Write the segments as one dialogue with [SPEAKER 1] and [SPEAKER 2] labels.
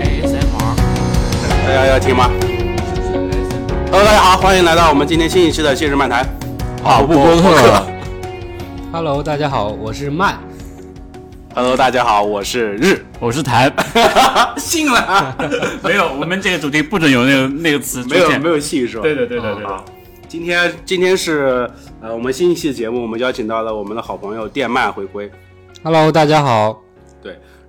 [SPEAKER 1] ASMR，
[SPEAKER 2] 大家要听吗
[SPEAKER 1] 是 ASMR，
[SPEAKER 2] ？Hello，大家好，欢迎来到我们今天新一期的《今日漫谈》跑步播客。
[SPEAKER 3] Hello，大家好，我是曼。
[SPEAKER 2] Hello，大家好，我是日，
[SPEAKER 4] 我是谭，
[SPEAKER 2] 信了，
[SPEAKER 4] 没有，我们这个主题不准有那个那个词出
[SPEAKER 2] 没有
[SPEAKER 4] 现。
[SPEAKER 2] 没有戏是吧？
[SPEAKER 4] 对对对对对
[SPEAKER 2] 啊
[SPEAKER 4] 对，
[SPEAKER 2] 今天今天是呃我们新一期节目，我们邀请到了我们的好朋友电鳗回归。
[SPEAKER 3] Hello，大家好。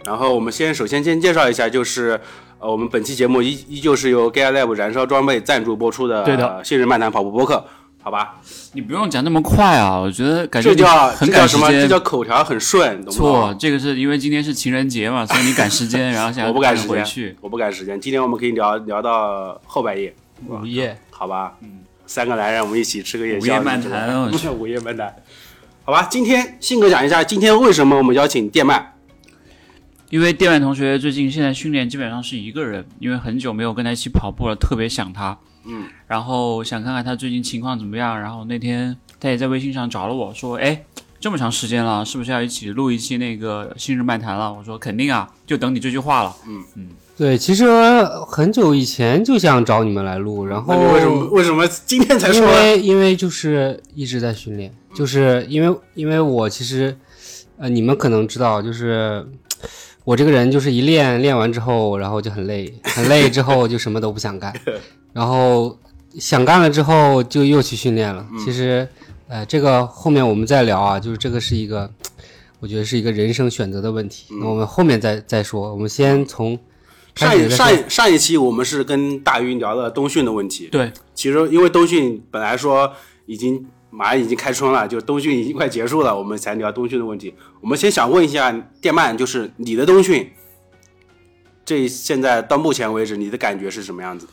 [SPEAKER 2] 然后我们先首先先介绍一下，就是呃我们本期节目依依旧是由 g a i Lab 燃烧装备赞助播出的，
[SPEAKER 4] 对的
[SPEAKER 2] 呃《信日漫谈跑步播客》，好吧？
[SPEAKER 4] 你不用讲那么快啊，我觉得感觉
[SPEAKER 2] 这叫这
[SPEAKER 4] 你很赶
[SPEAKER 2] 叫什
[SPEAKER 4] 时
[SPEAKER 2] 么？这
[SPEAKER 4] 间
[SPEAKER 2] 叫。口条很顺，懂不懂？
[SPEAKER 4] 错，这个是因为今天是情人节嘛，所以你赶 时间，然后想
[SPEAKER 2] 我不赶时
[SPEAKER 4] 赶回
[SPEAKER 2] 间
[SPEAKER 4] 去，，
[SPEAKER 2] 我不赶时间。今天我们可以聊聊到后半夜，
[SPEAKER 3] 午夜，
[SPEAKER 2] 好吧？嗯，三个男人，我们一起吃个夜
[SPEAKER 4] 午
[SPEAKER 2] 宵。
[SPEAKER 4] 夜漫谈，我
[SPEAKER 3] 啊
[SPEAKER 2] 你
[SPEAKER 4] 去
[SPEAKER 2] 知道吗， 午夜漫谈，好吧？今天信哥讲一下，今天为什么我们邀请电
[SPEAKER 3] 哦
[SPEAKER 2] 鳗？
[SPEAKER 4] 因为电鳗同学最近现在训练基本上是一个人，因为很久没有跟他一起跑步了，特别想他。
[SPEAKER 2] 嗯，
[SPEAKER 4] 然后想看看他最近情况怎么样。然后那天他也在微信上找了我说：“哎，这么长时间了，是不是要一起录一期那个《新日漫谈》了？”我说：“肯定啊，就等你这句话了。
[SPEAKER 2] 嗯
[SPEAKER 3] 对，其实很久以前就想找你们来录，然后
[SPEAKER 2] 那你为什么为什么今天才
[SPEAKER 3] 因
[SPEAKER 2] 说？
[SPEAKER 3] 为因为就是一直在训练，就是因为因为我其实，呃，你们可能知道，就是我这个人就是一练练完之后，然后就很累，很累之后就什么都不想 干，然后想干了之后就又去训练了。
[SPEAKER 2] 嗯
[SPEAKER 3] 其实，呃，这个后面我们再聊啊，就是这个是一个，我觉得是一个人生选择的问题。那我们后面再再说，我们先从开
[SPEAKER 2] 嗯上
[SPEAKER 3] 始
[SPEAKER 2] 一
[SPEAKER 3] 再
[SPEAKER 2] 上
[SPEAKER 3] 说
[SPEAKER 2] 一上一期我们是跟大鱼聊了冬训的问题，
[SPEAKER 4] 对，
[SPEAKER 2] 其实因为冬训本来说已经马上已经开春了，就冬训已经快结束了，我们才聊冬训的问题。我们先想问一下电鳗，就是你的冬训，这现在到目前为止你的感觉是什么样子的？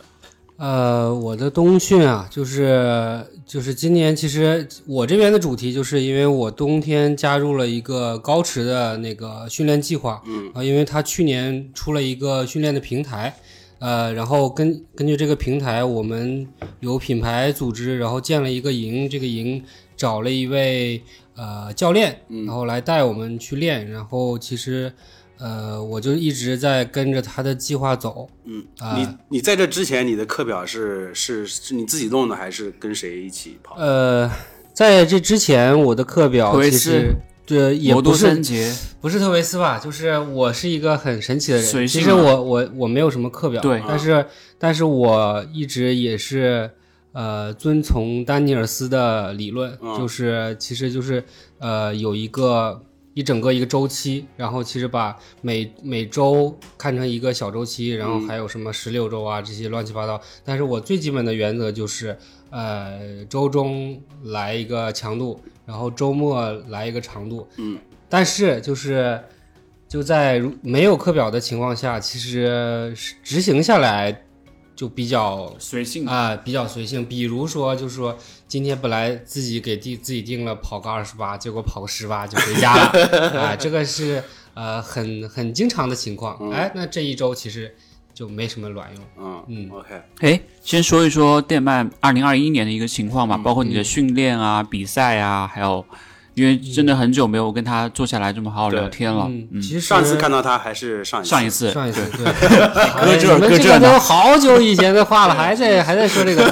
[SPEAKER 3] 呃，我的冬训啊，就是就是今年，其实我这边的主题就是因为我冬天加入了一个高驰的那个训练计划，嗯，啊，因为他去年出了一个训练的平台，呃，然后根根据这个平台，呃我们有品牌组织，然后建了一个营，这个营找了一位呃教练，然后来带我们去练，然后其实呃，我就一直在跟着他的计划走，
[SPEAKER 2] 嗯，
[SPEAKER 3] 啊
[SPEAKER 2] 你你在这之前你的课表是是是你自己弄的，还是跟谁一起跑？
[SPEAKER 3] 呃，在这之前，我的课表
[SPEAKER 4] 特维
[SPEAKER 3] 其
[SPEAKER 4] 斯
[SPEAKER 3] 实这也
[SPEAKER 4] 魔
[SPEAKER 3] 不
[SPEAKER 4] 都
[SPEAKER 3] 是
[SPEAKER 4] 三杰，
[SPEAKER 3] 不是特维斯吧，就是我是一个很神奇的
[SPEAKER 4] 随
[SPEAKER 3] 人。
[SPEAKER 4] 性
[SPEAKER 3] 其实
[SPEAKER 4] 嘛
[SPEAKER 3] 我我我没有什么课表，
[SPEAKER 4] 对
[SPEAKER 3] 但是但是我一直也是呃遵从丹尼尔斯的理论，
[SPEAKER 2] 嗯
[SPEAKER 3] 就是其实就是呃有一个。一整个一个周期，然后其实把每每周看成一个小周期，然
[SPEAKER 2] 嗯
[SPEAKER 3] 后还有什么十六周啊这些乱七八糟。但是我最基本的原则就是，呃，周中来一个强度，然后周末来一个长度。
[SPEAKER 2] 嗯，
[SPEAKER 3] 但是就是就在如没有课表的情况下，其实是执行下来就比较
[SPEAKER 4] 随性啊，
[SPEAKER 3] 啊、比较随性。比如说，就是说今天本来自己给定自己定了跑个二十八，结果跑个十八就回家了啊、这个是呃很很经常的情
[SPEAKER 4] 嗯
[SPEAKER 3] 况。哎，那这一周其实就没什么卵用。
[SPEAKER 2] 嗯
[SPEAKER 3] 嗯
[SPEAKER 2] o k
[SPEAKER 4] 哎，先说一说电鳗二零二一年的一个情况吧，包括你的训练啊、比赛啊，还有，因为真的很久没有跟他坐下来这么好好聊天了。
[SPEAKER 3] 嗯，其实
[SPEAKER 2] 上次看到他还是上一次
[SPEAKER 4] 上
[SPEAKER 3] 上
[SPEAKER 4] 一次，
[SPEAKER 3] 一次对，搁
[SPEAKER 4] 搁这儿
[SPEAKER 3] 你们
[SPEAKER 4] 搁
[SPEAKER 3] 这
[SPEAKER 4] 这儿
[SPEAKER 3] 个
[SPEAKER 4] 呢
[SPEAKER 3] 都好久以前的话了，还在还在说这个，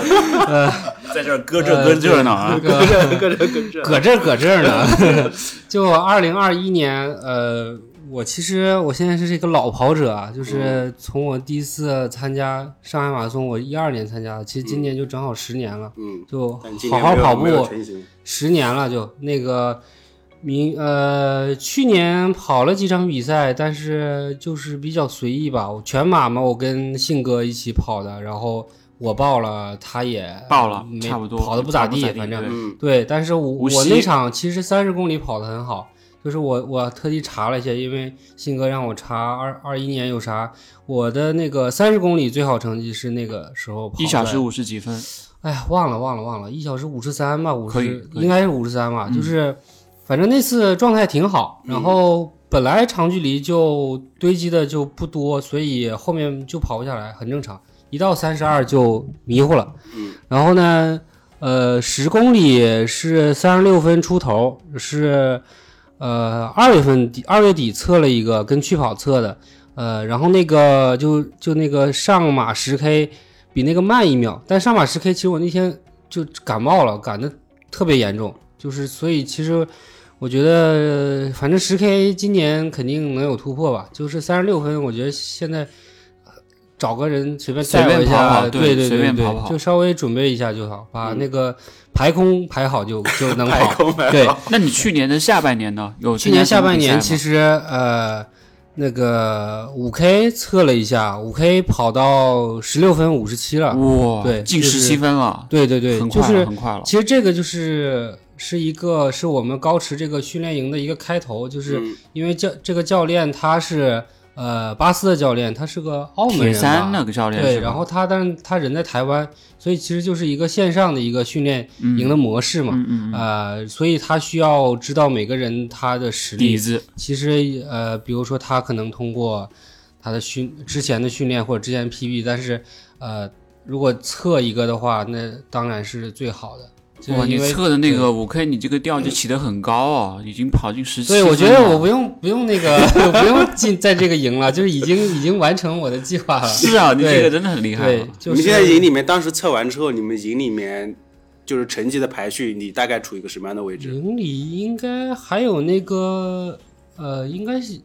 [SPEAKER 3] 呃，
[SPEAKER 4] 在这儿搁这 搁这呢
[SPEAKER 3] 那，
[SPEAKER 4] 啊
[SPEAKER 3] 个搁这儿搁这儿呢。 就二零二一年，呃，我其实我现在是一个老跑者啊，就是从我第一次参加上海马拉松，我一二年参加的，其实今年就正好十年了，
[SPEAKER 2] 嗯，
[SPEAKER 3] 就
[SPEAKER 2] 但今
[SPEAKER 3] 好
[SPEAKER 2] 天
[SPEAKER 3] 好
[SPEAKER 2] 没有
[SPEAKER 3] 跑步
[SPEAKER 2] 没有成型
[SPEAKER 3] 十年了就，那个明呃去年跑了几场比赛，但是就是比较随意吧。我全马嘛，我跟信哥一起跑的，然后我报了，他也
[SPEAKER 4] 爆了，
[SPEAKER 3] 没
[SPEAKER 4] 差不多，
[SPEAKER 3] 跑的不咋地，反正
[SPEAKER 4] 对
[SPEAKER 2] 嗯
[SPEAKER 3] 对，但是我
[SPEAKER 4] 无
[SPEAKER 3] 我
[SPEAKER 4] 锡
[SPEAKER 3] 那场其实三十公里跑得很好，就是我我特地查了一下，因为信哥让我查二二一年有啥，我的那个三十公里最好成绩是那个时候跑
[SPEAKER 4] 一小时
[SPEAKER 3] 的
[SPEAKER 4] 五十几分，
[SPEAKER 3] 哎呀，忘了忘了忘了，一小时五十三吧，五
[SPEAKER 4] 可以
[SPEAKER 3] 十
[SPEAKER 4] 可以
[SPEAKER 3] 应该是五十三吧，
[SPEAKER 4] 嗯
[SPEAKER 3] 就是反正那次状态挺好，然
[SPEAKER 4] 嗯
[SPEAKER 3] 后本来长距离就堆积的就不多，所以后
[SPEAKER 4] 嗯
[SPEAKER 3] 面就跑不下来，很正常。一到三十二就迷糊了，然后呢，呃，十公里是三十六分出头，是呃二月份底二月底测了一个跟去跑测的，呃，然后那个就就那个上马十 K 比那个慢一秒，但上马十 K 其实我那天就感冒了，感的特别严重，就是所以其实我觉得反正十 K 今年肯定能有突破吧，就是三十六分，我觉得现在。呃找个人随便
[SPEAKER 4] 随
[SPEAKER 3] 带
[SPEAKER 4] 便
[SPEAKER 3] 我一
[SPEAKER 4] 跑
[SPEAKER 3] 下，
[SPEAKER 4] 跑对
[SPEAKER 3] 对对
[SPEAKER 4] 随便
[SPEAKER 3] 对
[SPEAKER 4] 跑跑
[SPEAKER 3] 就稍微准备一下就好，把那个排空排好就就 能
[SPEAKER 2] 排
[SPEAKER 3] 跑。
[SPEAKER 2] 空排
[SPEAKER 3] 对，
[SPEAKER 4] 那你去年的下半年呢？有
[SPEAKER 3] 去年下半年其
[SPEAKER 4] 实
[SPEAKER 3] 实呃，那个五 K 测了一下，五 K 跑到十六分五十七了。
[SPEAKER 4] 哇，
[SPEAKER 3] 对
[SPEAKER 4] 近
[SPEAKER 3] 就是
[SPEAKER 4] 十七分了，
[SPEAKER 3] 对对对，
[SPEAKER 4] 很
[SPEAKER 3] 就
[SPEAKER 4] 快了，
[SPEAKER 3] 是
[SPEAKER 4] 很快了。
[SPEAKER 3] 其实这个就是是一个是我们高驰这个训练营的一个开头，就是
[SPEAKER 2] 嗯
[SPEAKER 3] 因为教这个教练他是呃巴斯的教练，他是个澳门
[SPEAKER 4] 铁
[SPEAKER 3] 人吧
[SPEAKER 4] 三那个教练
[SPEAKER 3] 对，
[SPEAKER 4] 是吧
[SPEAKER 3] 然后他但是他人在台湾，所以其实就是一个线上的一个训练营的模式嘛，
[SPEAKER 4] 嗯嗯嗯，
[SPEAKER 3] 呃，所以他需要知道每个人他的实
[SPEAKER 4] 底
[SPEAKER 3] 力。
[SPEAKER 4] 子
[SPEAKER 3] 其实呃，比如说他可能通过他的训之前的训练或者之前的 PB，但是呃，如果测一个的话，那当然是最好的。就是
[SPEAKER 4] 哇，你
[SPEAKER 3] 因为
[SPEAKER 4] 测的那个五 K，你这个调就起得很高哦，已经跑进十七。
[SPEAKER 3] 所以我觉得我不用不用那个 我不用进在这个营了，就是已经已经完成我的计划了。
[SPEAKER 4] 是啊，你
[SPEAKER 3] 对
[SPEAKER 4] 这个真的很厉害
[SPEAKER 3] 对
[SPEAKER 4] 啊。，
[SPEAKER 3] 就
[SPEAKER 2] 你
[SPEAKER 3] 是
[SPEAKER 2] 们现在营里面当时测完之后，你们营里面就是成绩的排序，你大概处于一个什么样的位置？
[SPEAKER 3] 营里应该还有那个呃，应该是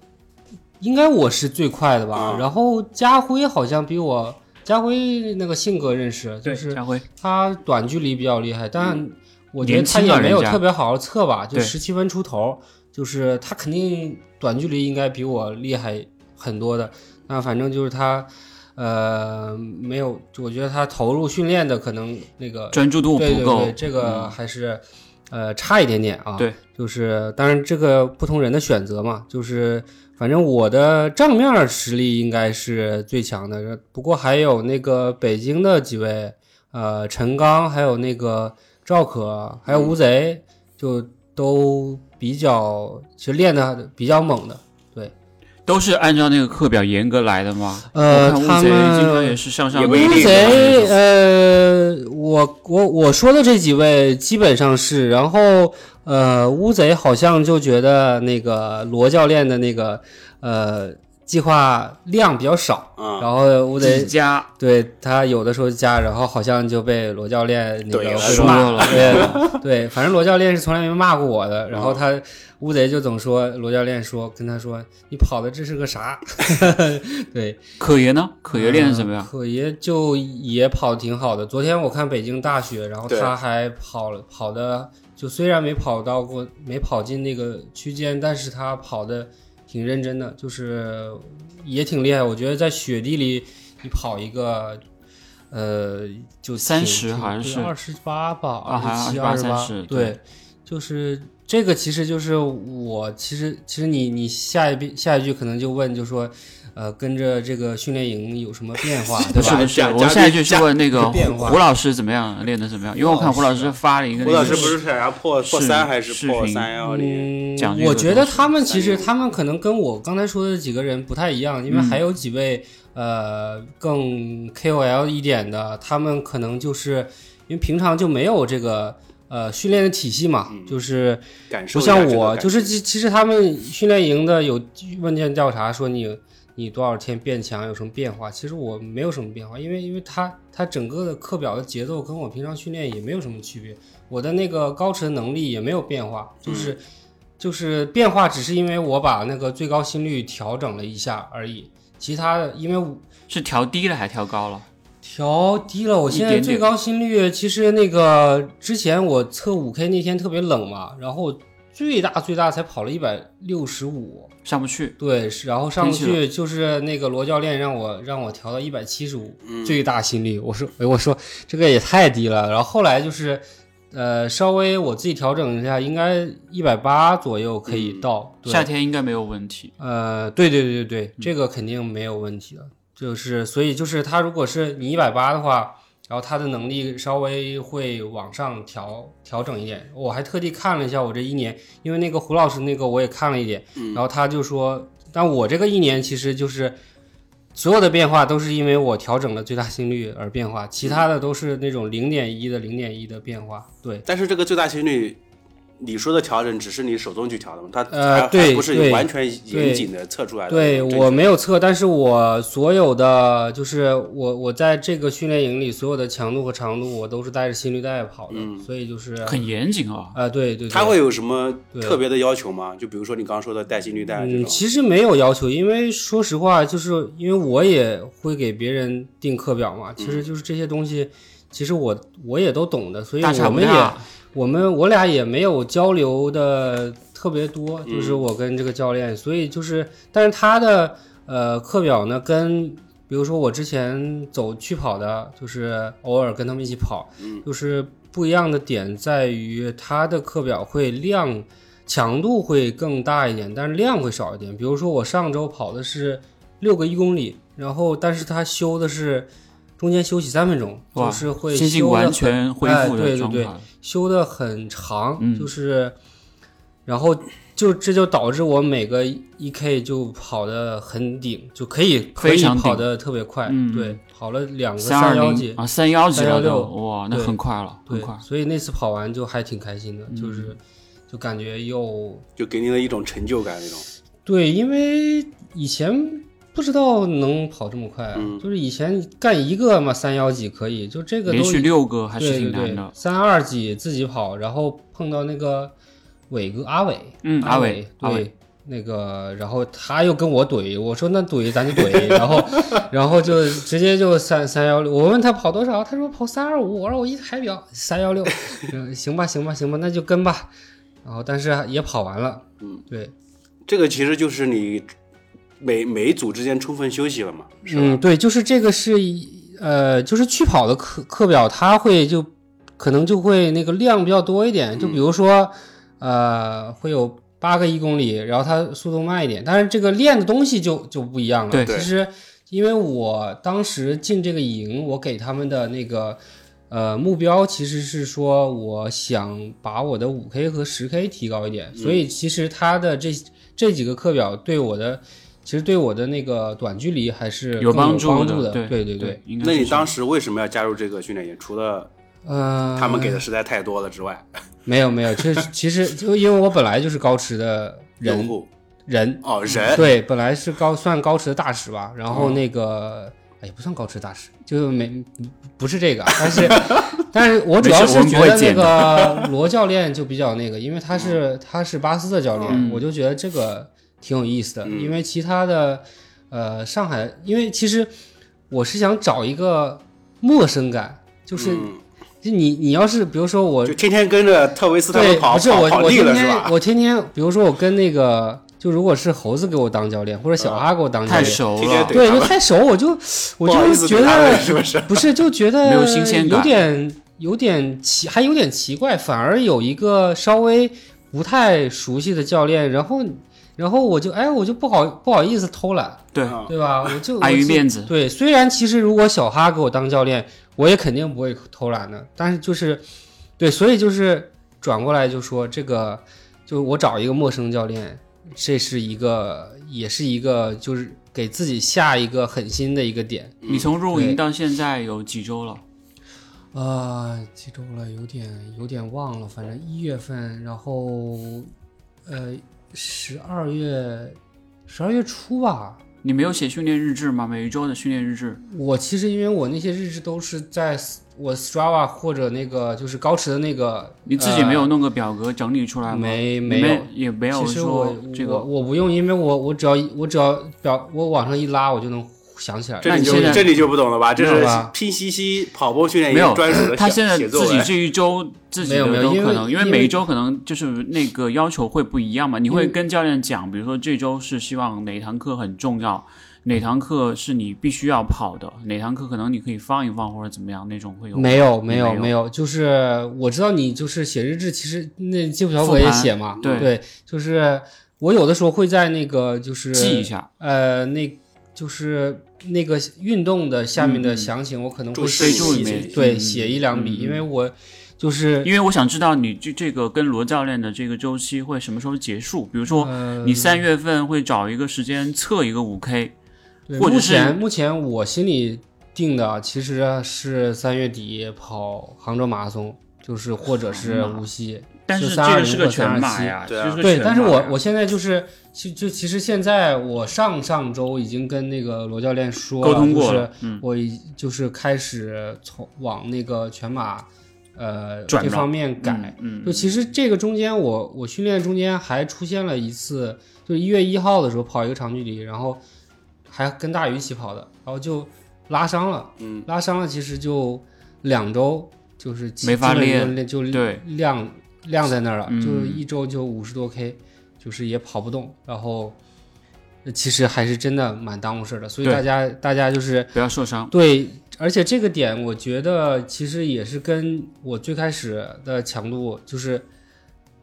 [SPEAKER 3] 应该我是最快的吧。
[SPEAKER 2] 啊
[SPEAKER 3] 然后家辉好像比我家辉那个性格认识，就是
[SPEAKER 4] 家辉
[SPEAKER 3] 他短距离比较厉害，但我觉得
[SPEAKER 4] 嗯年
[SPEAKER 3] 他
[SPEAKER 4] 轻
[SPEAKER 3] 也
[SPEAKER 4] 啊
[SPEAKER 3] 没有
[SPEAKER 4] 人家
[SPEAKER 3] 特别好好测吧，就
[SPEAKER 4] 对
[SPEAKER 3] 十七分出头，就是他肯定短距离应该比我厉害很多的。那反正就是他，呃，没有，我觉得他投入训练的可能那个
[SPEAKER 4] 专注度
[SPEAKER 3] 对
[SPEAKER 4] 不
[SPEAKER 3] 呃对
[SPEAKER 4] 够嗯
[SPEAKER 3] 对，，这个还是、呃差一点点啊。
[SPEAKER 4] 对，
[SPEAKER 3] 就是当然这个不同人的选择嘛，就是反正我的账面实力应该是最强的，不过还有那个北京的几位，呃，陈刚，还有那个赵可，还有
[SPEAKER 4] 嗯
[SPEAKER 3] 吴贼，就都比较其实练的比较猛的。
[SPEAKER 4] 都是按照那个课表严格来的吗？
[SPEAKER 3] 呃
[SPEAKER 4] 我看乌
[SPEAKER 3] 他
[SPEAKER 4] 贼
[SPEAKER 3] 们
[SPEAKER 4] 经常也是上上
[SPEAKER 2] 也
[SPEAKER 4] 的
[SPEAKER 2] 不一定
[SPEAKER 3] 乌
[SPEAKER 2] 是吧
[SPEAKER 3] 贼，哎呃，我我我说的这几位基本上是，然后呃，乌贼好像就觉得那个罗教练的那个呃计划量比较少，
[SPEAKER 2] 啊
[SPEAKER 3] 然后乌贼呃
[SPEAKER 4] 几家
[SPEAKER 3] 对他有的时候加，然后好像就被罗教练那
[SPEAKER 2] 怼
[SPEAKER 3] 个会
[SPEAKER 2] 了是
[SPEAKER 4] 说
[SPEAKER 3] 骂。
[SPEAKER 4] 了，
[SPEAKER 3] 对对，反正罗教练是从来没骂过我
[SPEAKER 2] 啊
[SPEAKER 3] 的。然后他乌贼就总说罗教练说跟他说你跑的这是个啥？ 对，
[SPEAKER 4] 可爷呢？可爷练的怎么样
[SPEAKER 3] 嗯？可爷就也跑挺好的。昨天我看北京大学，然后
[SPEAKER 2] 对
[SPEAKER 3] 他还跑了跑的，就虽然没跑到过，没跑进那个区间，但是他跑的挺认真的，就是也挺厉害。我觉得在雪地里你跑一个。呃，就
[SPEAKER 4] 30还是
[SPEAKER 3] 二十八吧，
[SPEAKER 4] 啊还
[SPEAKER 3] 十七、
[SPEAKER 4] 28
[SPEAKER 3] 十八，
[SPEAKER 4] 30
[SPEAKER 3] 对
[SPEAKER 4] 对，
[SPEAKER 3] 就是这个，其实就是我，其实其实你你下一遍下一句可能就问，就说，呃，跟着这个训练营有什么变 化，对
[SPEAKER 4] 不是
[SPEAKER 3] 吧？
[SPEAKER 4] 不是，
[SPEAKER 2] 加
[SPEAKER 4] 我
[SPEAKER 2] 加
[SPEAKER 4] 下一句是
[SPEAKER 2] 加
[SPEAKER 4] 问那个
[SPEAKER 3] 变
[SPEAKER 4] 胡
[SPEAKER 3] 化
[SPEAKER 4] 胡老师怎么样，练的怎么样？因为我看胡老师发了一个那
[SPEAKER 2] 胡
[SPEAKER 4] 个，
[SPEAKER 2] 老师不是想要破破
[SPEAKER 4] 视
[SPEAKER 2] 三还是
[SPEAKER 4] 视
[SPEAKER 2] 破
[SPEAKER 4] 频
[SPEAKER 2] 三幺零？
[SPEAKER 3] 嗯
[SPEAKER 4] 讲这，个
[SPEAKER 3] 我觉得他们
[SPEAKER 2] 东西
[SPEAKER 3] 其实他们可能跟我刚才说的几个人不太一样，
[SPEAKER 4] 嗯
[SPEAKER 3] 因为还有几位、呃更 KOL 一点的，他们可能就是因为平常就没有这个呃训练的体系嘛，就是
[SPEAKER 2] 感受
[SPEAKER 3] 不
[SPEAKER 2] 一下
[SPEAKER 3] 像
[SPEAKER 2] 这个
[SPEAKER 3] 我，
[SPEAKER 2] 感
[SPEAKER 3] 就是其其实他们训练营的有问卷调查说你你多少天变强有什么变化，其实我没有什么变化，因为因为他他整个的课表的节奏跟我平常训练也没有什么区别，我的那个高持能力也没有变化，就
[SPEAKER 2] 嗯
[SPEAKER 3] 是、就是变化只是因为我把那个最高心率调整了一下而已，其他的因为
[SPEAKER 4] 是调低了还是调高了？
[SPEAKER 3] 调低了，我现在
[SPEAKER 4] 一点
[SPEAKER 3] 最
[SPEAKER 4] 点
[SPEAKER 3] 高心率其实那个之前我测五 K 那天特别冷嘛，然后最大最大才跑了一百六十五，
[SPEAKER 4] 上不去，
[SPEAKER 3] 对，是然后上
[SPEAKER 4] 天
[SPEAKER 3] 去就是那个罗教练让我让我调到一百七十五
[SPEAKER 4] 嗯
[SPEAKER 2] 嗯
[SPEAKER 3] 最大心率，我说哎我说这个也太低了，然后后来就是呃稍微我自己调整一下，应该一百八左右可以到，对。
[SPEAKER 4] 夏天应该没有问题。
[SPEAKER 3] 呃，对对对对，对，这个肯定没有问题的。就是所以就是他如果是你一百八的话，然后他的能力稍微会往上调调整一点。我还特地看了一下我这一年，因为那个胡老师那个我也看了一点，然后他就说，但我这个一年其实就是所有的变化都是因为我调整了最大心率而变化，其他的都是那种零点一的零点一的变化。对，
[SPEAKER 2] 但是这个最大心率，你说的调整只是你手动去调的嘛？它
[SPEAKER 3] 呃
[SPEAKER 2] 还
[SPEAKER 3] 对
[SPEAKER 2] 还不是
[SPEAKER 3] 对
[SPEAKER 2] 完全严
[SPEAKER 3] 对
[SPEAKER 2] 谨的测出来的。
[SPEAKER 3] 对
[SPEAKER 2] 正确
[SPEAKER 3] 我没有测，但是我所有的就是我我在这个训练营里所有的强度和长度我都是带着心率带跑的，所以就是
[SPEAKER 4] 很严谨啊。
[SPEAKER 3] 啊、对对对，
[SPEAKER 2] 嗯它会有什么
[SPEAKER 3] 对
[SPEAKER 2] 特别的要求吗？就比如说你刚刚说的带心率带啊这
[SPEAKER 3] 嗯，
[SPEAKER 2] 种，
[SPEAKER 3] 其实没有要求，因为说实话，就是因为我也会给别人定课表嘛，其
[SPEAKER 2] 嗯
[SPEAKER 3] 实就是这些东西，其实我我也都懂的，所以
[SPEAKER 4] 大差
[SPEAKER 3] 我
[SPEAKER 4] 不
[SPEAKER 3] 们也
[SPEAKER 4] 差，
[SPEAKER 3] 我们我俩也没有交流的特别多，就是我跟这个教练，所以就是，但是他的呃课表呢，跟比如说我之前走去跑的，就是偶尔跟他们一起跑，就是不一样的点在于他的课表会量强度会更大一点，但是量会少一点。比如说我上周跑的是六个一公里，然后但是他休的是中间休息三分钟，
[SPEAKER 4] 哇
[SPEAKER 3] 就是会
[SPEAKER 4] 接近
[SPEAKER 3] 休得
[SPEAKER 4] 完
[SPEAKER 3] 很
[SPEAKER 4] 全恢
[SPEAKER 3] 哎
[SPEAKER 4] 复
[SPEAKER 3] 对
[SPEAKER 4] 的
[SPEAKER 3] 对
[SPEAKER 4] 状
[SPEAKER 3] 对
[SPEAKER 4] 态。
[SPEAKER 3] 修的很长，
[SPEAKER 4] 嗯
[SPEAKER 3] 就是，然后就这就导致我每个一 k 就跑的很顶，就可以可
[SPEAKER 4] 非
[SPEAKER 3] 以
[SPEAKER 4] 常顶
[SPEAKER 3] 跑的特别快，
[SPEAKER 4] 嗯
[SPEAKER 3] 对，跑了两个
[SPEAKER 4] 三二
[SPEAKER 3] 三幺
[SPEAKER 4] 零
[SPEAKER 3] 几，
[SPEAKER 4] 啊，三幺几了都，
[SPEAKER 3] 316
[SPEAKER 4] 哇，那
[SPEAKER 3] 对
[SPEAKER 4] 很快了，很
[SPEAKER 3] 对
[SPEAKER 4] 快，。嗯
[SPEAKER 3] 所以那次跑完就还挺开心的，就是就感觉又
[SPEAKER 2] 就给你的一种成就感那种。
[SPEAKER 3] 对，因为以前。不知道能跑这么快啊！
[SPEAKER 2] 嗯
[SPEAKER 3] 就是以前干一个嘛，三幺几可以，就这个都
[SPEAKER 4] 连续六个还是
[SPEAKER 3] 对对
[SPEAKER 4] 挺难
[SPEAKER 3] 对
[SPEAKER 4] 的，。
[SPEAKER 3] 三二几自己跑，然后碰到那个伟哥阿伟，
[SPEAKER 4] 嗯阿伟
[SPEAKER 3] 伟，
[SPEAKER 4] 阿伟
[SPEAKER 3] 对，那个，然后他又跟我怼，我说那怼咱就 怼，然后，然后就直接就三三幺六，我问他跑多少，他说跑三二五，我说我一海表三 幺六，嗯行吧行吧行吧，那就跟吧，然后但是也跑完了，嗯，对，
[SPEAKER 2] 这个其实就是你每每一组之间充分休息了嘛，是吧？
[SPEAKER 3] 嗯，对，就是这个是一呃，就是去跑的课课表，它会就可能就会那个量比较多一点，就
[SPEAKER 4] 嗯
[SPEAKER 3] 比如说、呃，会有八个一公里，然后它速度慢一点，但是这个练的东西就就不一样了。
[SPEAKER 4] 对
[SPEAKER 3] 其实因为我当时进这个营，我给他们的那个。呃，目标其实是说，我想把我的五 K 和十 K 提高一
[SPEAKER 4] 嗯
[SPEAKER 3] 点，所以其实它的这这几个课表对我的，其实对我的那个短距离还是更
[SPEAKER 4] 有
[SPEAKER 3] 有
[SPEAKER 4] 帮
[SPEAKER 3] 助
[SPEAKER 4] 助
[SPEAKER 3] 的，
[SPEAKER 4] 对
[SPEAKER 3] 对
[SPEAKER 4] 对
[SPEAKER 3] 对，，
[SPEAKER 4] 应该
[SPEAKER 2] 那
[SPEAKER 4] 是
[SPEAKER 2] 你
[SPEAKER 4] 这
[SPEAKER 2] 当
[SPEAKER 4] 样
[SPEAKER 2] 时为什么要加入这个训练营？除了
[SPEAKER 3] 呃，
[SPEAKER 2] 他们给的实在太多了之外，
[SPEAKER 3] 没有没有，其 实其实就因为我本来就是高驰的
[SPEAKER 2] 用
[SPEAKER 3] 人
[SPEAKER 2] 户
[SPEAKER 3] 人，
[SPEAKER 2] 哦
[SPEAKER 4] 哎
[SPEAKER 2] 人
[SPEAKER 3] 对，本来是高算高驰的大使吧，然
[SPEAKER 4] 嗯
[SPEAKER 3] 后那个。哎，也不算高驰大使，就没不是这个， 但是但是我主要
[SPEAKER 4] 没事
[SPEAKER 3] 是
[SPEAKER 4] 我们
[SPEAKER 3] 觉
[SPEAKER 4] 不会
[SPEAKER 3] 得那
[SPEAKER 4] 剪嗯
[SPEAKER 3] 个罗教练就比较那个，因为他是他是巴斯的教练，我就觉得这个挺有意思的，
[SPEAKER 4] 嗯
[SPEAKER 3] 因为其他的呃上海，因为其实我是想找一个陌生感，就是、
[SPEAKER 4] 嗯
[SPEAKER 3] 就你你要是比如说我
[SPEAKER 2] 嗯就天天跟着特维斯他
[SPEAKER 3] 对，
[SPEAKER 2] 们跑
[SPEAKER 3] 不是
[SPEAKER 2] 跑
[SPEAKER 3] 我，
[SPEAKER 2] 跑
[SPEAKER 3] 我
[SPEAKER 2] 地
[SPEAKER 3] 天
[SPEAKER 2] 了是
[SPEAKER 3] 天
[SPEAKER 2] 吧？
[SPEAKER 3] 我天天，比如说我跟那个，就如果是猴子给我当教练，或者
[SPEAKER 2] 嗯
[SPEAKER 3] 小哈给我当教
[SPEAKER 4] 太
[SPEAKER 3] 练，
[SPEAKER 4] 熟
[SPEAKER 2] 天天
[SPEAKER 4] 了
[SPEAKER 2] 怼，
[SPEAKER 3] 对，
[SPEAKER 2] 他
[SPEAKER 3] 就
[SPEAKER 2] 们
[SPEAKER 3] 太熟，我 就我
[SPEAKER 2] 不好意
[SPEAKER 3] 就
[SPEAKER 2] 思
[SPEAKER 3] 觉
[SPEAKER 2] 怼他们
[SPEAKER 3] 得
[SPEAKER 2] 是不是？
[SPEAKER 3] 不是，就觉得
[SPEAKER 4] 没有新鲜感
[SPEAKER 3] 有点有点奇，还有点奇怪，反而有一个稍微不太熟悉的教练，然后然后我就哎，我就不好不好意思偷懒，
[SPEAKER 4] 对，
[SPEAKER 2] 嗯
[SPEAKER 3] 对吧？我就
[SPEAKER 4] 碍
[SPEAKER 3] 啊
[SPEAKER 4] 于
[SPEAKER 3] 我就
[SPEAKER 4] 面子
[SPEAKER 3] 对，虽然其实如果小哈给我当教练，我也肯定不会偷懒的，但是就是，对，所以就是转过来就说这个，就我找一个陌生教练，这是一个，也是一个，就是给自己下一个狠心的一个点。
[SPEAKER 4] 你从入
[SPEAKER 3] 嗯对
[SPEAKER 4] 营到现在有几周了？
[SPEAKER 3] 呃，记住了，有点有点忘了，反正一月份，然后，呃，十二月，十二月初吧，
[SPEAKER 4] 你没有写训练日志吗？每一周的训练日志，
[SPEAKER 3] 我其实因为我那些日志都是在 s- 我 Strava 或者那个就是高驰的那个，
[SPEAKER 4] 你自己没有弄个表格整理出来吗？
[SPEAKER 3] 呃没
[SPEAKER 4] 你
[SPEAKER 3] 没
[SPEAKER 4] 们
[SPEAKER 3] 有
[SPEAKER 4] 也没
[SPEAKER 3] 呃。
[SPEAKER 4] 有
[SPEAKER 3] 其实我
[SPEAKER 4] 说这
[SPEAKER 3] 我
[SPEAKER 4] 个。
[SPEAKER 3] 我不用，因为我我只要我只要表我往上一拉，我就能想起来。
[SPEAKER 2] 这
[SPEAKER 4] 那
[SPEAKER 2] 你
[SPEAKER 4] 你
[SPEAKER 2] 就
[SPEAKER 4] 现在
[SPEAKER 2] 这里就不懂了吧？这
[SPEAKER 3] 没有
[SPEAKER 2] 是
[SPEAKER 3] 吧
[SPEAKER 2] 拼夕夕跑步训练
[SPEAKER 4] 没有
[SPEAKER 2] 营专属的
[SPEAKER 4] 他
[SPEAKER 2] 写
[SPEAKER 4] 现在
[SPEAKER 2] 写作
[SPEAKER 4] 自己
[SPEAKER 2] 文，
[SPEAKER 4] 这一周自己
[SPEAKER 3] 没有没
[SPEAKER 4] 的
[SPEAKER 3] 有
[SPEAKER 4] 都
[SPEAKER 3] 因为
[SPEAKER 4] 可能，因为
[SPEAKER 3] 因为
[SPEAKER 4] 每一周可能就是那个要求会不一样嘛。你会跟教练讲，比如说这周是希望哪堂课很重要，哪堂课是你必须要跑的，哪堂课可能你可以放一放或者怎么样那种会有。
[SPEAKER 3] 没有没
[SPEAKER 4] 有
[SPEAKER 3] 有没有，就是我知道你就是写日志，其实那技术小
[SPEAKER 4] 复
[SPEAKER 3] 可也
[SPEAKER 4] 盘
[SPEAKER 3] 写嘛，
[SPEAKER 4] 对
[SPEAKER 3] 就是我有的时候会在那个就是
[SPEAKER 4] 记一下，
[SPEAKER 3] 呃，那就是那个运动的下面
[SPEAKER 4] 嗯
[SPEAKER 3] 的详情，我可能
[SPEAKER 2] 注
[SPEAKER 3] 会
[SPEAKER 2] 释
[SPEAKER 3] 写
[SPEAKER 2] 注
[SPEAKER 3] 一
[SPEAKER 4] 里面
[SPEAKER 3] 对
[SPEAKER 4] 嗯
[SPEAKER 3] 写一两笔，
[SPEAKER 4] 嗯
[SPEAKER 3] 因为我就是
[SPEAKER 4] 因为我想知道你这这个跟罗教练的这个周期会什么时候结束。比如说
[SPEAKER 3] 呃
[SPEAKER 4] 你三月份会找一个时间测一个五 K，
[SPEAKER 3] 对
[SPEAKER 4] 或者
[SPEAKER 3] 目
[SPEAKER 4] 是
[SPEAKER 3] 前目前我心里定的其实是三月底跑杭州马拉松，就是或者是无锡，
[SPEAKER 4] 哎但
[SPEAKER 3] 是
[SPEAKER 4] 是这个是个全马
[SPEAKER 3] 马
[SPEAKER 4] 呀，
[SPEAKER 2] 对啊
[SPEAKER 4] 这是个
[SPEAKER 3] 对，
[SPEAKER 4] 全
[SPEAKER 3] 但是
[SPEAKER 4] 马
[SPEAKER 3] 我
[SPEAKER 4] 呀
[SPEAKER 3] 我现在就是，其就其实现在我上上周已经跟那个罗教练说
[SPEAKER 4] 沟通过
[SPEAKER 3] 就
[SPEAKER 4] 了嗯
[SPEAKER 3] 是我已就是开始从往那个全马呃
[SPEAKER 4] 转
[SPEAKER 3] 这
[SPEAKER 4] 了
[SPEAKER 3] 方面改。
[SPEAKER 4] 嗯，
[SPEAKER 3] 就其实这个中间我我训练中间还出现了一次，就一月一号的时候跑一个长距离，然后还跟大鱼一起跑的，然后就拉伤了。
[SPEAKER 2] 嗯，
[SPEAKER 3] 拉伤了，其实就两周就是基
[SPEAKER 4] 没法
[SPEAKER 3] 基本
[SPEAKER 4] 练
[SPEAKER 3] 就
[SPEAKER 4] 对
[SPEAKER 3] 晾晾在那儿了，
[SPEAKER 4] 嗯
[SPEAKER 3] 就是一周就五十多 K，就是也跑不动，然后呃其实还是真的蛮耽误事儿的，所以
[SPEAKER 4] 对
[SPEAKER 3] 大家大家就是
[SPEAKER 4] 不要受伤，
[SPEAKER 3] 对，而且这个点我觉得其实也是跟我最开始的强度就是。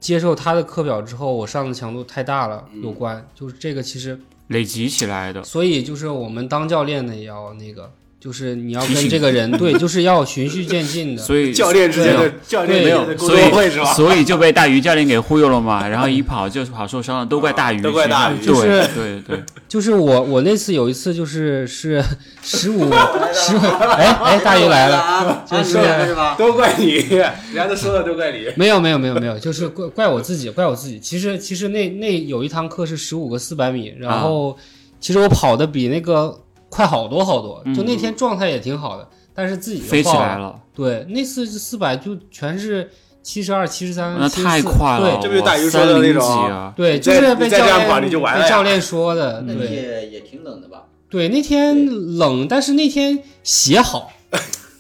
[SPEAKER 3] 接受他的课表之后，我上的强度太大了
[SPEAKER 4] 嗯
[SPEAKER 3] 有关，就是这个其实
[SPEAKER 4] 累积起来的。
[SPEAKER 3] 所以就是我们当教练的也要那个，就是你要
[SPEAKER 4] 提醒
[SPEAKER 3] 跟这个人对，就是要循序渐进 的。
[SPEAKER 4] 所以
[SPEAKER 2] 教练之间
[SPEAKER 4] 没
[SPEAKER 2] 的
[SPEAKER 4] 有
[SPEAKER 2] 教练之
[SPEAKER 3] 没
[SPEAKER 2] 间
[SPEAKER 3] 有
[SPEAKER 2] 的沟
[SPEAKER 4] 所
[SPEAKER 2] 通会是吧
[SPEAKER 4] 以？所以就被大鱼教练给忽悠了嘛，然后一跑就跑受伤了，都怪大鱼，
[SPEAKER 2] 都怪大鱼
[SPEAKER 4] 对
[SPEAKER 3] 就是
[SPEAKER 4] 对对，
[SPEAKER 3] 就是我我那次有一次就是是十五十五，哎哎，大鱼来了，
[SPEAKER 5] 啊，
[SPEAKER 3] 就
[SPEAKER 5] 啊
[SPEAKER 3] 是
[SPEAKER 5] 你两个是吧？
[SPEAKER 2] 都怪你，人家都说了都怪你。
[SPEAKER 3] 没有没有没有没有，就是怪怪我自己，怪我自己。其实其实那那有一堂课是十五个四百米，然后其实我跑的比那个快好多好多，就那天状态也挺好的，但是自己就
[SPEAKER 4] 飞起
[SPEAKER 3] 爆
[SPEAKER 4] 来
[SPEAKER 3] 了。
[SPEAKER 4] 了，
[SPEAKER 3] 对，那次四百就全是七十二、七十三，
[SPEAKER 4] 那太快了，
[SPEAKER 3] 对
[SPEAKER 2] 这不就大鱼说
[SPEAKER 4] 三
[SPEAKER 2] 的那
[SPEAKER 4] 零
[SPEAKER 2] 种
[SPEAKER 4] 几啊，
[SPEAKER 3] 对，
[SPEAKER 2] 你
[SPEAKER 3] 就
[SPEAKER 2] 再
[SPEAKER 3] 是被
[SPEAKER 2] 你再
[SPEAKER 3] 教
[SPEAKER 2] 这样
[SPEAKER 3] 练
[SPEAKER 2] 管理就完了
[SPEAKER 3] 被
[SPEAKER 2] 呀
[SPEAKER 3] 教练说的，
[SPEAKER 5] 那你
[SPEAKER 3] 对
[SPEAKER 5] 也也挺冷的吧？
[SPEAKER 3] 对，那天冷，但是那天鞋 好，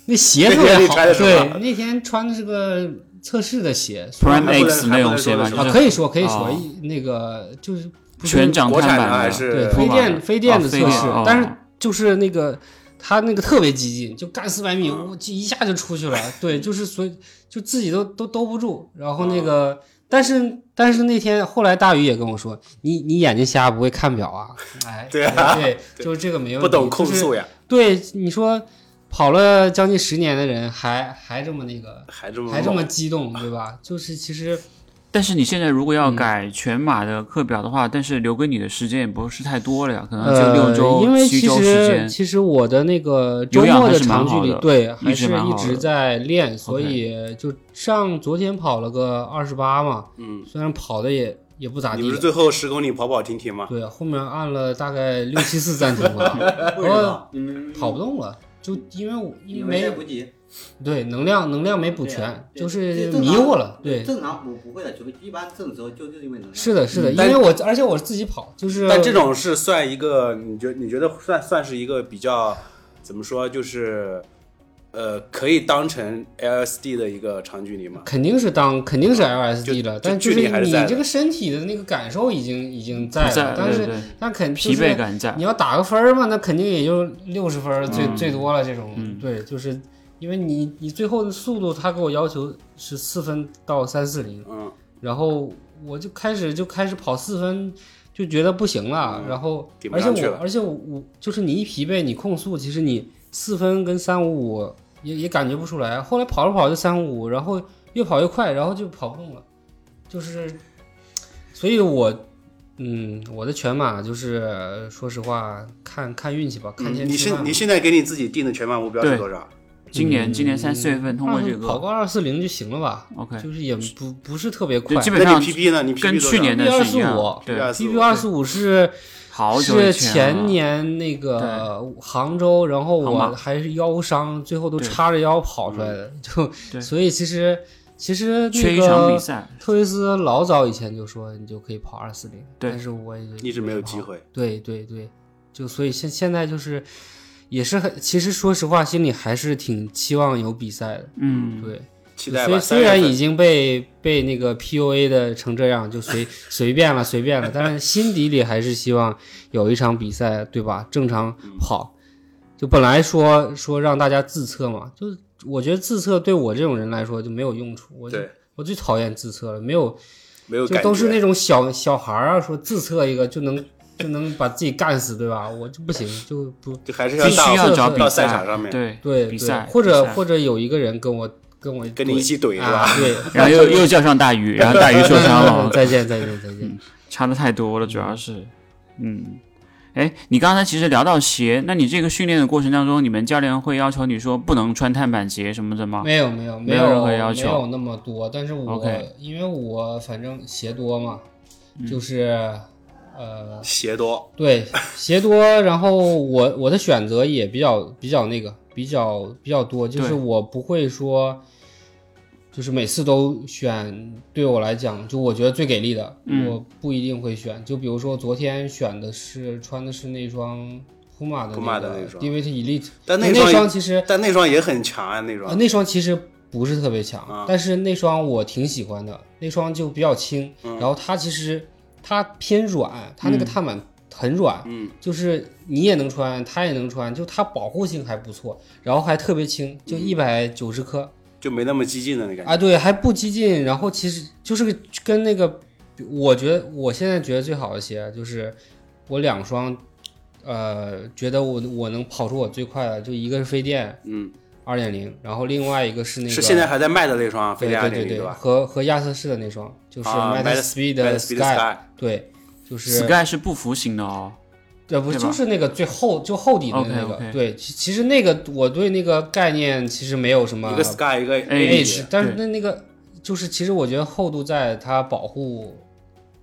[SPEAKER 3] 那鞋特
[SPEAKER 2] 那天
[SPEAKER 3] 别
[SPEAKER 2] 你
[SPEAKER 3] 好，
[SPEAKER 2] 穿的什么
[SPEAKER 3] 对，那天穿的是个测试的鞋，
[SPEAKER 4] Prime
[SPEAKER 2] 还不能
[SPEAKER 4] X 那种鞋吧，
[SPEAKER 2] 还不
[SPEAKER 4] 就
[SPEAKER 2] 能
[SPEAKER 3] 啊，
[SPEAKER 4] 是
[SPEAKER 3] 可以说可以说
[SPEAKER 4] 哦
[SPEAKER 3] 一那个就是不是
[SPEAKER 4] 全掌
[SPEAKER 2] 国
[SPEAKER 4] 碳
[SPEAKER 2] 产的
[SPEAKER 4] 板
[SPEAKER 2] 还
[SPEAKER 3] 对
[SPEAKER 2] 是
[SPEAKER 4] 对
[SPEAKER 3] 飞
[SPEAKER 4] 吧
[SPEAKER 3] 电飞电
[SPEAKER 4] 啊
[SPEAKER 3] 的测
[SPEAKER 4] 飞电
[SPEAKER 3] 试
[SPEAKER 4] 哦，
[SPEAKER 3] 但是就是那个。他那个特别激进，就干四百米，我就一下就出去了。对，就是所以就自己都都兜不住。然后那
[SPEAKER 2] 哦
[SPEAKER 3] 个，但是但是那天后来大宇也跟我说，你你眼睛瞎不会看表啊？哎，
[SPEAKER 2] 对啊
[SPEAKER 3] 对， 就是这个没有
[SPEAKER 2] 不懂控速呀，
[SPEAKER 3] 对，你说跑了将近十年的人还还这么那个，
[SPEAKER 2] 还
[SPEAKER 4] 嗯
[SPEAKER 2] 这么
[SPEAKER 3] 还这么
[SPEAKER 2] 猛
[SPEAKER 3] 激动，对吧？就是其实
[SPEAKER 4] 但是你现在如果
[SPEAKER 3] 嗯
[SPEAKER 4] 要改全马的课表的话，但是留给你的时间也不是太多了呀，可能嗯就六周、
[SPEAKER 3] 呃、因为
[SPEAKER 4] 七
[SPEAKER 3] 其
[SPEAKER 4] 周时
[SPEAKER 3] 实
[SPEAKER 4] 间。
[SPEAKER 3] 其实我的那个周
[SPEAKER 4] 有氧
[SPEAKER 3] 末
[SPEAKER 4] 还是蛮
[SPEAKER 3] 长距
[SPEAKER 4] 好
[SPEAKER 3] 离
[SPEAKER 4] 的，
[SPEAKER 3] 对，
[SPEAKER 4] 一
[SPEAKER 3] 还
[SPEAKER 4] 直
[SPEAKER 3] 是
[SPEAKER 4] 蛮
[SPEAKER 3] 一
[SPEAKER 4] 好
[SPEAKER 3] 直
[SPEAKER 4] 的
[SPEAKER 3] 在练，所以就上昨天跑了个二十八嘛，
[SPEAKER 2] 嗯，
[SPEAKER 3] 虽然跑的也也不咋
[SPEAKER 2] 你不
[SPEAKER 3] 地
[SPEAKER 2] 是
[SPEAKER 3] 吧。
[SPEAKER 2] 最后十公里跑跑停停吗？
[SPEAKER 3] 对，后面按了大概六七次暂停 吧，
[SPEAKER 5] 为什么
[SPEAKER 3] 我？跑不动了，就因为我
[SPEAKER 5] 你
[SPEAKER 3] 因
[SPEAKER 5] 们
[SPEAKER 3] 为
[SPEAKER 5] 来不及，
[SPEAKER 3] 对能量能量没补全，
[SPEAKER 5] 对
[SPEAKER 3] 就是
[SPEAKER 5] 这正
[SPEAKER 3] 迷
[SPEAKER 5] 常
[SPEAKER 3] 糊了，对，
[SPEAKER 5] 正常不不会的，就一般这种时候就就是因为能量。
[SPEAKER 3] 是的，是的，
[SPEAKER 2] 嗯
[SPEAKER 3] 因
[SPEAKER 2] 但
[SPEAKER 3] 为我而且我是自己跑，
[SPEAKER 4] 嗯
[SPEAKER 3] 就是
[SPEAKER 2] 但这种是算一个，你觉你觉得算算是一个比较怎么说，就是呃，可以当成 LSD 的一个长距离吗？
[SPEAKER 3] 肯定是当肯定是 LSD 了，但
[SPEAKER 2] 啊
[SPEAKER 3] 就
[SPEAKER 2] 就
[SPEAKER 3] 是
[SPEAKER 2] 距离还是
[SPEAKER 3] 你
[SPEAKER 2] 在的
[SPEAKER 3] 这个身体的那个感受已经已经在
[SPEAKER 4] 在
[SPEAKER 3] 了，但
[SPEAKER 4] 对
[SPEAKER 3] 是
[SPEAKER 4] 对，
[SPEAKER 3] 但肯
[SPEAKER 4] 疲
[SPEAKER 3] 就是
[SPEAKER 4] 惫感在。
[SPEAKER 3] 你要打个分儿嘛，那肯定也就六十分儿最、最多了。这种、
[SPEAKER 4] 嗯
[SPEAKER 3] 对，就是因为你你最后的速度，他给我要求是四分到三四零，
[SPEAKER 2] 嗯，
[SPEAKER 3] 然后我就开始就开始跑四分，就觉得不行了。
[SPEAKER 2] 嗯
[SPEAKER 3] 然后
[SPEAKER 2] 顶不
[SPEAKER 3] 而且
[SPEAKER 2] 上去
[SPEAKER 3] 我
[SPEAKER 2] 了
[SPEAKER 3] 而且我我就是你一疲惫，你控速，其实你四分跟三五五也也感觉不出来。后来跑着跑着三五五，然后越跑越快，然后就跑不动了，就是，所以我。嗯，我的全马就是，说实话，看看运气吧，看天
[SPEAKER 2] 嗯你
[SPEAKER 3] 吃
[SPEAKER 2] 是
[SPEAKER 3] 饭吧。
[SPEAKER 2] 你现在给你自己定的全马目标是
[SPEAKER 4] 对
[SPEAKER 2] 多少？
[SPEAKER 4] 今年
[SPEAKER 3] 嗯
[SPEAKER 4] 今年三四月份通过这
[SPEAKER 3] 跑个
[SPEAKER 4] 个
[SPEAKER 3] 二四零就行了吧？
[SPEAKER 4] ，OK，
[SPEAKER 3] 就是也不不是特别快
[SPEAKER 4] 就基本
[SPEAKER 2] 那
[SPEAKER 4] 上
[SPEAKER 2] 你 PP 呢？你 PP
[SPEAKER 4] 跟
[SPEAKER 2] 多少
[SPEAKER 4] 去年的是一样
[SPEAKER 3] P25，
[SPEAKER 4] 对，
[SPEAKER 3] ，PB 二四五是
[SPEAKER 4] 好久
[SPEAKER 3] 是
[SPEAKER 4] 以啊
[SPEAKER 3] 前
[SPEAKER 4] 了
[SPEAKER 3] 年那个杭州，然后
[SPEAKER 4] 杭马
[SPEAKER 3] 我还是腰伤，最后都
[SPEAKER 4] 对嗯
[SPEAKER 3] 叉着腰跑出来的，
[SPEAKER 4] 对
[SPEAKER 3] 就所以其实其实
[SPEAKER 4] 缺
[SPEAKER 3] 那
[SPEAKER 4] 一场比
[SPEAKER 3] 个
[SPEAKER 4] 赛，
[SPEAKER 3] 特维斯老早以前就说你就可以跑二四零，
[SPEAKER 4] 对
[SPEAKER 3] 但是我也就
[SPEAKER 2] 一直没有机。会。
[SPEAKER 3] 对对对，就所以现现在就是也是很，其实说实话，心里还是挺期望有比赛的，
[SPEAKER 4] 嗯，
[SPEAKER 3] 对。
[SPEAKER 2] 期待
[SPEAKER 3] 虽
[SPEAKER 2] 吧。
[SPEAKER 3] 虽
[SPEAKER 2] 3
[SPEAKER 3] 然
[SPEAKER 2] 月份
[SPEAKER 3] 已经被被那个 PUA 的成这样，就随随便了随便了，但是心底里还是希望有一场比赛，对吧？正常跑。就本来说说让大家自测嘛，就我觉得自测对我这种人来说就没有用处，我就
[SPEAKER 2] 对
[SPEAKER 3] 我最讨厌自测了，没有
[SPEAKER 2] 没有
[SPEAKER 3] 就
[SPEAKER 2] 感觉，
[SPEAKER 3] 都是那种小小孩儿啊，说自测一个就能就能把自己干死，对吧？我就不行，就不
[SPEAKER 2] 就还是
[SPEAKER 4] 必须
[SPEAKER 2] 到
[SPEAKER 4] 要找比
[SPEAKER 2] 到赛
[SPEAKER 4] 赛
[SPEAKER 2] 场，上面，
[SPEAKER 4] 对，
[SPEAKER 3] 对
[SPEAKER 4] 比
[SPEAKER 3] 对
[SPEAKER 4] 赛
[SPEAKER 3] 或者
[SPEAKER 4] 比赛
[SPEAKER 3] 或者有一个人跟我跟我
[SPEAKER 2] 跟你一起怼是
[SPEAKER 3] 啊
[SPEAKER 2] 吧？，
[SPEAKER 3] 对，
[SPEAKER 4] 然后又又叫上大鱼， 然后大鱼受伤了，
[SPEAKER 3] 再见，再见，再见。
[SPEAKER 4] 差的太多了，主要是，嗯，哎，你刚才其实聊到鞋，那你这个训练的过程当中，你们教练会要求你说不能穿碳板鞋什么的吗？
[SPEAKER 3] 没有没有
[SPEAKER 4] 没有
[SPEAKER 3] 有
[SPEAKER 4] 任何要求
[SPEAKER 3] 没有那么多。但是我
[SPEAKER 4] OK
[SPEAKER 3] 因为我反正鞋多嘛，就是呃
[SPEAKER 2] 鞋多，
[SPEAKER 3] 对鞋多，然后我我的选择也比较比较那个比较比较多，就是
[SPEAKER 4] 对
[SPEAKER 3] 我不会说。就是每次都选，对我来讲，就我觉得最给力的，
[SPEAKER 4] 嗯
[SPEAKER 3] 我不一定会选。就比如说昨天选的是穿的是那双 Puma 的
[SPEAKER 2] Puma 的
[SPEAKER 3] 个
[SPEAKER 2] 那双
[SPEAKER 3] Divit Elite，
[SPEAKER 2] 但
[SPEAKER 3] 那
[SPEAKER 2] 那双
[SPEAKER 3] 其实
[SPEAKER 2] 但那双也很强啊，那
[SPEAKER 3] 啊，
[SPEAKER 2] 双
[SPEAKER 3] 那双其实不是特别强，
[SPEAKER 2] 啊
[SPEAKER 3] 但是那双我挺喜欢的，那双就比较轻，
[SPEAKER 2] 嗯
[SPEAKER 3] 然后它其实它偏软，它那个碳板很软，
[SPEAKER 2] 嗯，
[SPEAKER 3] 就是你也能穿，它也能穿，就它保护性还不错，然后还特别轻，
[SPEAKER 2] 嗯
[SPEAKER 3] 就一百九十克、
[SPEAKER 2] 就没那么激进的那感觉。
[SPEAKER 3] 啊，对，还不激进，然后其实就是个跟那个，我觉得我现在觉得最好的鞋啊就是我两双。呃，觉得我我能跑出我最快的，就一个是飞电
[SPEAKER 2] 嗯，
[SPEAKER 3] 二点零，然后另外一个是那个
[SPEAKER 2] 是现在还在卖的那双飞
[SPEAKER 3] 对
[SPEAKER 2] 利亚
[SPEAKER 3] 对
[SPEAKER 2] 那
[SPEAKER 3] 对
[SPEAKER 2] 个
[SPEAKER 3] 对，
[SPEAKER 2] 对吧？
[SPEAKER 3] 和和亚瑟士的那双，就是
[SPEAKER 2] 啊
[SPEAKER 3] Meta
[SPEAKER 2] Meta
[SPEAKER 3] Speed
[SPEAKER 2] 卖的
[SPEAKER 3] 的
[SPEAKER 2] Speed
[SPEAKER 3] Sky，
[SPEAKER 2] Sky，
[SPEAKER 3] 对，就是
[SPEAKER 4] ，Sky 是不服刑的哦。
[SPEAKER 3] 这不
[SPEAKER 4] 对吧
[SPEAKER 3] 就是那个最后就厚底的那个？
[SPEAKER 4] OK，OK
[SPEAKER 3] 对，其其实那个我对那个概念其实没有什么
[SPEAKER 2] 一个 Sky 一个
[SPEAKER 4] Edge，
[SPEAKER 3] H，但是
[SPEAKER 4] 对
[SPEAKER 3] 那那个就是其实我觉得厚度在它保护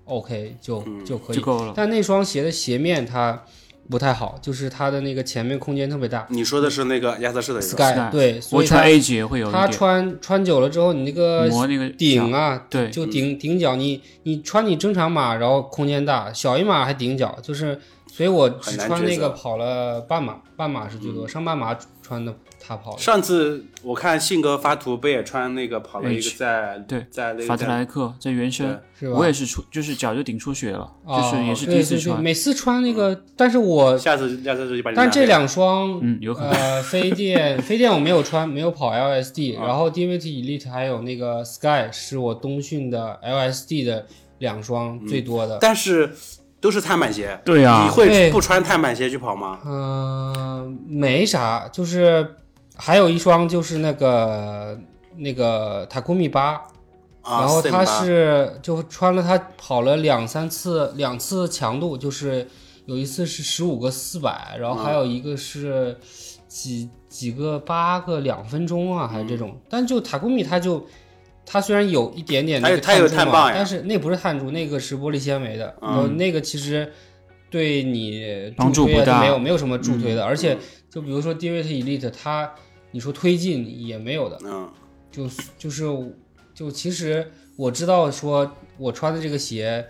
[SPEAKER 3] OK 就就可
[SPEAKER 4] 嗯
[SPEAKER 3] 以
[SPEAKER 4] 就够了，
[SPEAKER 3] 但那双鞋的鞋面它不太好，就是它的那个前面空间特别
[SPEAKER 4] 哎
[SPEAKER 3] 大
[SPEAKER 2] 你说的是那个亚瑟士的那双
[SPEAKER 3] Sky 对，所
[SPEAKER 4] 我
[SPEAKER 3] 以
[SPEAKER 4] 穿
[SPEAKER 3] 它
[SPEAKER 4] A 级也会有一
[SPEAKER 3] 它
[SPEAKER 4] 点
[SPEAKER 3] 穿穿久了之后，你那个
[SPEAKER 4] 磨那个
[SPEAKER 3] 顶
[SPEAKER 4] 角，
[SPEAKER 3] 啊，
[SPEAKER 4] 对嗯
[SPEAKER 3] 就顶顶脚，你你穿你正常码，然后空间大，小一码还顶脚，就是，所以我只
[SPEAKER 2] 很难
[SPEAKER 3] 穿
[SPEAKER 2] 抉
[SPEAKER 3] 那个
[SPEAKER 2] 择
[SPEAKER 3] 跑了半马，半马是最
[SPEAKER 4] 嗯
[SPEAKER 3] 多，上半马穿的他跑的，
[SPEAKER 2] 上次我看信哥发图，不也穿那个跑了一个
[SPEAKER 4] Edge，
[SPEAKER 2] 在
[SPEAKER 4] 对
[SPEAKER 2] 在那个
[SPEAKER 4] 法特莱克在原生，
[SPEAKER 3] 是吧？
[SPEAKER 4] 我也是出就是脚就顶出血了，
[SPEAKER 3] 啊，
[SPEAKER 4] 就是也是第
[SPEAKER 3] 对
[SPEAKER 4] 一次
[SPEAKER 3] 对对
[SPEAKER 4] 穿，
[SPEAKER 3] 每次穿那个，但是我，
[SPEAKER 2] 下次亚瑟士就把你
[SPEAKER 3] 但
[SPEAKER 2] 拿
[SPEAKER 3] 这
[SPEAKER 2] 黑
[SPEAKER 3] 两双，
[SPEAKER 4] 嗯，有可能。
[SPEAKER 3] 呃，飞电飞电我没有穿，没有跑 LSD，、然后 DVT Elite 还有那个 Sky 是我冬训的 LSD 的两双最多的，
[SPEAKER 2] 但是都是碳板鞋，
[SPEAKER 4] 对啊
[SPEAKER 2] 你会
[SPEAKER 3] 对
[SPEAKER 2] 不穿碳板鞋去跑吗？
[SPEAKER 3] 嗯，没啥，就是还有一双就是那个那个塔库米八，
[SPEAKER 2] 啊，
[SPEAKER 3] 然后
[SPEAKER 2] 4.8
[SPEAKER 3] 他是就穿了他跑了两三次，两次强度就是有一次是十五个四百，然后
[SPEAKER 2] 嗯
[SPEAKER 3] 还有一个是几几个八个两分钟啊，还
[SPEAKER 2] 嗯
[SPEAKER 3] 是这种，但就塔库米他就。他虽然有一点点那个
[SPEAKER 2] 它有它有
[SPEAKER 3] 碳
[SPEAKER 2] 碳
[SPEAKER 3] 柱
[SPEAKER 2] 棒
[SPEAKER 3] 嘛
[SPEAKER 2] 呀，嗯
[SPEAKER 3] 但是那不是碳柱，那个是玻璃纤维的，然后那个其实对你
[SPEAKER 4] 帮助
[SPEAKER 3] 助推
[SPEAKER 4] 不
[SPEAKER 3] 啊
[SPEAKER 4] 大
[SPEAKER 3] 没有没有什么助推
[SPEAKER 2] 嗯
[SPEAKER 3] 的，而且就比如说 d i v i t Elite，它你说推进也没有的，
[SPEAKER 2] 嗯，
[SPEAKER 3] 就就是就其实我知道说我穿的这个鞋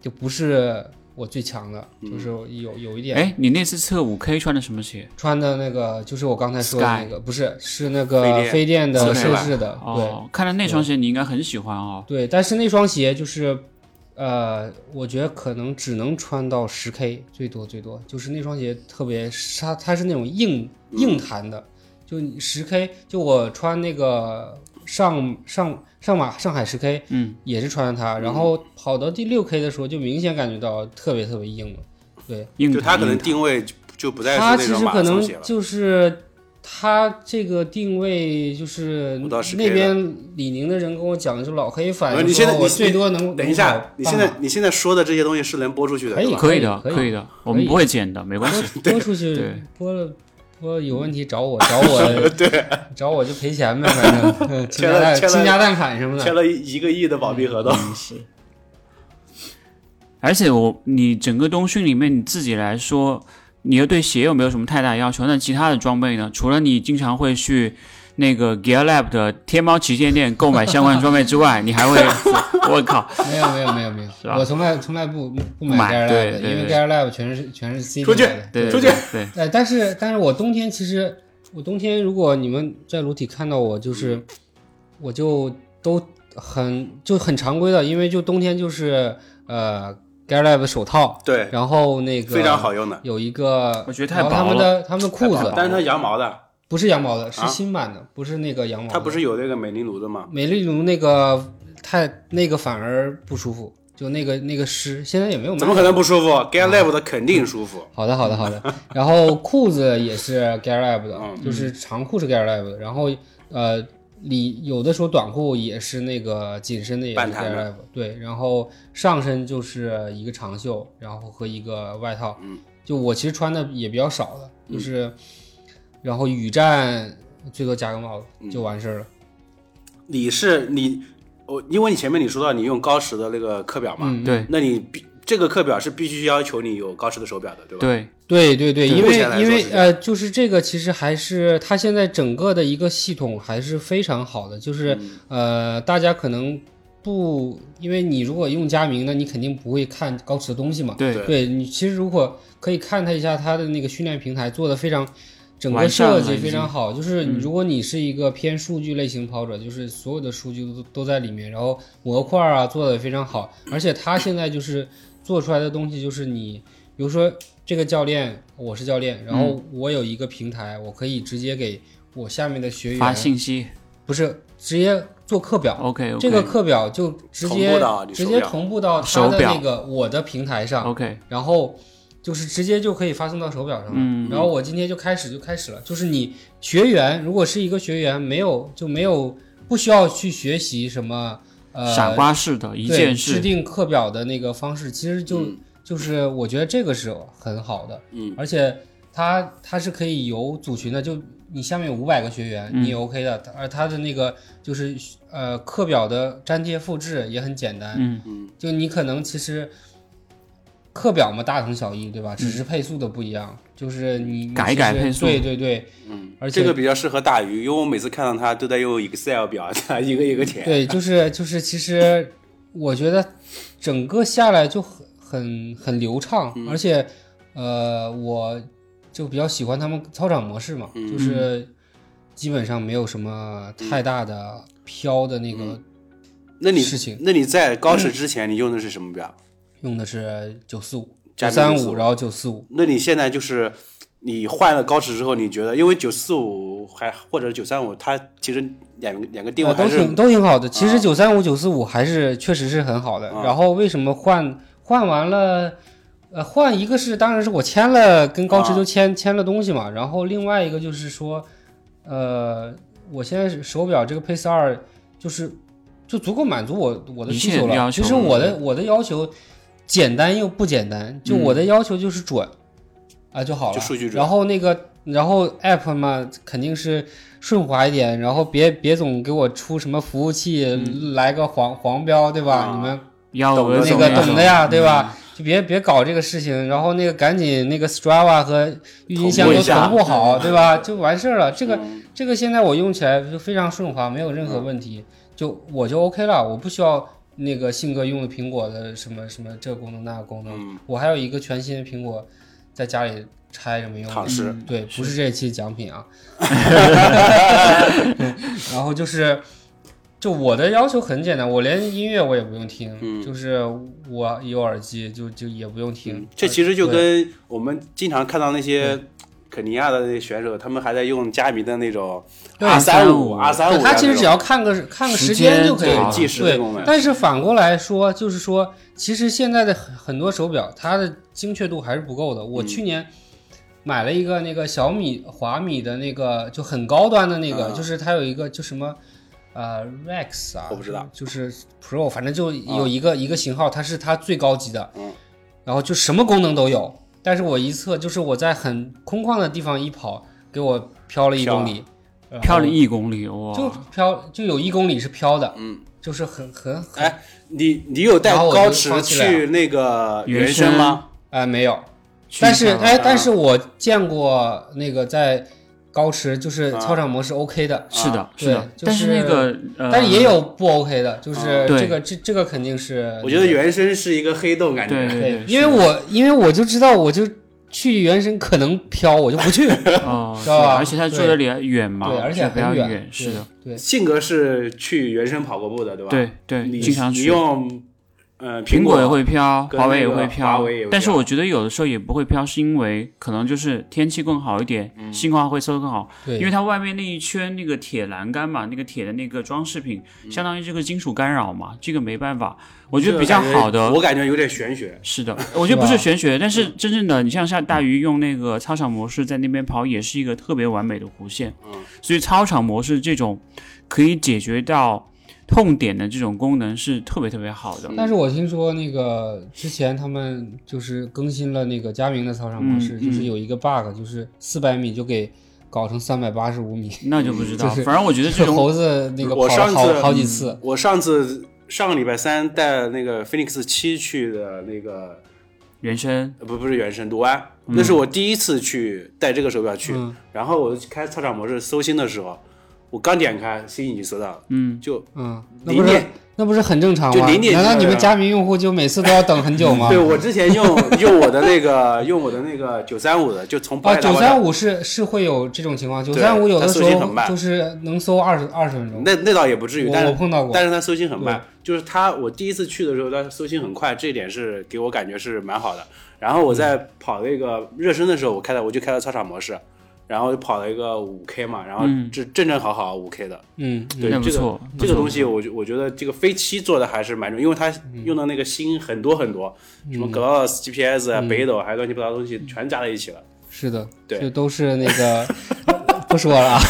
[SPEAKER 3] 就不是我最强的，就是有有一点。
[SPEAKER 4] 哎，你那次测五 K 穿的什么鞋？
[SPEAKER 3] 穿的那个就是我刚才说的那个，不是是那个
[SPEAKER 2] 飞
[SPEAKER 3] 飞电
[SPEAKER 2] 自
[SPEAKER 3] 的
[SPEAKER 2] 制
[SPEAKER 3] 设
[SPEAKER 2] 版
[SPEAKER 3] 置的，对，
[SPEAKER 4] 哦，看来那双鞋你应该很喜欢哦。
[SPEAKER 3] 对，但是那双鞋就是，呃，我觉得可能只能穿到十 K 最多最多，就是那双鞋特别它它是那种硬
[SPEAKER 4] 嗯
[SPEAKER 3] 硬弹的，就十 K 就我穿那个上上上马上海十 K，
[SPEAKER 4] 嗯，
[SPEAKER 3] 也是穿它，然后跑到第六 K 的时候就明显感觉到特别特别硬了，对，
[SPEAKER 4] 硬
[SPEAKER 2] 就他
[SPEAKER 4] 弹
[SPEAKER 2] 可能
[SPEAKER 4] 硬弹
[SPEAKER 2] 定位就就不再是
[SPEAKER 3] 它
[SPEAKER 2] 那
[SPEAKER 3] 其
[SPEAKER 2] 种
[SPEAKER 3] 实
[SPEAKER 2] 马
[SPEAKER 3] 可
[SPEAKER 2] 拉松鞋
[SPEAKER 3] 能
[SPEAKER 2] 了，
[SPEAKER 3] 就是它这这个定位就是
[SPEAKER 2] 不到10K
[SPEAKER 3] 那边李宁的人跟我讲，就老黑反
[SPEAKER 2] 不
[SPEAKER 3] 映
[SPEAKER 2] 是呃你现在
[SPEAKER 3] 说
[SPEAKER 2] 你
[SPEAKER 3] 我最多能
[SPEAKER 2] 等
[SPEAKER 3] 能
[SPEAKER 2] 一
[SPEAKER 3] 跑
[SPEAKER 2] 下，你现在
[SPEAKER 3] 半马
[SPEAKER 2] 你现在说的这些东西是能播出去的，
[SPEAKER 3] 可以
[SPEAKER 2] 对吧？
[SPEAKER 4] 可以的，
[SPEAKER 3] 可以
[SPEAKER 4] 可以的，我们不会剪的，没关系。
[SPEAKER 3] 播播出去
[SPEAKER 4] 对
[SPEAKER 3] 播了。播有问题找 我，找我，对，找我就赔钱呗，反正嗯倾家荡
[SPEAKER 2] 签了签了
[SPEAKER 3] 倾家荡产什么
[SPEAKER 2] 签
[SPEAKER 3] 的。
[SPEAKER 2] 了一个亿的保密合
[SPEAKER 3] 嗯
[SPEAKER 2] 同，
[SPEAKER 4] 而且我你整个冬训里面你自己来说，你又对鞋有没有什么太大要求？那其他的装备呢？除了你经常会去那个 Gear Lab 的天猫旗舰店购买相关装备之 外，你还会，我靠，
[SPEAKER 3] 没有没有没有没
[SPEAKER 4] 吧
[SPEAKER 3] 有，我从来从来不不
[SPEAKER 4] 买
[SPEAKER 3] g a r
[SPEAKER 4] 对
[SPEAKER 3] Lab，的
[SPEAKER 4] 对
[SPEAKER 3] 因为
[SPEAKER 4] 对
[SPEAKER 3] g a r Lab 全是全是 CD
[SPEAKER 2] 出去
[SPEAKER 3] 买的
[SPEAKER 4] 对
[SPEAKER 2] 出
[SPEAKER 4] 对
[SPEAKER 2] 去
[SPEAKER 4] 对对，
[SPEAKER 3] 呃，但是但是我冬天其实我冬天如果你们在裸体看到我，就是我就都很就很常规的，因为就冬天就是呃 g a r Lab 手套，
[SPEAKER 2] 对，
[SPEAKER 3] 然后那个
[SPEAKER 2] 非常好用的，
[SPEAKER 3] 有一个，
[SPEAKER 4] 我觉得太
[SPEAKER 3] 然后他
[SPEAKER 4] 薄
[SPEAKER 3] 们的他们的裤
[SPEAKER 4] 太薄
[SPEAKER 3] 子
[SPEAKER 4] 了
[SPEAKER 2] 但是它羊毛的，
[SPEAKER 3] 不是羊毛的，是
[SPEAKER 2] 啊
[SPEAKER 3] 新版的，不是那个羊毛的，
[SPEAKER 2] 它不是有那个美林奴的吗？
[SPEAKER 3] 美丽奴那个太那个反而不舒服，就那个那个湿，现在也没有卖
[SPEAKER 2] 怎么可能不舒服？Get Live 的肯定舒服，
[SPEAKER 3] 好的，好的，好的。 然后裤子也是 Garab 的，
[SPEAKER 2] 嗯
[SPEAKER 3] 就是长裤是 Garab 的，然后呃里有的时候短裤也是那个紧身的也是
[SPEAKER 2] 半弹
[SPEAKER 3] Garab，对，然后上身就是一个长袖，然后和一个外套，
[SPEAKER 2] 嗯
[SPEAKER 3] 就我其实穿的也比较少的，就是，然后雨战最多加个帽
[SPEAKER 2] 嗯
[SPEAKER 3] 子就完事儿了。
[SPEAKER 2] 你是你，我因为你前面你说到你用高驰的那个课表嘛，
[SPEAKER 3] 嗯，
[SPEAKER 4] 对
[SPEAKER 2] 那你必这个课表是必须要求你有高驰的手表的，对吧？
[SPEAKER 4] 对，
[SPEAKER 3] 对对对，
[SPEAKER 2] 对
[SPEAKER 3] 因
[SPEAKER 2] 目
[SPEAKER 3] 为
[SPEAKER 2] 前来说
[SPEAKER 3] 因为
[SPEAKER 2] 是这样
[SPEAKER 3] 呃，就是这个其实还是它现在整个的一个系统还是非常好的，就是、
[SPEAKER 2] 嗯
[SPEAKER 3] 呃，大家可能不，因为你如果用佳明，那你肯定不会看高驰的东西嘛。
[SPEAKER 4] 对
[SPEAKER 2] 对
[SPEAKER 3] 对你其实如果可以看它一下它的那个训练平台做的非常，整个
[SPEAKER 4] 完善了
[SPEAKER 3] 设计
[SPEAKER 4] 已
[SPEAKER 3] 非
[SPEAKER 4] 经
[SPEAKER 3] 常好。就是你如果你是一个偏数据类型跑者，就是所有的数据都都在里面，然后模块啊做的非常好，而且它现在就是做出来的东西就是你，比如说这个教练我是教练，然后我有一个平台，我可以直接给我下面的学员
[SPEAKER 4] 发信息
[SPEAKER 3] 不是直接做课表。
[SPEAKER 4] ，OK OK，
[SPEAKER 3] 这个课表就直
[SPEAKER 2] 同步
[SPEAKER 3] 接
[SPEAKER 2] 到你手
[SPEAKER 3] 直接
[SPEAKER 2] 表
[SPEAKER 3] 同步到他
[SPEAKER 4] 手
[SPEAKER 3] 的
[SPEAKER 4] 表
[SPEAKER 3] 那个我的平台上，
[SPEAKER 4] OK，
[SPEAKER 3] 然后就是直接就可以发送到手表上了。
[SPEAKER 4] 嗯
[SPEAKER 3] 然后我今天就开始就开始了，就是你学员如果是一个学员，没有就没有不需要去学习什么呃
[SPEAKER 4] 傻瓜式的一
[SPEAKER 3] 对
[SPEAKER 4] 件
[SPEAKER 3] 制
[SPEAKER 4] 事，
[SPEAKER 3] 定课表的那个方式，其实就、
[SPEAKER 2] 嗯
[SPEAKER 3] 就是我觉得这个是很好的，
[SPEAKER 2] 嗯，
[SPEAKER 3] 而且它它是可以有组群的，就你下面有五百个学员，
[SPEAKER 4] 嗯
[SPEAKER 3] 你也 OK 的，而它的那个就是呃课表的粘贴复制也很简单，
[SPEAKER 4] 嗯，
[SPEAKER 3] 就你可能其实课表嘛大同小异，对吧？只是配速的不一样，就是你你
[SPEAKER 4] 嗯改一改
[SPEAKER 3] 其实
[SPEAKER 4] 配速
[SPEAKER 3] 对对对，
[SPEAKER 2] 嗯，
[SPEAKER 3] 而且
[SPEAKER 2] 这个比较适合大鱼，因为我每次看到他都在用 Excel 表， 一个一个填。
[SPEAKER 3] 对，就是就是，其实我觉得整个下来就很很很流畅，而且呃，我就比较喜欢他们操场模式嘛，就是基本上没有什么太大的飘的那个，
[SPEAKER 2] 那你
[SPEAKER 3] 事情嗯
[SPEAKER 2] 那你在高驰之前你用的是什么表？
[SPEAKER 3] 用的是九四五、
[SPEAKER 2] 加
[SPEAKER 3] 九
[SPEAKER 2] 密
[SPEAKER 3] 三
[SPEAKER 2] 速
[SPEAKER 3] 五，然后九四五，
[SPEAKER 2] 那你现在就是你换了高驰之后，你觉得因为九四五还或者九三五，它其实两个两个定位
[SPEAKER 3] 呃、
[SPEAKER 2] 还
[SPEAKER 3] 都
[SPEAKER 2] 是
[SPEAKER 3] 挺都挺好的。其
[SPEAKER 2] 啊
[SPEAKER 3] 实九三五、九四五还是确实是很好的。
[SPEAKER 2] 啊
[SPEAKER 3] 然后为什么换换完了？呃，换一个是当然是我签了跟高驰
[SPEAKER 2] 啊
[SPEAKER 3] 就签、签了东西嘛，然后另外一个就是说，呃，我现在手表这个 Pace 二就是就足够满足我我的
[SPEAKER 4] 一
[SPEAKER 3] 需
[SPEAKER 4] 切
[SPEAKER 3] 求了。
[SPEAKER 4] 要求
[SPEAKER 3] 其实我的我的要求简单又不简单，就我的要求就是准、啊就好了，
[SPEAKER 2] 嗯就数据准
[SPEAKER 3] 然后那个然后 app 嘛肯定是顺滑一点，然后别别总给我出什么服务器、
[SPEAKER 2] 嗯
[SPEAKER 3] 来个黄黄标，对吧？
[SPEAKER 2] 啊
[SPEAKER 3] 你们
[SPEAKER 4] 幺
[SPEAKER 2] 懂
[SPEAKER 4] 蛾
[SPEAKER 2] 的
[SPEAKER 4] 子
[SPEAKER 3] 那
[SPEAKER 2] 懂
[SPEAKER 3] 个
[SPEAKER 2] 的
[SPEAKER 3] 懂的
[SPEAKER 2] 嗯
[SPEAKER 3] 呀，对吧？就别别搞这个事情，然后那个赶紧那个 Strava 和郁金香
[SPEAKER 2] 同步
[SPEAKER 3] 都
[SPEAKER 2] 一下
[SPEAKER 3] 同步好，对吧？就完事儿了。这个
[SPEAKER 2] 嗯
[SPEAKER 3] 这个现在我用起来就非常顺滑，没有任何问题，
[SPEAKER 2] 嗯
[SPEAKER 3] 就我就 OK 了，我不需要那个信哥用的苹果的什么什么这个功能那个功能，
[SPEAKER 2] 嗯
[SPEAKER 3] 我还有一个全新的苹果在家里拆着没用的，嗯
[SPEAKER 2] 躺尸。
[SPEAKER 3] 对，不是这一期奖 品啊。然后就是，就我的要求很简单，我连音乐我也不用听，
[SPEAKER 2] 嗯
[SPEAKER 3] 就是我有耳机就就也不用听。
[SPEAKER 2] 这其实就
[SPEAKER 3] 对
[SPEAKER 2] 跟我们经常看到那些肯尼亚的那些选手，他们还在用佳明的那种
[SPEAKER 3] 对
[SPEAKER 2] R 三五、
[SPEAKER 4] R35
[SPEAKER 2] R 三
[SPEAKER 3] 对
[SPEAKER 2] 五，
[SPEAKER 3] 他其实只要看个看个
[SPEAKER 4] 时
[SPEAKER 3] 时
[SPEAKER 4] 间
[SPEAKER 3] 就可以
[SPEAKER 4] 就好
[SPEAKER 3] 了
[SPEAKER 4] 了
[SPEAKER 2] 计时的
[SPEAKER 3] 对
[SPEAKER 2] 功能，
[SPEAKER 3] 但是反过来说，就是说，其实现在的很很多手表，它的精确度还是不够的。
[SPEAKER 2] 嗯
[SPEAKER 3] 我去年买了一个那个小米、华米的那个，就很高端的那个，
[SPEAKER 2] 啊
[SPEAKER 3] 就是它有一个就什么。呃，Rex 啊，
[SPEAKER 2] 我不知道，
[SPEAKER 3] 就是 Pro，反正就有一个、一个型号，它是它最高级的，
[SPEAKER 2] 嗯
[SPEAKER 3] 然后就什么功能都有。但是我一测，就是我在很空旷的地方一跑，给我飘了一
[SPEAKER 2] 飘
[SPEAKER 3] 公
[SPEAKER 2] 了
[SPEAKER 3] 里，然后
[SPEAKER 4] 漂了一公里，哇！
[SPEAKER 3] 嗯就飘就有一公里是飘的，
[SPEAKER 2] 哦嗯，
[SPEAKER 3] 就是很很很
[SPEAKER 2] 哎，你你有带
[SPEAKER 3] 然后我就
[SPEAKER 2] 高驰
[SPEAKER 3] 放弃了呀
[SPEAKER 2] 去那个
[SPEAKER 4] 原
[SPEAKER 2] 原声吗？
[SPEAKER 3] 啊、没有，
[SPEAKER 4] 去
[SPEAKER 3] 但是
[SPEAKER 4] 一趟
[SPEAKER 2] 啊
[SPEAKER 3] 哎，但是我见过那个在高驰就是
[SPEAKER 2] 啊
[SPEAKER 3] 操场模式 OK 的，
[SPEAKER 4] 是的，
[SPEAKER 3] 对
[SPEAKER 4] 是的，
[SPEAKER 3] 就是
[SPEAKER 4] 但是那个，呃、
[SPEAKER 3] 但是也有不 OK 的，就是
[SPEAKER 2] 啊
[SPEAKER 4] 对
[SPEAKER 3] 这个、这这个肯定是，
[SPEAKER 2] 我觉得原声是一个黑洞感
[SPEAKER 4] 对
[SPEAKER 2] 觉。
[SPEAKER 4] 对
[SPEAKER 3] 对
[SPEAKER 4] 对，，
[SPEAKER 3] 因为我因为我就知道我就去原神可能飘，我就不 去，对，
[SPEAKER 4] 哦，
[SPEAKER 3] 知
[SPEAKER 4] 是
[SPEAKER 3] 道吧
[SPEAKER 4] 的而且它坐的离远嘛，
[SPEAKER 3] 而且
[SPEAKER 4] 就比较
[SPEAKER 3] 很
[SPEAKER 4] 远，是的，，
[SPEAKER 3] 对，对
[SPEAKER 2] 性格是去原声跑过步的，对吧？
[SPEAKER 4] 对对，
[SPEAKER 2] 你
[SPEAKER 4] 经常
[SPEAKER 2] 你
[SPEAKER 4] 去。
[SPEAKER 2] 用呃
[SPEAKER 4] 苹
[SPEAKER 2] 果
[SPEAKER 4] 也会飘，
[SPEAKER 2] 跟
[SPEAKER 4] 华为也
[SPEAKER 2] 那个
[SPEAKER 4] 会
[SPEAKER 2] 华
[SPEAKER 4] 飘
[SPEAKER 2] 为也会，
[SPEAKER 4] 但是
[SPEAKER 2] 飘
[SPEAKER 4] 我觉得有的时候也不会飘，是因为可能就是天气更好一点，信号会收的更好，
[SPEAKER 3] 对
[SPEAKER 4] 因为它外面那一圈那个铁栏杆嘛，那个铁的那个装饰品，相当于这个金属干扰嘛，这个没办法。我觉得比较好的，
[SPEAKER 2] 我感觉有点玄学。
[SPEAKER 4] 是的，我觉得不是
[SPEAKER 3] 吧
[SPEAKER 4] 玄学，但是真正的你像像大鱼用那个操场模式在那边跑，也是一个特别完美的弧线。嗯，所以操场模式这种可以解决到痛点的这种功能是特别特别好的。
[SPEAKER 3] 但是我听说那个之前他们就是更新了那个佳明的操场模式，
[SPEAKER 4] 嗯嗯
[SPEAKER 3] 就是有一个 bug，就是四百米就给搞成三百八十五米，
[SPEAKER 4] 那就不知道，
[SPEAKER 3] 就是
[SPEAKER 4] 反正我觉得这 种
[SPEAKER 3] 猴子那个跑
[SPEAKER 2] 我上
[SPEAKER 3] 了
[SPEAKER 2] 次
[SPEAKER 3] 好好几次，
[SPEAKER 2] 我上次上个礼拜三带那个 Phoenix 七去的那个，
[SPEAKER 4] 原生
[SPEAKER 2] 呃不不是原神卢湾，那是我第一次去带这个手表去，
[SPEAKER 3] 嗯
[SPEAKER 2] 然后我开操场模式搜星的时候，我刚点开星已经搜到了，
[SPEAKER 4] 嗯，
[SPEAKER 2] 就
[SPEAKER 3] 嗯，那
[SPEAKER 2] 零
[SPEAKER 3] 不是
[SPEAKER 2] 点，
[SPEAKER 3] 那不是很正常
[SPEAKER 2] 就
[SPEAKER 3] 吗？
[SPEAKER 2] 零点
[SPEAKER 3] 难道
[SPEAKER 2] 几
[SPEAKER 3] 你
[SPEAKER 2] 秒
[SPEAKER 3] 们
[SPEAKER 2] 呀
[SPEAKER 3] 佳明用户就每次都要等很久吗？啊
[SPEAKER 2] 对我之前用用我的那个用我的那个九三五的，就从
[SPEAKER 3] 啊，
[SPEAKER 2] 北海道
[SPEAKER 3] 九
[SPEAKER 2] 到
[SPEAKER 3] 三五是是会有这种情况，九三五有的
[SPEAKER 2] 它
[SPEAKER 3] 时
[SPEAKER 2] 搜集很
[SPEAKER 3] 候
[SPEAKER 2] 慢
[SPEAKER 3] 就是能搜二十二十分钟，
[SPEAKER 2] 那那倒也不至于，但
[SPEAKER 3] 我我
[SPEAKER 2] 是
[SPEAKER 3] 碰到过
[SPEAKER 2] 但。是它搜星很慢，就是它我第一次去的时候，它搜星很快，这一点是给我感觉是蛮好的。然后
[SPEAKER 3] 嗯
[SPEAKER 2] 我在跑那个热身的时候，我开了我就开了操场模式，然后就跑了一个五 K 嘛，然后
[SPEAKER 4] 嗯
[SPEAKER 2] 这正正好好五 K 的，
[SPEAKER 3] 嗯，嗯
[SPEAKER 2] 对
[SPEAKER 4] 那不
[SPEAKER 2] 这个
[SPEAKER 4] 错，
[SPEAKER 2] 这个东
[SPEAKER 4] 西
[SPEAKER 2] 西我觉我觉得这个飞七做的还是蛮重要，因为它
[SPEAKER 3] 嗯
[SPEAKER 2] 用的那个星很多很多，什么 Gloss、GPS 啊、
[SPEAKER 3] 嗯
[SPEAKER 2] 北斗，还有乱七八糟的东西全加在一起了。
[SPEAKER 3] 是的，
[SPEAKER 2] 对
[SPEAKER 3] 这都是那 个不说了啊，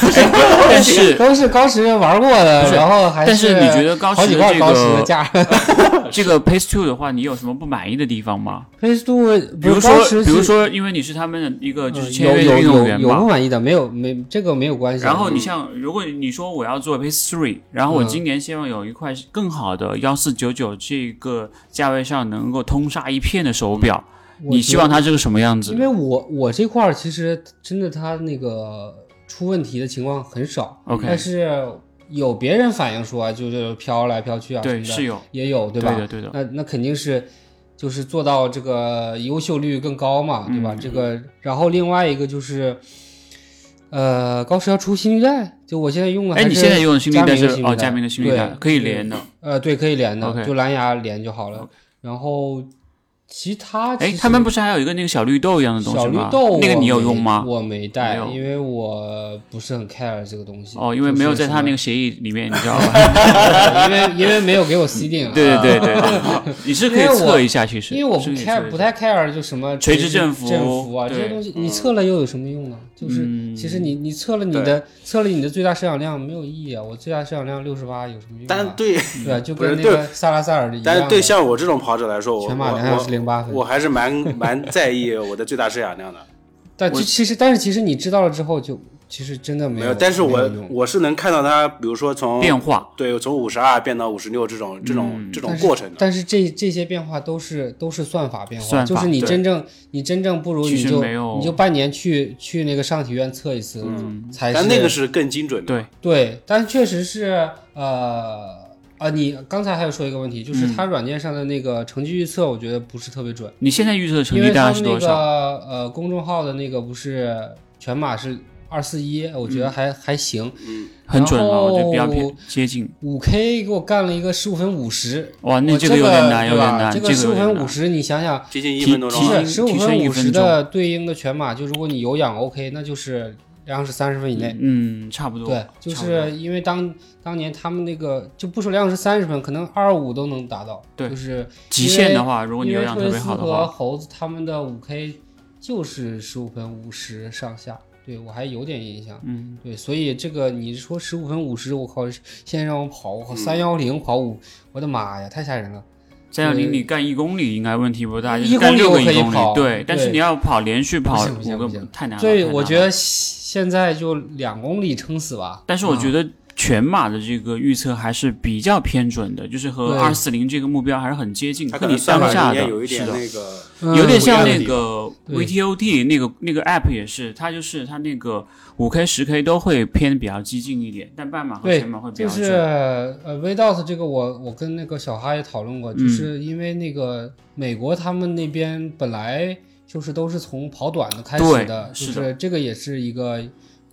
[SPEAKER 4] 但 是
[SPEAKER 3] 都是高时玩过的，
[SPEAKER 4] 是
[SPEAKER 3] 然后还
[SPEAKER 4] 但是你觉得高
[SPEAKER 3] 好
[SPEAKER 4] 驰
[SPEAKER 3] 几
[SPEAKER 4] 的
[SPEAKER 3] 块
[SPEAKER 4] 这
[SPEAKER 3] 高时的
[SPEAKER 4] 个
[SPEAKER 3] 价
[SPEAKER 4] 这个 Pace Two 的话，你有什么不满意的地方吗？
[SPEAKER 3] ，Face Two，
[SPEAKER 4] 比如说
[SPEAKER 3] 高，驰
[SPEAKER 4] 比如
[SPEAKER 3] 是
[SPEAKER 4] 说，因为你是他们的一个
[SPEAKER 3] 嗯
[SPEAKER 4] 就是签
[SPEAKER 3] 有
[SPEAKER 4] 约的
[SPEAKER 3] 有
[SPEAKER 4] 运动
[SPEAKER 3] 有
[SPEAKER 4] 员
[SPEAKER 3] 有不
[SPEAKER 4] 嘛。
[SPEAKER 3] 满意的，没有没这个没有关系的。
[SPEAKER 4] 然后你像，如果你说我要做 Pace Three，然后我
[SPEAKER 3] 嗯
[SPEAKER 4] 今年希望有一块更好的幺四九九这个价位上能够通杀一片的手表，
[SPEAKER 3] 我觉
[SPEAKER 4] 你希望
[SPEAKER 3] 得，
[SPEAKER 4] 它是个什么样
[SPEAKER 3] 因
[SPEAKER 4] 子
[SPEAKER 3] 为我我这块儿其实真的它那个出问题的情况很少
[SPEAKER 4] OK
[SPEAKER 3] 但是有别人反映说啊，就是飘来飘去啊什
[SPEAKER 4] 对，
[SPEAKER 3] 么
[SPEAKER 4] 是
[SPEAKER 3] 的，
[SPEAKER 4] 有，
[SPEAKER 3] 也有对
[SPEAKER 4] 对
[SPEAKER 3] 吧？
[SPEAKER 4] 的，对的。
[SPEAKER 3] 那那肯定是就是做到这个优秀率更高嘛，对吧？
[SPEAKER 4] 嗯
[SPEAKER 3] 这个，然后另外一个就是，呃，高时要出新绿带，就我现在用的还
[SPEAKER 4] 哎，
[SPEAKER 3] 是，
[SPEAKER 4] 你现在用的新力带
[SPEAKER 3] 佳
[SPEAKER 4] 是
[SPEAKER 3] 明的
[SPEAKER 4] 哦，佳明的新力带
[SPEAKER 3] 对
[SPEAKER 4] 可以连的。
[SPEAKER 3] 呃，对，可以连的
[SPEAKER 4] OK
[SPEAKER 3] 就蓝牙连就好了。然后其他其
[SPEAKER 4] 哎，
[SPEAKER 3] 实
[SPEAKER 4] 他们不是还有一个那个小绿豆一样的东西
[SPEAKER 3] 小绿
[SPEAKER 4] 吗？
[SPEAKER 3] 豆
[SPEAKER 4] 那个
[SPEAKER 3] 我
[SPEAKER 4] 你有
[SPEAKER 3] 没
[SPEAKER 4] 用吗？
[SPEAKER 3] 我没带，
[SPEAKER 4] 没有
[SPEAKER 3] 因为我不是很 care 这个东西。
[SPEAKER 4] 哦，因为没有在他那
[SPEAKER 3] 个，
[SPEAKER 4] 个协议里面，你知道吧？
[SPEAKER 3] 因为因为没有给我 C 定、啊。
[SPEAKER 4] 对对对对 对，你是可以
[SPEAKER 3] 因为我
[SPEAKER 4] 测一下，其实
[SPEAKER 3] 因为我
[SPEAKER 4] 是
[SPEAKER 3] 不
[SPEAKER 4] 可以测一
[SPEAKER 3] care
[SPEAKER 4] 下
[SPEAKER 3] 不太 care 就什么
[SPEAKER 4] 垂直
[SPEAKER 3] 振
[SPEAKER 4] 振幅
[SPEAKER 3] 啊这
[SPEAKER 4] 对
[SPEAKER 3] 些东西，
[SPEAKER 2] 嗯
[SPEAKER 3] 你测了又有什么用呢？就是
[SPEAKER 4] 嗯
[SPEAKER 3] 其实你你测了你的测了你的最大摄氧量没有意义啊，我最大摄氧量六十八有什么用啊？
[SPEAKER 2] 但对，
[SPEAKER 3] 对吧，就
[SPEAKER 2] 不是
[SPEAKER 3] 跟那个萨拉塞尔一样的，
[SPEAKER 2] 但是对像我这种跑者来说，我
[SPEAKER 3] 全马
[SPEAKER 2] 我
[SPEAKER 3] 两小时零八
[SPEAKER 2] 我
[SPEAKER 3] 分。
[SPEAKER 2] 我还是蛮蛮在意我的最大摄氧量的。
[SPEAKER 3] 但
[SPEAKER 4] 我
[SPEAKER 3] 其其实但是其实你知道了之后就其实真 的没
[SPEAKER 2] 没有，但是
[SPEAKER 3] 没
[SPEAKER 2] 我
[SPEAKER 3] 有用
[SPEAKER 2] 我是能看到它，比如说从
[SPEAKER 4] 变化，
[SPEAKER 2] 对，从五十二变到五十六这种这种、这
[SPEAKER 3] 嗯
[SPEAKER 2] 种
[SPEAKER 3] 但是
[SPEAKER 2] 过程的。
[SPEAKER 3] 但是这这些变化都是都是算法变化，
[SPEAKER 4] 算法
[SPEAKER 3] 就是你
[SPEAKER 2] 对
[SPEAKER 3] 真正你真正不如
[SPEAKER 4] 其
[SPEAKER 3] 你
[SPEAKER 4] 实
[SPEAKER 3] 就
[SPEAKER 4] 没有
[SPEAKER 3] 你就半年去去那个上体院测一次，才
[SPEAKER 2] 嗯但那个是更精准的。
[SPEAKER 4] 对，
[SPEAKER 3] 对，但确实是呃啊，你刚才还有说一个问题，就是
[SPEAKER 4] 嗯
[SPEAKER 3] 它软件上的那个成绩预测，我觉得不是特别准，
[SPEAKER 4] 你现在预测的成
[SPEAKER 3] 因
[SPEAKER 4] 绩
[SPEAKER 3] 为
[SPEAKER 4] 大
[SPEAKER 3] 他
[SPEAKER 4] 概是
[SPEAKER 3] 们那
[SPEAKER 4] 多少？
[SPEAKER 3] 个呃公众号的那个不是全码是二四一，我
[SPEAKER 4] 嗯
[SPEAKER 3] 觉得还、还行，
[SPEAKER 2] 嗯
[SPEAKER 4] 很准了，我觉得比较
[SPEAKER 3] 然后
[SPEAKER 4] 偏接近。
[SPEAKER 3] 五 K 给我干了一个十五分五十。
[SPEAKER 4] 哇，那
[SPEAKER 3] 我
[SPEAKER 4] 这
[SPEAKER 3] 这
[SPEAKER 4] 个有点难，
[SPEAKER 3] 对
[SPEAKER 4] 有点
[SPEAKER 3] 吧
[SPEAKER 4] 难，
[SPEAKER 3] 这
[SPEAKER 4] 这
[SPEAKER 3] 个十
[SPEAKER 4] 有
[SPEAKER 3] 五
[SPEAKER 4] 点
[SPEAKER 3] 分五
[SPEAKER 4] 难。
[SPEAKER 3] 十，你想想，
[SPEAKER 2] 接近一
[SPEAKER 4] 提
[SPEAKER 2] 分多钟
[SPEAKER 4] 提
[SPEAKER 2] 了。
[SPEAKER 4] 升
[SPEAKER 3] 是十五
[SPEAKER 4] 提升
[SPEAKER 3] 分
[SPEAKER 4] 一
[SPEAKER 3] 五
[SPEAKER 4] 分
[SPEAKER 3] 十的对应的全码，就如果你有氧 OK，那就是两小时三十分以内。
[SPEAKER 4] 嗯，差不多。
[SPEAKER 3] 对，就
[SPEAKER 4] 差不多
[SPEAKER 3] 是因为当当年他们那个就不说两小时三十分，可能二五都能达到。
[SPEAKER 4] 对
[SPEAKER 3] 就是
[SPEAKER 4] 极限的话，如果你
[SPEAKER 3] 因
[SPEAKER 4] 有
[SPEAKER 3] 为
[SPEAKER 4] 氧
[SPEAKER 3] 特
[SPEAKER 4] 特
[SPEAKER 3] 雷
[SPEAKER 4] 别
[SPEAKER 3] 斯
[SPEAKER 4] 好的
[SPEAKER 3] 和
[SPEAKER 4] 话，
[SPEAKER 3] 猴子他们的五 K 就是十五分五十上下，对我还有点印象。
[SPEAKER 4] 嗯，
[SPEAKER 3] 对，所以这个你说十五分五十，我靠，现在让我跑，我靠三幺零跑五，我的妈呀，太吓人了。
[SPEAKER 4] 三幺零你干一公里应该问题不大，
[SPEAKER 3] 一
[SPEAKER 4] 就是干
[SPEAKER 3] 公里
[SPEAKER 4] 六个
[SPEAKER 3] 我可以
[SPEAKER 4] 一公里。
[SPEAKER 3] 跑
[SPEAKER 4] 对，但是
[SPEAKER 3] 对
[SPEAKER 4] 你要跑连续跑
[SPEAKER 3] 不行不行
[SPEAKER 4] 五个
[SPEAKER 3] 不行
[SPEAKER 4] 太难了。
[SPEAKER 3] 所以
[SPEAKER 4] 太难
[SPEAKER 3] 我觉
[SPEAKER 4] 了
[SPEAKER 3] 得现在就两公里撑死吧。
[SPEAKER 4] 但是我
[SPEAKER 3] 啊
[SPEAKER 4] 觉得全马的这个预测还是比较偏准的，就是和
[SPEAKER 3] 对
[SPEAKER 4] 二四零这个目标还是很接近，
[SPEAKER 2] 它
[SPEAKER 4] 和
[SPEAKER 2] 可
[SPEAKER 4] 你
[SPEAKER 2] 能算
[SPEAKER 4] 当
[SPEAKER 2] 法
[SPEAKER 4] 下
[SPEAKER 2] 中
[SPEAKER 4] 的
[SPEAKER 2] 间有一
[SPEAKER 4] 是
[SPEAKER 2] 点
[SPEAKER 4] 的。
[SPEAKER 2] 那个，
[SPEAKER 3] 嗯
[SPEAKER 4] 有点
[SPEAKER 2] 不一样
[SPEAKER 4] 像
[SPEAKER 2] 的
[SPEAKER 4] 那
[SPEAKER 2] 地方
[SPEAKER 4] 个
[SPEAKER 3] 对
[SPEAKER 4] VTOT 那个那个 app 也是，它就是它那个五 K 十 K 都会偏比较激进一点，但半马和
[SPEAKER 3] 对
[SPEAKER 4] 全啊马会比
[SPEAKER 3] 就
[SPEAKER 4] 较
[SPEAKER 3] 是
[SPEAKER 4] 准。
[SPEAKER 3] 呃，Vdos 这个我我跟那个小哈也讨论过，
[SPEAKER 4] 嗯
[SPEAKER 3] 就是因为那个美国他们那边本来就是都是从跑短的开始
[SPEAKER 4] 对
[SPEAKER 3] 的，就是是这个也是一个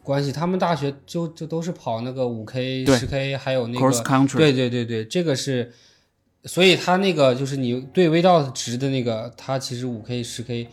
[SPEAKER 3] 关系。他们大学就就都是跑那个五 K、
[SPEAKER 4] 对
[SPEAKER 3] 十 K，还有那
[SPEAKER 4] Cross
[SPEAKER 3] 个
[SPEAKER 4] country，
[SPEAKER 3] 对对对对，这个是。所以他那个就是你对 Vdos 值的那个，它其实五 K、十 K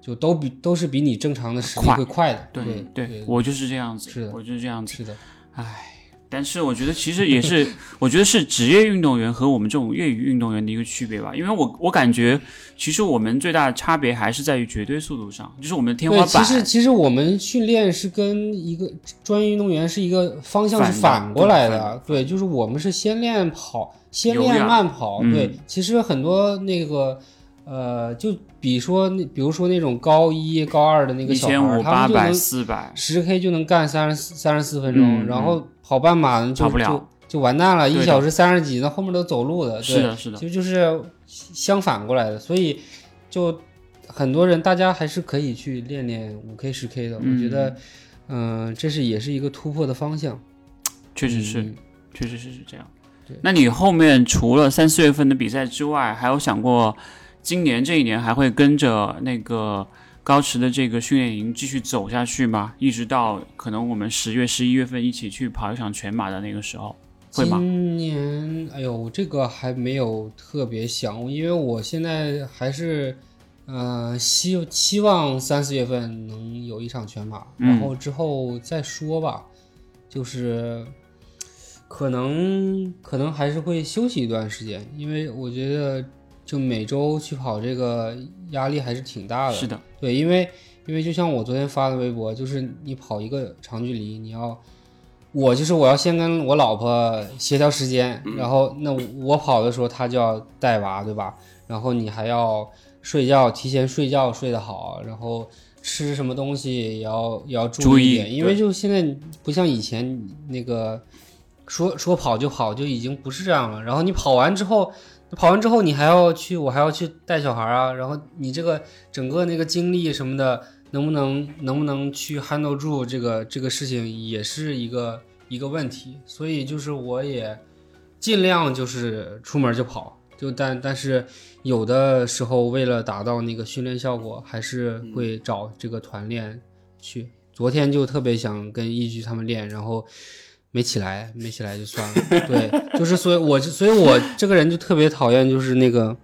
[SPEAKER 3] 就都比都是比你正常的实力
[SPEAKER 4] 快
[SPEAKER 3] 会快的。
[SPEAKER 4] 对
[SPEAKER 3] 对
[SPEAKER 4] 对，我就是这样
[SPEAKER 3] 是
[SPEAKER 4] 子
[SPEAKER 3] 的，
[SPEAKER 4] 我就是这样子。
[SPEAKER 3] 是的。
[SPEAKER 4] 唉，但是我觉得其实 也是，我觉得是职业运动员和我们这种业余运动员的一个区别吧。因为我我感觉，其实我们最大的差别还是在于绝对速度上，就是我们的天花
[SPEAKER 3] 对，其
[SPEAKER 4] 板。
[SPEAKER 3] 实其实我们训练是跟一个专业运动员是一个方向是
[SPEAKER 4] 反的
[SPEAKER 3] 反过来
[SPEAKER 4] 对反
[SPEAKER 3] 的，对，就是我们是先练跑，先
[SPEAKER 4] 有
[SPEAKER 3] 练
[SPEAKER 4] 氧
[SPEAKER 3] 慢跑，
[SPEAKER 4] 嗯
[SPEAKER 3] 对，其实很多那个。呃，就比如说那，比如说那种高一、高二的那个
[SPEAKER 4] 一
[SPEAKER 3] 小孩
[SPEAKER 4] 千
[SPEAKER 3] 儿，
[SPEAKER 4] 五、
[SPEAKER 3] 他
[SPEAKER 4] 八
[SPEAKER 3] 们就
[SPEAKER 4] 百、
[SPEAKER 3] 能
[SPEAKER 4] 四百，
[SPEAKER 3] 十 K 就能干三十三十四分钟，
[SPEAKER 4] 嗯
[SPEAKER 3] 然后跑半马就
[SPEAKER 4] 跑不了
[SPEAKER 3] 就就完蛋了，
[SPEAKER 4] 对的
[SPEAKER 3] 一小时三十几，那后面都走路的。对
[SPEAKER 4] 是的，是的
[SPEAKER 3] 其。实就是相反过来的，所以就很多人大家还是可以去练练五 K、十 K 的，
[SPEAKER 4] 嗯
[SPEAKER 3] 我觉得，嗯、这是也是一个突破的方向。
[SPEAKER 4] 确实是，
[SPEAKER 3] 嗯
[SPEAKER 4] 确实是是这样
[SPEAKER 3] 对。
[SPEAKER 4] 那你后面除了三四月份的比赛之外，还有想过今年这一年还会跟着那个高驰的这个训练营继续走下去吗？一直到可能我们十月、十一月份一起去跑一场全马的那个时候，会吗？
[SPEAKER 3] 今年，哎呦，这个还没有特别想，因为我现在还是，呃，希期望三四月份能有一场全马，
[SPEAKER 4] 嗯
[SPEAKER 3] 然后之后再说吧。就是，可能可能还是会休息一段时间，因为我觉得就每周去跑这个压力还是挺大的。
[SPEAKER 4] 是的，
[SPEAKER 3] 对，因为因为就像我昨天发的微博，就是你跑一个长距离，你要我就是我要先跟我老婆协调时间，
[SPEAKER 4] 嗯
[SPEAKER 3] 然后那我我跑的时候她就要带娃，对吧？然后你还要睡觉，提前睡觉睡得好，然后吃什么东西也要也要
[SPEAKER 4] 注
[SPEAKER 3] 一
[SPEAKER 4] 意
[SPEAKER 3] 点，因为
[SPEAKER 4] 对
[SPEAKER 3] 就现在不像以前那个说说跑就跑就已经不是这样了。然后你跑完之后，跑完之后你还要去，我还要去带小孩啊，然后你这个整个那个精力什么的，能不能能不能去 handle 住这个这个事情，也是一个一个问题。所以就是我也尽量就是出门就跑，就但但是有的时候为了达到那个训练效果，还是会找这个团练去。昨天就特别想跟一居他们练，然后没起来，没起来就算了。对，就是所以我就所以我这个人就特别讨厌就是那个。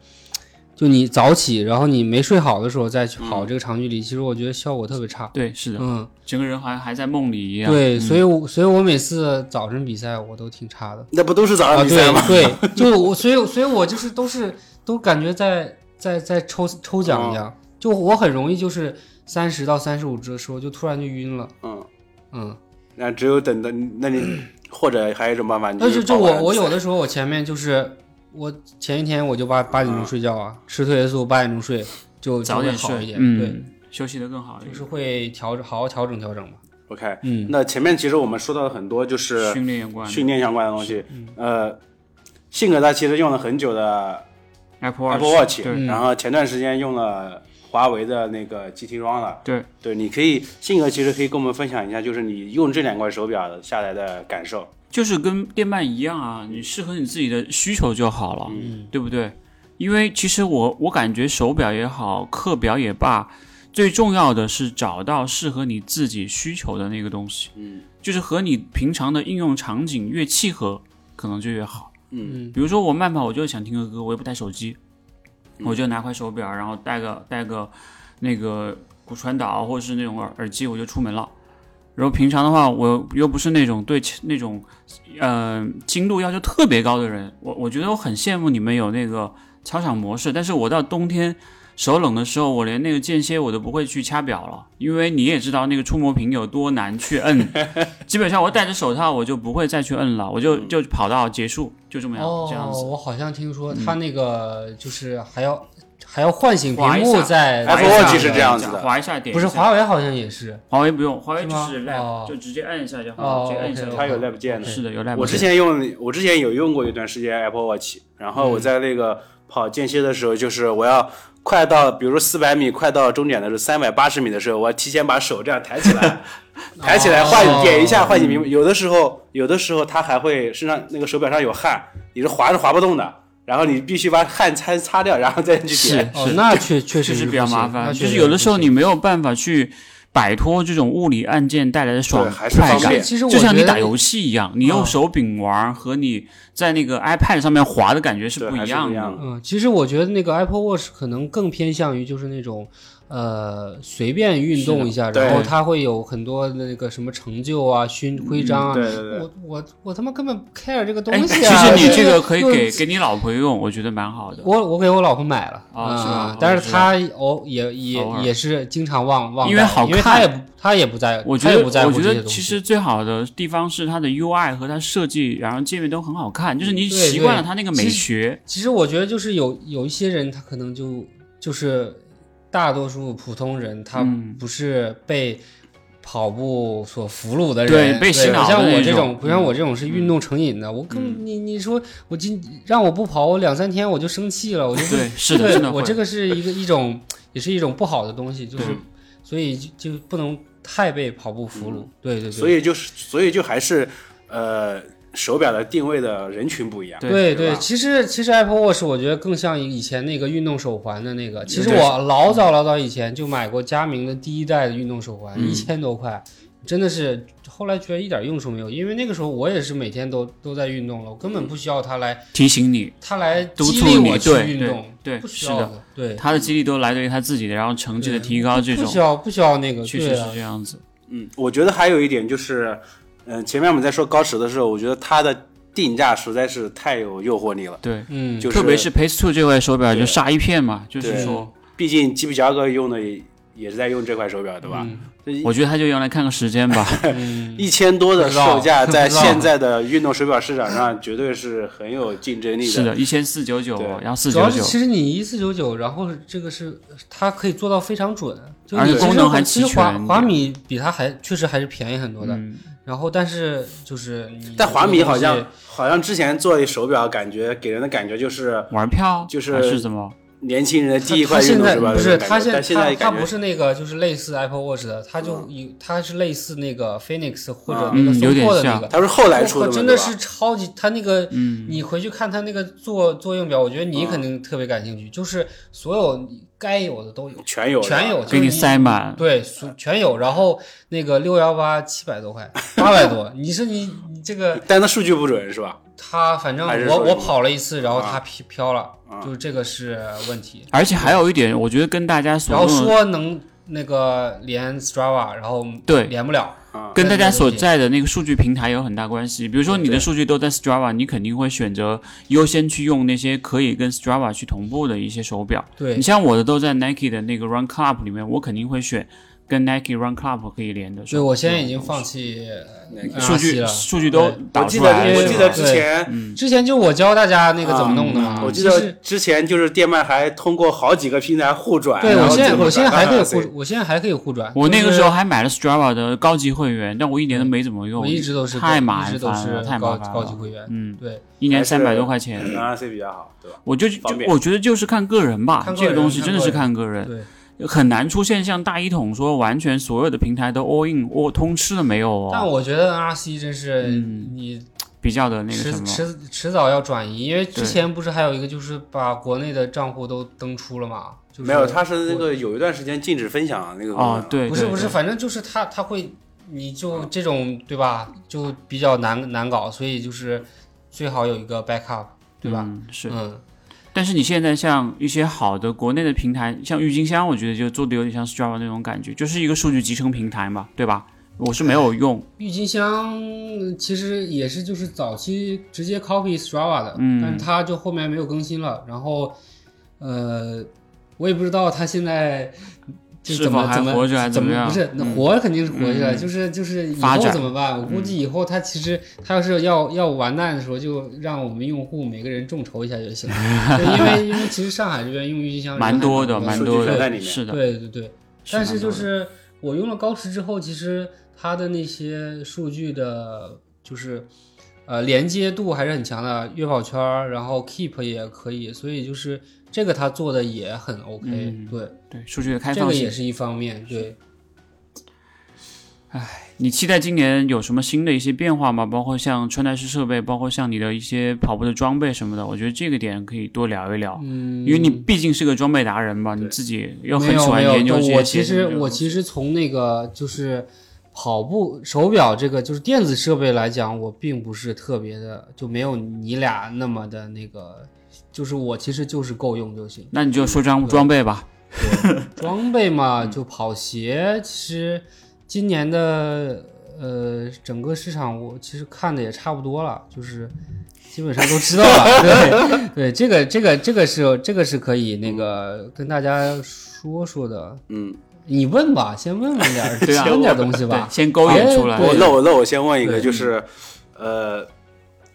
[SPEAKER 3] 就你早起，然后你没睡好的时候再去跑这个长距离，其实我觉得效果特别差。
[SPEAKER 4] 对，是的，
[SPEAKER 3] 嗯，
[SPEAKER 4] 整个人好像还在梦里一样。
[SPEAKER 3] 对，
[SPEAKER 4] 嗯
[SPEAKER 3] 所以我所以我每次早晨比赛我都挺差的。
[SPEAKER 2] 那不都是早
[SPEAKER 3] 啊，
[SPEAKER 2] 上比赛吗？
[SPEAKER 3] 对对，就我，所以所以我就是都是都感觉在在在抽抽奖一样，就我很容易就是三十到三十五的时候就突然就晕了，
[SPEAKER 2] 嗯，
[SPEAKER 3] 嗯，
[SPEAKER 2] 那只有等到那 你或者还有一种办法，你
[SPEAKER 3] 但是
[SPEAKER 2] 就
[SPEAKER 3] 就
[SPEAKER 2] 跑
[SPEAKER 3] 我
[SPEAKER 2] 完
[SPEAKER 3] 我
[SPEAKER 2] 比
[SPEAKER 3] 有
[SPEAKER 2] 赛
[SPEAKER 3] 的时候我前面就是我前一天我就八八点钟睡觉啊，吃褪黑素八点钟睡就
[SPEAKER 4] 早点
[SPEAKER 3] 就会好一
[SPEAKER 4] 睡，
[SPEAKER 3] 点，对，
[SPEAKER 4] 嗯，休息得更好一点，
[SPEAKER 3] 就是会调整，好好调整调整吧，
[SPEAKER 2] OK。
[SPEAKER 3] 嗯，
[SPEAKER 2] 那前面其实我们说到了很多就是
[SPEAKER 4] 训练有嗯关的。
[SPEAKER 2] 训练相关的东西，呃，性格他其实用了很久的
[SPEAKER 4] Apple
[SPEAKER 2] Apple Watch，
[SPEAKER 4] 对，
[SPEAKER 3] 嗯
[SPEAKER 2] 然后前段时间用了华为的那个 GT 装了。
[SPEAKER 4] 对，
[SPEAKER 2] 对，你可以性格其实可以跟我们分享一下，就是你用这两块手表的下来的感受。
[SPEAKER 4] 就是跟电鳗一样啊，你适合你自己的需求就好了，
[SPEAKER 3] 嗯
[SPEAKER 4] 对不对？因为其实我我感觉手表也好，课表也罢，最重要的是找到适合你自己需求的那个东西，
[SPEAKER 2] 嗯
[SPEAKER 4] 就是和你平常的应用场景越契合，可能就越好。
[SPEAKER 2] 嗯
[SPEAKER 3] 嗯
[SPEAKER 4] 比如说我慢跑，我就想听个歌，我也不带手机，
[SPEAKER 2] 嗯
[SPEAKER 4] 我就拿块手表，然后带个带个那个骨传导或者是那种耳耳机，我就出门了。然后平常的话，我又不是那种对其那种呃精度要求特别高的人，我我觉得我很羡慕你们有那个操场模式，但是我到冬天手冷的时候，我连那个间歇我都不会去掐表了，因为你也知道那个触摸屏有多难去 摁，基本上我戴着手套我就不会再去摁了，我就
[SPEAKER 2] 嗯
[SPEAKER 4] 就跑到结束，就这么样、
[SPEAKER 3] 哦
[SPEAKER 4] 这样，子。嗯
[SPEAKER 3] 我好像听说他那个就是还要还要唤醒屏
[SPEAKER 4] 划一
[SPEAKER 3] 幕
[SPEAKER 4] 下
[SPEAKER 3] 在
[SPEAKER 4] 划一
[SPEAKER 2] Apple
[SPEAKER 4] 下
[SPEAKER 2] Watch 是这样子的
[SPEAKER 4] 划一下点一下，
[SPEAKER 3] 不是华为好像也是。
[SPEAKER 4] 华为不用，华为
[SPEAKER 3] 是
[SPEAKER 4] 就
[SPEAKER 3] 吗
[SPEAKER 4] 是
[SPEAKER 3] 哦
[SPEAKER 4] lab，就直接按一下就
[SPEAKER 3] 哦
[SPEAKER 4] 好，直接按一下就好。
[SPEAKER 2] 它有 lab 键的。
[SPEAKER 4] 哎是的，有 lab。
[SPEAKER 2] 我之前用，我之前有用过一段时间 Apple Watch，然后我在那个跑间歇的时候，就是我要快到，比如说四百米快到终点的时候，三百八十米的时候，我要提前把手这样抬起来，抬起来唤
[SPEAKER 3] 哦
[SPEAKER 2] 点一下唤醒屏幕。有的时候，有的时候它还会身上那个手表上有汗，你是划是划不动的，然后你必须把汗擦擦掉，然后再去
[SPEAKER 4] 是
[SPEAKER 2] 点。
[SPEAKER 3] 哦
[SPEAKER 4] 是，
[SPEAKER 3] 那确确
[SPEAKER 4] 确
[SPEAKER 3] 实
[SPEAKER 4] 实
[SPEAKER 3] 是
[SPEAKER 4] 比较
[SPEAKER 3] 不行
[SPEAKER 4] 麻
[SPEAKER 3] 那
[SPEAKER 4] 烦，
[SPEAKER 3] 确
[SPEAKER 4] 就是
[SPEAKER 3] 实
[SPEAKER 4] 有的
[SPEAKER 3] 不
[SPEAKER 4] 时候
[SPEAKER 3] 行
[SPEAKER 4] 你没有办法去摆脱这种物理按键带来的爽
[SPEAKER 2] 对还是
[SPEAKER 4] 快
[SPEAKER 2] 方便
[SPEAKER 4] 感。
[SPEAKER 3] 其实我
[SPEAKER 4] 就像你
[SPEAKER 3] 觉得嗯
[SPEAKER 4] 打游戏一样，你用手柄玩和你在那个 iPad 上面滑的感觉是
[SPEAKER 2] 对
[SPEAKER 4] 不
[SPEAKER 2] 还是不一样的
[SPEAKER 4] 的。
[SPEAKER 3] 嗯，其实我觉得那个 Apple Watch 可能更偏向于就是那种，呃随便运动一下，
[SPEAKER 2] 对
[SPEAKER 3] 然后他会有很多那个什么成就啊、勋徽章啊。
[SPEAKER 2] 对对对，
[SPEAKER 3] 我我我他妈根本不 care 这个东
[SPEAKER 4] 哎，
[SPEAKER 3] 西
[SPEAKER 4] 其
[SPEAKER 3] 啊！
[SPEAKER 4] 实你这个可以
[SPEAKER 3] 又
[SPEAKER 4] 给给你老婆用，我觉得蛮好的。
[SPEAKER 3] 我我给我老婆买了
[SPEAKER 4] 哦
[SPEAKER 3] 啊、
[SPEAKER 4] 是吧
[SPEAKER 3] 但
[SPEAKER 4] 哦
[SPEAKER 3] 是
[SPEAKER 4] 是吧
[SPEAKER 3] 她偶也也
[SPEAKER 4] 偶尔
[SPEAKER 3] 也是经常忘忘带，因
[SPEAKER 4] 因为好
[SPEAKER 3] 为她
[SPEAKER 4] 看
[SPEAKER 3] 也不她也不在，
[SPEAKER 4] 我觉
[SPEAKER 3] 她也
[SPEAKER 4] 得，
[SPEAKER 3] 不在乎
[SPEAKER 4] 我觉
[SPEAKER 3] 这些
[SPEAKER 4] 得
[SPEAKER 3] 东
[SPEAKER 4] 其
[SPEAKER 3] 西
[SPEAKER 4] 实最好的地方是它的 UI 和它设计，然后界面都很好看，就是你
[SPEAKER 3] 对
[SPEAKER 4] 习
[SPEAKER 3] 对
[SPEAKER 4] 惯了它那个美
[SPEAKER 3] 其实
[SPEAKER 4] 学。
[SPEAKER 3] 其实我觉得就是有有一些人，他可能就就是大多数普通人，他
[SPEAKER 4] 嗯
[SPEAKER 3] 不是被跑步所俘虏的人，
[SPEAKER 4] 对
[SPEAKER 3] 对，
[SPEAKER 4] 被洗脑
[SPEAKER 3] 不像
[SPEAKER 4] 的那
[SPEAKER 3] 我这
[SPEAKER 4] 种
[SPEAKER 3] 不像我这种是运动成瘾的，我根
[SPEAKER 4] 嗯
[SPEAKER 3] 本你你说我今让我不跑，我两三天我就生气了，我就
[SPEAKER 4] 对，是的，
[SPEAKER 3] 对
[SPEAKER 4] 真的会。
[SPEAKER 3] 我这个是一个一种也是一种不好的东西，就是所以就就不能太被跑步俘
[SPEAKER 4] 嗯
[SPEAKER 3] 虏，对对对，
[SPEAKER 2] 所以就是所以就还是呃手表的定位的人群不一样，
[SPEAKER 4] 对
[SPEAKER 3] 对
[SPEAKER 2] 对吧
[SPEAKER 3] 其实其实 Apple Watch 我觉得更像以前那个运动手环的那个。其实
[SPEAKER 4] 对嗯
[SPEAKER 3] 我老早老早以前就买过佳明的第一代的运动手环，
[SPEAKER 4] 嗯
[SPEAKER 3] 一千多块，真的是后来觉得一点用处没有，因为那个时候我也是每天都都在运动了，我根本不需要它来
[SPEAKER 4] 提醒你，
[SPEAKER 3] 它来
[SPEAKER 4] 督
[SPEAKER 3] 激
[SPEAKER 4] 促
[SPEAKER 3] 励
[SPEAKER 4] 你
[SPEAKER 3] 我去
[SPEAKER 4] 对
[SPEAKER 3] 运
[SPEAKER 4] 对
[SPEAKER 3] 动，
[SPEAKER 4] 对
[SPEAKER 3] 不需
[SPEAKER 4] 是
[SPEAKER 3] 要
[SPEAKER 4] 的
[SPEAKER 3] 的，对，
[SPEAKER 4] 它的激励都来自于它自己的，然后成绩的提高，这
[SPEAKER 3] 不
[SPEAKER 4] 种
[SPEAKER 3] 需要不需要那个，
[SPEAKER 4] 确实
[SPEAKER 3] 对
[SPEAKER 4] 是
[SPEAKER 3] 啊
[SPEAKER 4] 这，样子。
[SPEAKER 2] 嗯，我觉得还有一点就是，嗯、前面我们在说高驰的时候，我觉得它的定价实在是太有诱惑力了，
[SPEAKER 4] 对，
[SPEAKER 3] 嗯，
[SPEAKER 2] 就是
[SPEAKER 4] 特别是 Pace Two 这块手表就杀一片嘛，就是
[SPEAKER 2] 对
[SPEAKER 4] 说，
[SPEAKER 2] 毕竟基普乔格用的也也是在用这块手表，对吧？
[SPEAKER 3] 嗯
[SPEAKER 4] 我觉得它就用来看个时间吧。
[SPEAKER 3] 嗯，
[SPEAKER 2] 一千多的售价，
[SPEAKER 3] 不知道
[SPEAKER 2] 在现在的运动手表市场上，绝对是很有竞争力
[SPEAKER 4] 是
[SPEAKER 2] 的。
[SPEAKER 4] 的，一千四九九，
[SPEAKER 2] 对
[SPEAKER 4] 然后四
[SPEAKER 3] 主
[SPEAKER 4] 九
[SPEAKER 3] 要是
[SPEAKER 4] 九，
[SPEAKER 3] 其实你一四九九，然后这个是它可以做到非常准，就
[SPEAKER 4] 而且
[SPEAKER 3] 你其实
[SPEAKER 4] 功能还
[SPEAKER 3] 其实
[SPEAKER 4] 齐
[SPEAKER 3] 华
[SPEAKER 4] 全一
[SPEAKER 3] 华
[SPEAKER 4] 点
[SPEAKER 3] 米比它还确实还是便宜很多的。
[SPEAKER 4] 嗯，
[SPEAKER 3] 然后但是就是你
[SPEAKER 2] 但华米好
[SPEAKER 3] 这个
[SPEAKER 2] 像
[SPEAKER 3] 东
[SPEAKER 2] 好像之前做手表，感觉给人的感觉就是
[SPEAKER 4] 玩票
[SPEAKER 2] 就是
[SPEAKER 4] 还是怎么？
[SPEAKER 2] 年轻人的
[SPEAKER 3] 西
[SPEAKER 2] 第一
[SPEAKER 3] 它
[SPEAKER 2] 块运动手
[SPEAKER 3] 它
[SPEAKER 2] 表
[SPEAKER 3] 不
[SPEAKER 2] 那
[SPEAKER 3] 是
[SPEAKER 2] 种感
[SPEAKER 3] 它
[SPEAKER 2] 觉，但现
[SPEAKER 3] 它
[SPEAKER 2] 在
[SPEAKER 3] 它
[SPEAKER 2] 感
[SPEAKER 3] 不
[SPEAKER 2] 觉嗯
[SPEAKER 3] 是那个就是类似 Apple Watch 的，它就以它是类似那个 Phoenix 或者那个
[SPEAKER 4] 嗯有
[SPEAKER 3] 松
[SPEAKER 4] 点
[SPEAKER 3] 拓的那
[SPEAKER 4] 像
[SPEAKER 3] 个。
[SPEAKER 2] 它是后来
[SPEAKER 3] 我
[SPEAKER 2] 出的
[SPEAKER 3] 靠
[SPEAKER 2] 嘛，
[SPEAKER 3] 真的
[SPEAKER 2] 对吧
[SPEAKER 3] 是超级，它那个
[SPEAKER 4] 嗯，
[SPEAKER 3] 你回去看它那个作作用表，我觉得你
[SPEAKER 2] 嗯
[SPEAKER 3] 肯定特别感兴趣，就是所有该有的都有，
[SPEAKER 2] 全有的
[SPEAKER 3] 全有，
[SPEAKER 4] 给你塞满。
[SPEAKER 3] 对，所全有。然后那个六幺八七百多块，八百 多。你是你你这个
[SPEAKER 2] 但它数据不准是吧？
[SPEAKER 3] 他，反正
[SPEAKER 2] 还是
[SPEAKER 3] 我
[SPEAKER 2] 说
[SPEAKER 3] 我
[SPEAKER 2] 你
[SPEAKER 3] 跑了一次，然后
[SPEAKER 2] 啊
[SPEAKER 3] 他飘飘了，
[SPEAKER 2] 啊
[SPEAKER 3] 就是这个是问题。
[SPEAKER 4] 而且还有一点，我觉得跟大家所
[SPEAKER 3] 然后
[SPEAKER 4] 用的
[SPEAKER 3] 说能那个连 Strava，然后
[SPEAKER 4] 对
[SPEAKER 3] 连不了，
[SPEAKER 2] 啊，
[SPEAKER 4] 跟大家所
[SPEAKER 3] 跟那个东西
[SPEAKER 4] 在的那个数据平台有很大关系。比如说你的数据都在 Strava，你肯定会选择优先去用那些可以跟 Strava 去同步的一些手表。
[SPEAKER 3] 对
[SPEAKER 4] 你，像我的都在 Nike 的那个 Run Club 里面，我肯定会选跟 Nike Run Club 可以连的手表。
[SPEAKER 3] 所以我现在已经放弃
[SPEAKER 2] 那个
[SPEAKER 3] 呃
[SPEAKER 4] 数据嗯
[SPEAKER 3] 了。
[SPEAKER 4] 数据都
[SPEAKER 3] 对
[SPEAKER 2] 我
[SPEAKER 4] 导
[SPEAKER 2] 记
[SPEAKER 4] 出
[SPEAKER 2] 得
[SPEAKER 4] 来了，
[SPEAKER 2] 我记得
[SPEAKER 4] 是吧
[SPEAKER 2] 之前
[SPEAKER 3] 之前就我教大家那个怎么弄的嘛
[SPEAKER 4] 啊，
[SPEAKER 2] 嗯我记
[SPEAKER 3] 就
[SPEAKER 2] 得
[SPEAKER 3] 是
[SPEAKER 2] 之前就是电鳗还通过好几个平台互转，
[SPEAKER 3] 对
[SPEAKER 2] 然
[SPEAKER 3] 我
[SPEAKER 2] 后
[SPEAKER 3] 现在
[SPEAKER 2] 最后
[SPEAKER 3] 我现在
[SPEAKER 2] 转
[SPEAKER 3] 还
[SPEAKER 2] 到
[SPEAKER 3] 可以
[SPEAKER 2] RC
[SPEAKER 3] 互，我现在还可以互转。
[SPEAKER 4] 我那
[SPEAKER 3] 就
[SPEAKER 4] 个
[SPEAKER 3] 是
[SPEAKER 4] 时候还买了 Strava 的高级会员，但我一年都没怎么用，
[SPEAKER 3] 我一直都是
[SPEAKER 4] 太麻
[SPEAKER 3] 一
[SPEAKER 4] 烦
[SPEAKER 3] 直都是
[SPEAKER 4] 了，太
[SPEAKER 3] 高
[SPEAKER 4] 麻烦了。
[SPEAKER 3] 高级会员，
[SPEAKER 4] 嗯，
[SPEAKER 3] 对，
[SPEAKER 4] 一年
[SPEAKER 2] 还是
[SPEAKER 4] 三百多块钱，
[SPEAKER 2] 嗯 RC 比较好，对吧？
[SPEAKER 4] 我就就
[SPEAKER 2] 方便
[SPEAKER 4] 我觉得就是看个人吧，
[SPEAKER 3] 看个
[SPEAKER 4] 这个东西
[SPEAKER 3] 人
[SPEAKER 4] 真的是看
[SPEAKER 3] 看
[SPEAKER 4] 个人，
[SPEAKER 3] 对，
[SPEAKER 4] 很难出现像大一统说完全所有的平台都 all in all 通吃的没有哦。
[SPEAKER 3] 但我觉得 NRC 真是
[SPEAKER 4] 嗯
[SPEAKER 3] 你
[SPEAKER 4] 比较的那个
[SPEAKER 3] 迟
[SPEAKER 4] 什么，
[SPEAKER 3] 迟迟早要转移，因为
[SPEAKER 4] 对
[SPEAKER 3] 之前不是还有一个就是把国内的账户都登出了嘛？就是啊
[SPEAKER 2] 没有，它是那个有一段时间禁止分享那个功
[SPEAKER 4] 哦
[SPEAKER 2] 能，
[SPEAKER 4] 对，
[SPEAKER 3] 不是
[SPEAKER 4] 对
[SPEAKER 3] 不是，
[SPEAKER 4] 对
[SPEAKER 3] 反正就是他他会，你就这种对吧？就比较难难搞，所以就是最好有一个 backup，对吧？
[SPEAKER 4] 嗯是，
[SPEAKER 3] 嗯，
[SPEAKER 4] 但是你现在像一些好的国内的平台，像郁金香，我觉得就做的有点像 Strava 那种感觉，就是一个数据集成平台嘛，对吧？我是没有用，
[SPEAKER 3] 郁金香其实也是就是早期直接 copy Strava 的，
[SPEAKER 4] 嗯
[SPEAKER 3] 但是它就后面没有更新了，然后呃，我也不知道它现在。就是怎
[SPEAKER 4] 否
[SPEAKER 3] 么
[SPEAKER 4] 还
[SPEAKER 3] 怎么
[SPEAKER 4] 活着还
[SPEAKER 3] 怎
[SPEAKER 4] 怎么
[SPEAKER 3] 么
[SPEAKER 4] 样
[SPEAKER 3] 不是那
[SPEAKER 4] 嗯
[SPEAKER 3] 活肯定是活下来，
[SPEAKER 4] 嗯
[SPEAKER 3] 就是就是以
[SPEAKER 4] 发
[SPEAKER 3] 后
[SPEAKER 4] 展嗯
[SPEAKER 3] 怎么办？我估计以后它其实它要是要要完蛋的时候，就让我们用户每个人众筹一下就 行了，对因为因为其实上海这边用郁金香人
[SPEAKER 4] 蛮
[SPEAKER 3] 还
[SPEAKER 4] 多的，蛮
[SPEAKER 2] 数
[SPEAKER 4] 多
[SPEAKER 2] 据
[SPEAKER 4] 的，
[SPEAKER 2] 全在里面
[SPEAKER 4] 是的，
[SPEAKER 3] 对对对，但
[SPEAKER 4] 蛮
[SPEAKER 3] 是
[SPEAKER 4] 多
[SPEAKER 3] 就
[SPEAKER 4] 的
[SPEAKER 3] 是我用了高驰之后，其实它的那些数据的，就是呃连接度还是很强的，月跑圈儿，然后 Keep 也可以，所以就是这个它做的也很 OK，、
[SPEAKER 4] 嗯
[SPEAKER 3] 对，
[SPEAKER 4] 对数据的开
[SPEAKER 3] 这
[SPEAKER 4] 放
[SPEAKER 3] 个
[SPEAKER 4] 性
[SPEAKER 3] 也。是一方面，对，
[SPEAKER 4] 你期待今年有什么新的一些变化吗？包括像穿戴式设备，包括像你的一些跑步的装备什么的，我觉得这个点可以多聊一聊，
[SPEAKER 3] 嗯，
[SPEAKER 4] 因为你毕竟是个装备达人嘛，你自己又很喜欢
[SPEAKER 3] 没有
[SPEAKER 4] 研
[SPEAKER 3] 没有
[SPEAKER 4] 究这
[SPEAKER 3] 就
[SPEAKER 4] 些。
[SPEAKER 3] 我其实我
[SPEAKER 4] 实
[SPEAKER 3] 其实从那个就是跑步手表这个就是电子设备来讲，我并不是特别的，就没有你俩那么的那个，就是我其实就是够用就行。
[SPEAKER 4] 那你就说装装备吧，
[SPEAKER 3] 装备嘛，就跑鞋，其实今年的呃整个市场，我其实看的也差不多了，就是基本上都知道 了。对对，这个这个这个是这个是可以那个跟大家说说的。
[SPEAKER 2] 嗯，
[SPEAKER 3] 你问吧，先问问点 儿，
[SPEAKER 4] 对啊
[SPEAKER 3] 先问点儿东西吧
[SPEAKER 4] 对，。先勾引出来
[SPEAKER 3] 哎。对
[SPEAKER 2] 我那我那我先问一个，
[SPEAKER 3] 对
[SPEAKER 2] 就是，呃，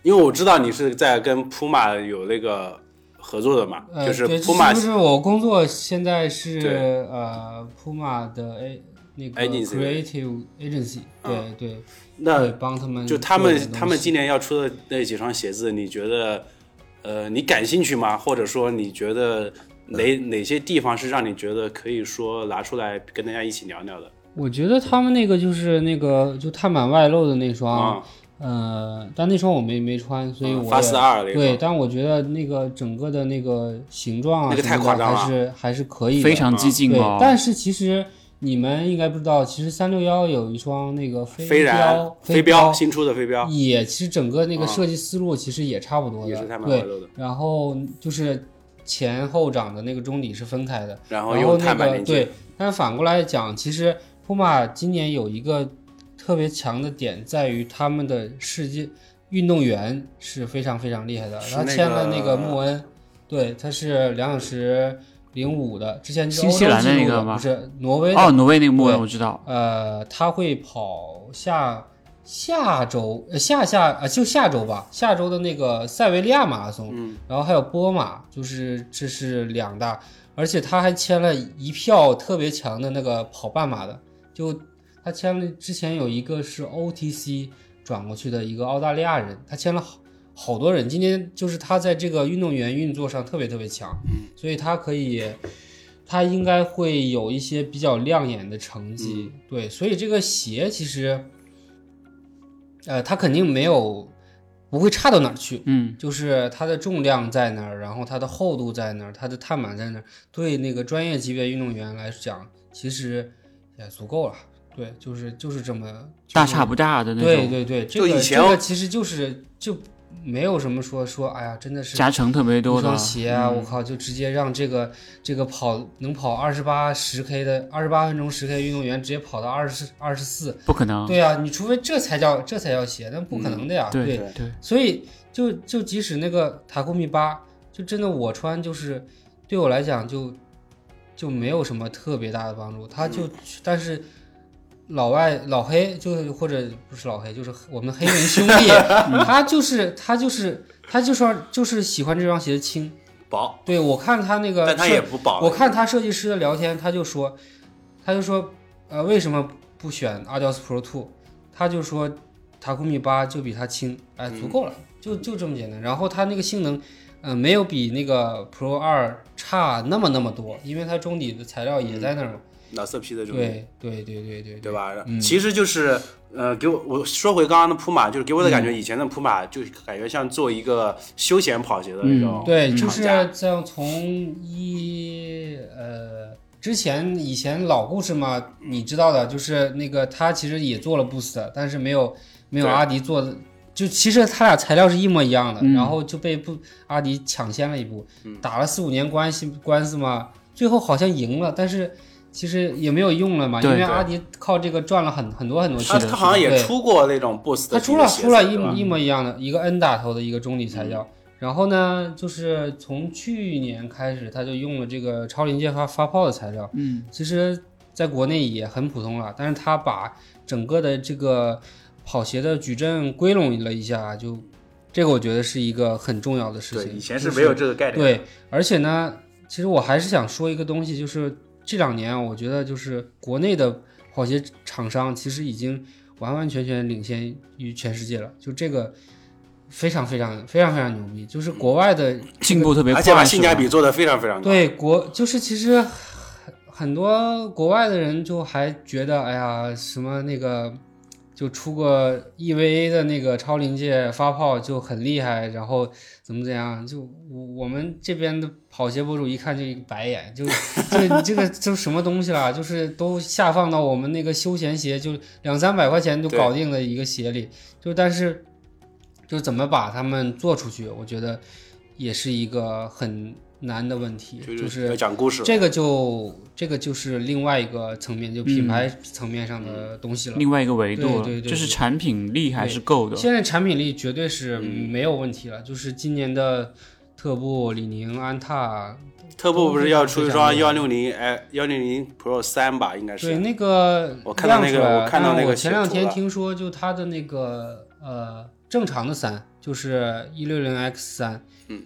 [SPEAKER 2] 因为我知道你是在跟 Puma 有那个合作的嘛，
[SPEAKER 3] 呃，
[SPEAKER 2] 就是
[SPEAKER 3] 对
[SPEAKER 2] Puma
[SPEAKER 3] 不是我工作现在是
[SPEAKER 2] 对
[SPEAKER 3] 呃 Puma 的 A 那个
[SPEAKER 2] Agency
[SPEAKER 3] Creative Agency，对
[SPEAKER 2] 嗯
[SPEAKER 3] 对，对
[SPEAKER 2] 那
[SPEAKER 3] 帮他们
[SPEAKER 2] 就他
[SPEAKER 3] 做点
[SPEAKER 2] 们
[SPEAKER 3] 嗯东
[SPEAKER 2] 他们
[SPEAKER 3] 西
[SPEAKER 2] 今年要出的那几双鞋子，你觉得，呃，你感兴趣吗？或者说你觉
[SPEAKER 3] 呃
[SPEAKER 2] 得哪哪些地方是让你觉得可以说拿出来跟大家一起聊聊的？
[SPEAKER 3] 我觉得他们那个就是那个就碳板外露的那双，
[SPEAKER 2] 啊，
[SPEAKER 3] 呃，但那双我没没穿，所以我也、
[SPEAKER 2] 发四嗯二那
[SPEAKER 3] 对，
[SPEAKER 2] 个，
[SPEAKER 3] 但我觉得那个整个的那个形状啊，
[SPEAKER 2] 那个太
[SPEAKER 3] 什么的
[SPEAKER 2] 夸张了
[SPEAKER 3] 还是还是可以的，
[SPEAKER 4] 非常激进
[SPEAKER 3] 对
[SPEAKER 4] 哦。。
[SPEAKER 3] 但是其实你们应该不知道，其实三六幺有一双那个飞
[SPEAKER 2] 飞然
[SPEAKER 3] 镖，
[SPEAKER 2] 飞
[SPEAKER 3] 镖
[SPEAKER 2] 镖新出的飞镖
[SPEAKER 3] 也其实整个那个
[SPEAKER 2] 啊
[SPEAKER 3] 设计思路其实也差不多
[SPEAKER 2] 也是
[SPEAKER 3] 的，
[SPEAKER 2] 碳板外
[SPEAKER 3] 对，
[SPEAKER 2] 露的，
[SPEAKER 3] 然后就是前后掌的那个中底是分开的。
[SPEAKER 2] 然后
[SPEAKER 3] 然后
[SPEAKER 2] 用
[SPEAKER 3] 那
[SPEAKER 2] 碳板
[SPEAKER 3] 个
[SPEAKER 2] 连接
[SPEAKER 3] 对，，但是反过来讲，其实 Puma 今年有一个特别强的点，在于他们的世界运动员是非常非常厉害的。
[SPEAKER 2] 是
[SPEAKER 3] 他
[SPEAKER 2] 那
[SPEAKER 3] 签了那
[SPEAKER 2] 个
[SPEAKER 3] 个穆恩，对，他是两小时零五的，之前是
[SPEAKER 4] 新西兰的
[SPEAKER 3] 欧洲纪录
[SPEAKER 4] 那个
[SPEAKER 3] 的
[SPEAKER 4] 吗
[SPEAKER 3] 不是挪威的。
[SPEAKER 4] 哦，挪威那个木人
[SPEAKER 3] 对
[SPEAKER 4] 我知道，
[SPEAKER 3] 呃，他会跑下下周呃下下呃就下周吧，下周的那个塞维利亚马拉松，
[SPEAKER 2] 嗯
[SPEAKER 3] 然后还有波马，就是这是两大，而且他还签了一票特别强的那个跑半马的，就他签了之前有一个是 OTC 转过去的一个澳大利亚人，他签了好好多人，今天就是他在这个运动员运作上特别特别强，
[SPEAKER 2] 嗯，
[SPEAKER 3] 所以他可以。他应该会有一些比较亮眼的成绩，对，所以这个鞋其实，呃，他肯定没有不会差到哪儿去，
[SPEAKER 4] 嗯，
[SPEAKER 3] 就是它的重量在那儿，然后它的厚度在那儿，它的碳板在那儿，对那个专业级别运动员来讲，其实也足够了。对，就是就是这么
[SPEAKER 4] 大差
[SPEAKER 3] 不
[SPEAKER 4] 不差的那
[SPEAKER 3] 对
[SPEAKER 4] 种，
[SPEAKER 3] 对对，这
[SPEAKER 2] 就
[SPEAKER 3] 个
[SPEAKER 2] 以前
[SPEAKER 3] 这个其实就是就没有什么说说，哎呀，真的是
[SPEAKER 4] 加成特别多
[SPEAKER 3] 一
[SPEAKER 4] 的嗯
[SPEAKER 3] 双鞋啊，我靠，就直接让这个这个跑能跑二十八十 K 的二十八分钟十 K 运动员直接跑到二十二十四，
[SPEAKER 4] 不可能。
[SPEAKER 3] 对呀、你除非这才叫这才叫鞋，那不可能的呀，
[SPEAKER 4] 嗯对
[SPEAKER 3] 对。
[SPEAKER 4] 对，
[SPEAKER 3] 所以就就即使那个塔库米八，就真的我穿就是对我来讲就就没有什么特别大的帮助，他
[SPEAKER 2] 嗯
[SPEAKER 3] 就、但是。老外老黑就是或者不是老黑，就是我们黑人兄弟，
[SPEAKER 2] 嗯
[SPEAKER 3] 他就是他就是他就说就是喜欢这双鞋轻。
[SPEAKER 2] 薄，
[SPEAKER 3] 对我看他那个设，
[SPEAKER 2] 但它也不薄。
[SPEAKER 3] 我看他设计师的聊天，他就说，他就说，呃，为什么不选 Adidas Pro Two？他就说，塔库米八就比它轻，哎，足够了，就就这么简单。然后它那个性能，呃，没有比那个 Pro 二差那么那么多，因为它中底的材料也在那儿嘛。
[SPEAKER 2] 老色批的这种。
[SPEAKER 3] 对对对对对
[SPEAKER 2] 对吧？其实就是呃，给我我说回刚刚的普马，就是给我的
[SPEAKER 3] 嗯
[SPEAKER 2] 感觉，以前的普马就感觉像做一个休闲跑鞋的那种、
[SPEAKER 3] 嗯对，就
[SPEAKER 2] 厂
[SPEAKER 3] 是
[SPEAKER 2] 家
[SPEAKER 3] 像从一呃之前以前老故事嘛，你知道的，就是那个他其实也做了 Boost，但是没有没有
[SPEAKER 2] 对
[SPEAKER 3] 阿迪做的，就其实他俩材料是一模一样的，
[SPEAKER 4] 嗯
[SPEAKER 3] 然后就被不阿迪抢先了一步，
[SPEAKER 2] 嗯
[SPEAKER 3] 打了四五年关系官司嘛，最后好像赢了，但是。其实也没有用了嘛，因
[SPEAKER 4] 对
[SPEAKER 3] 为
[SPEAKER 4] 对
[SPEAKER 3] 阿迪靠这个赚了很很多很多
[SPEAKER 2] 他
[SPEAKER 3] 钱。
[SPEAKER 2] 他好像也
[SPEAKER 3] 对
[SPEAKER 2] 出过那种 Boost
[SPEAKER 3] 它
[SPEAKER 2] 的
[SPEAKER 3] 出了
[SPEAKER 2] 鞋子
[SPEAKER 3] 出了一
[SPEAKER 2] 对吧嗯
[SPEAKER 3] 模一模一样的一个 N 打头的一个中底材料，然后呢，就是从去年开始，它就用了这个超临界发发泡的材料，
[SPEAKER 4] 嗯，
[SPEAKER 3] 其实在国内也很普通了，但是它把整个的这个跑鞋的矩阵归拢了一下，就这个我觉得是一个很重要的事
[SPEAKER 2] 对，
[SPEAKER 3] 情。
[SPEAKER 2] 以前
[SPEAKER 3] 就是
[SPEAKER 2] 没有这个概念。
[SPEAKER 3] 对，而且呢，其实我还是想说一个东西，就是这两年啊我觉得就是国内的跑鞋厂商其实已经完完全全领先于全世界了，就这个非常非常非常非常牛逼，就是国外的
[SPEAKER 4] 进步特别快，
[SPEAKER 2] 而且把
[SPEAKER 4] 是
[SPEAKER 2] 性
[SPEAKER 4] 吧
[SPEAKER 2] 价比做得非常非常高。
[SPEAKER 3] 对国就是其实很很多国外的人就还觉得哎呀什么那个。就出个 EVA 的那个超临界发泡就很厉害，然后怎么怎样？就我我们这边的跑鞋博主一看就一个白眼，就这你这个这什么东西啦？就是都下放到我们那个休闲鞋，就两三百块钱就
[SPEAKER 2] 对
[SPEAKER 3] 搞定的一个鞋里，就但是就怎么把它们做出去，我觉得也是一个很难的问题，
[SPEAKER 2] 就
[SPEAKER 3] 就是
[SPEAKER 2] 要讲故事，
[SPEAKER 3] 这个就这个就是另外一个层面，就品牌层面上的东西了。
[SPEAKER 4] 另外一个维度了，
[SPEAKER 3] 对对对
[SPEAKER 4] 就是
[SPEAKER 3] 对
[SPEAKER 4] 产品力还是够的。
[SPEAKER 3] 现在产品力绝对是没有问题了，就是今年的特步、李宁、安踏，
[SPEAKER 2] 特步不是要出一双
[SPEAKER 3] 都
[SPEAKER 2] 幺
[SPEAKER 3] 讲
[SPEAKER 2] 六零哎幺六零 Pro 三吧，应该
[SPEAKER 3] 对
[SPEAKER 2] 是啊
[SPEAKER 3] 那个
[SPEAKER 2] 我看到
[SPEAKER 3] 亮
[SPEAKER 2] 那
[SPEAKER 3] 出
[SPEAKER 2] 个
[SPEAKER 3] 来了
[SPEAKER 2] 我看到
[SPEAKER 3] 但
[SPEAKER 2] 那个
[SPEAKER 3] 我前两
[SPEAKER 2] 截图
[SPEAKER 3] 天
[SPEAKER 2] 了
[SPEAKER 3] 听说，就它的那个呃正常的三，就是一六零 X 三，
[SPEAKER 2] 嗯，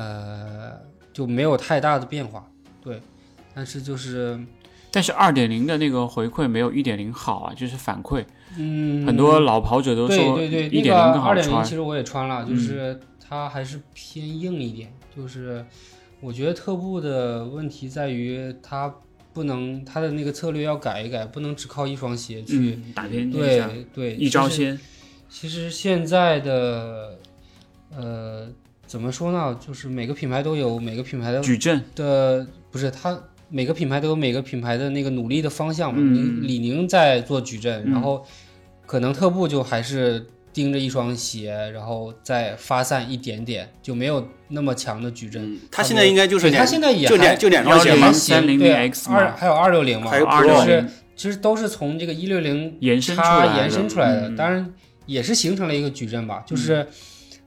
[SPEAKER 3] 呃就没有太大的变化，对，但是就是
[SPEAKER 4] 但是二点零的那个回馈没有一点零好啊，就是反馈，
[SPEAKER 3] 嗯
[SPEAKER 4] 很多老跑者都
[SPEAKER 3] 对
[SPEAKER 4] 说
[SPEAKER 3] 对对，
[SPEAKER 4] 一
[SPEAKER 3] 那
[SPEAKER 4] 点
[SPEAKER 3] 个
[SPEAKER 4] 零更好
[SPEAKER 3] 二点零
[SPEAKER 4] 穿嗯
[SPEAKER 3] 其。实我也穿了，就是它还是偏硬一点。就是我觉得特步的问题在于它不能它的那个策略要改一改，不能只靠一双鞋去。
[SPEAKER 4] 嗯，打偏一下，
[SPEAKER 3] 对对，
[SPEAKER 4] 一招
[SPEAKER 3] 就是
[SPEAKER 4] 鲜。
[SPEAKER 3] 其实现在的呃怎么说呢？就是每个品牌都有每个品牌的
[SPEAKER 4] 矩阵，
[SPEAKER 3] 的不是它每个品牌都有每个品牌的那个努力的方向嘛。
[SPEAKER 4] 嗯
[SPEAKER 3] 李李宁在做矩阵，
[SPEAKER 4] 嗯
[SPEAKER 3] 然后可能特步就还是盯着一双鞋，然后再发散一点点，就没有那么强的矩阵。
[SPEAKER 2] 嗯，他现在应该就是
[SPEAKER 3] 对它
[SPEAKER 2] 两
[SPEAKER 3] 现在也
[SPEAKER 2] 就两
[SPEAKER 3] 还
[SPEAKER 2] 就两双鞋吧
[SPEAKER 4] 嘛
[SPEAKER 3] 还，
[SPEAKER 4] 300
[SPEAKER 3] 行对
[SPEAKER 4] X 嘛
[SPEAKER 3] 二还有二六零嘛，
[SPEAKER 2] 还有
[SPEAKER 4] 二
[SPEAKER 2] Pro
[SPEAKER 4] 六
[SPEAKER 3] 就是
[SPEAKER 4] 零
[SPEAKER 3] 其实都是从这个一六零
[SPEAKER 4] 延伸出来
[SPEAKER 3] 它
[SPEAKER 4] 的，
[SPEAKER 3] 延伸出来的，
[SPEAKER 4] 嗯
[SPEAKER 3] 当然也是形成了一个矩阵吧，就是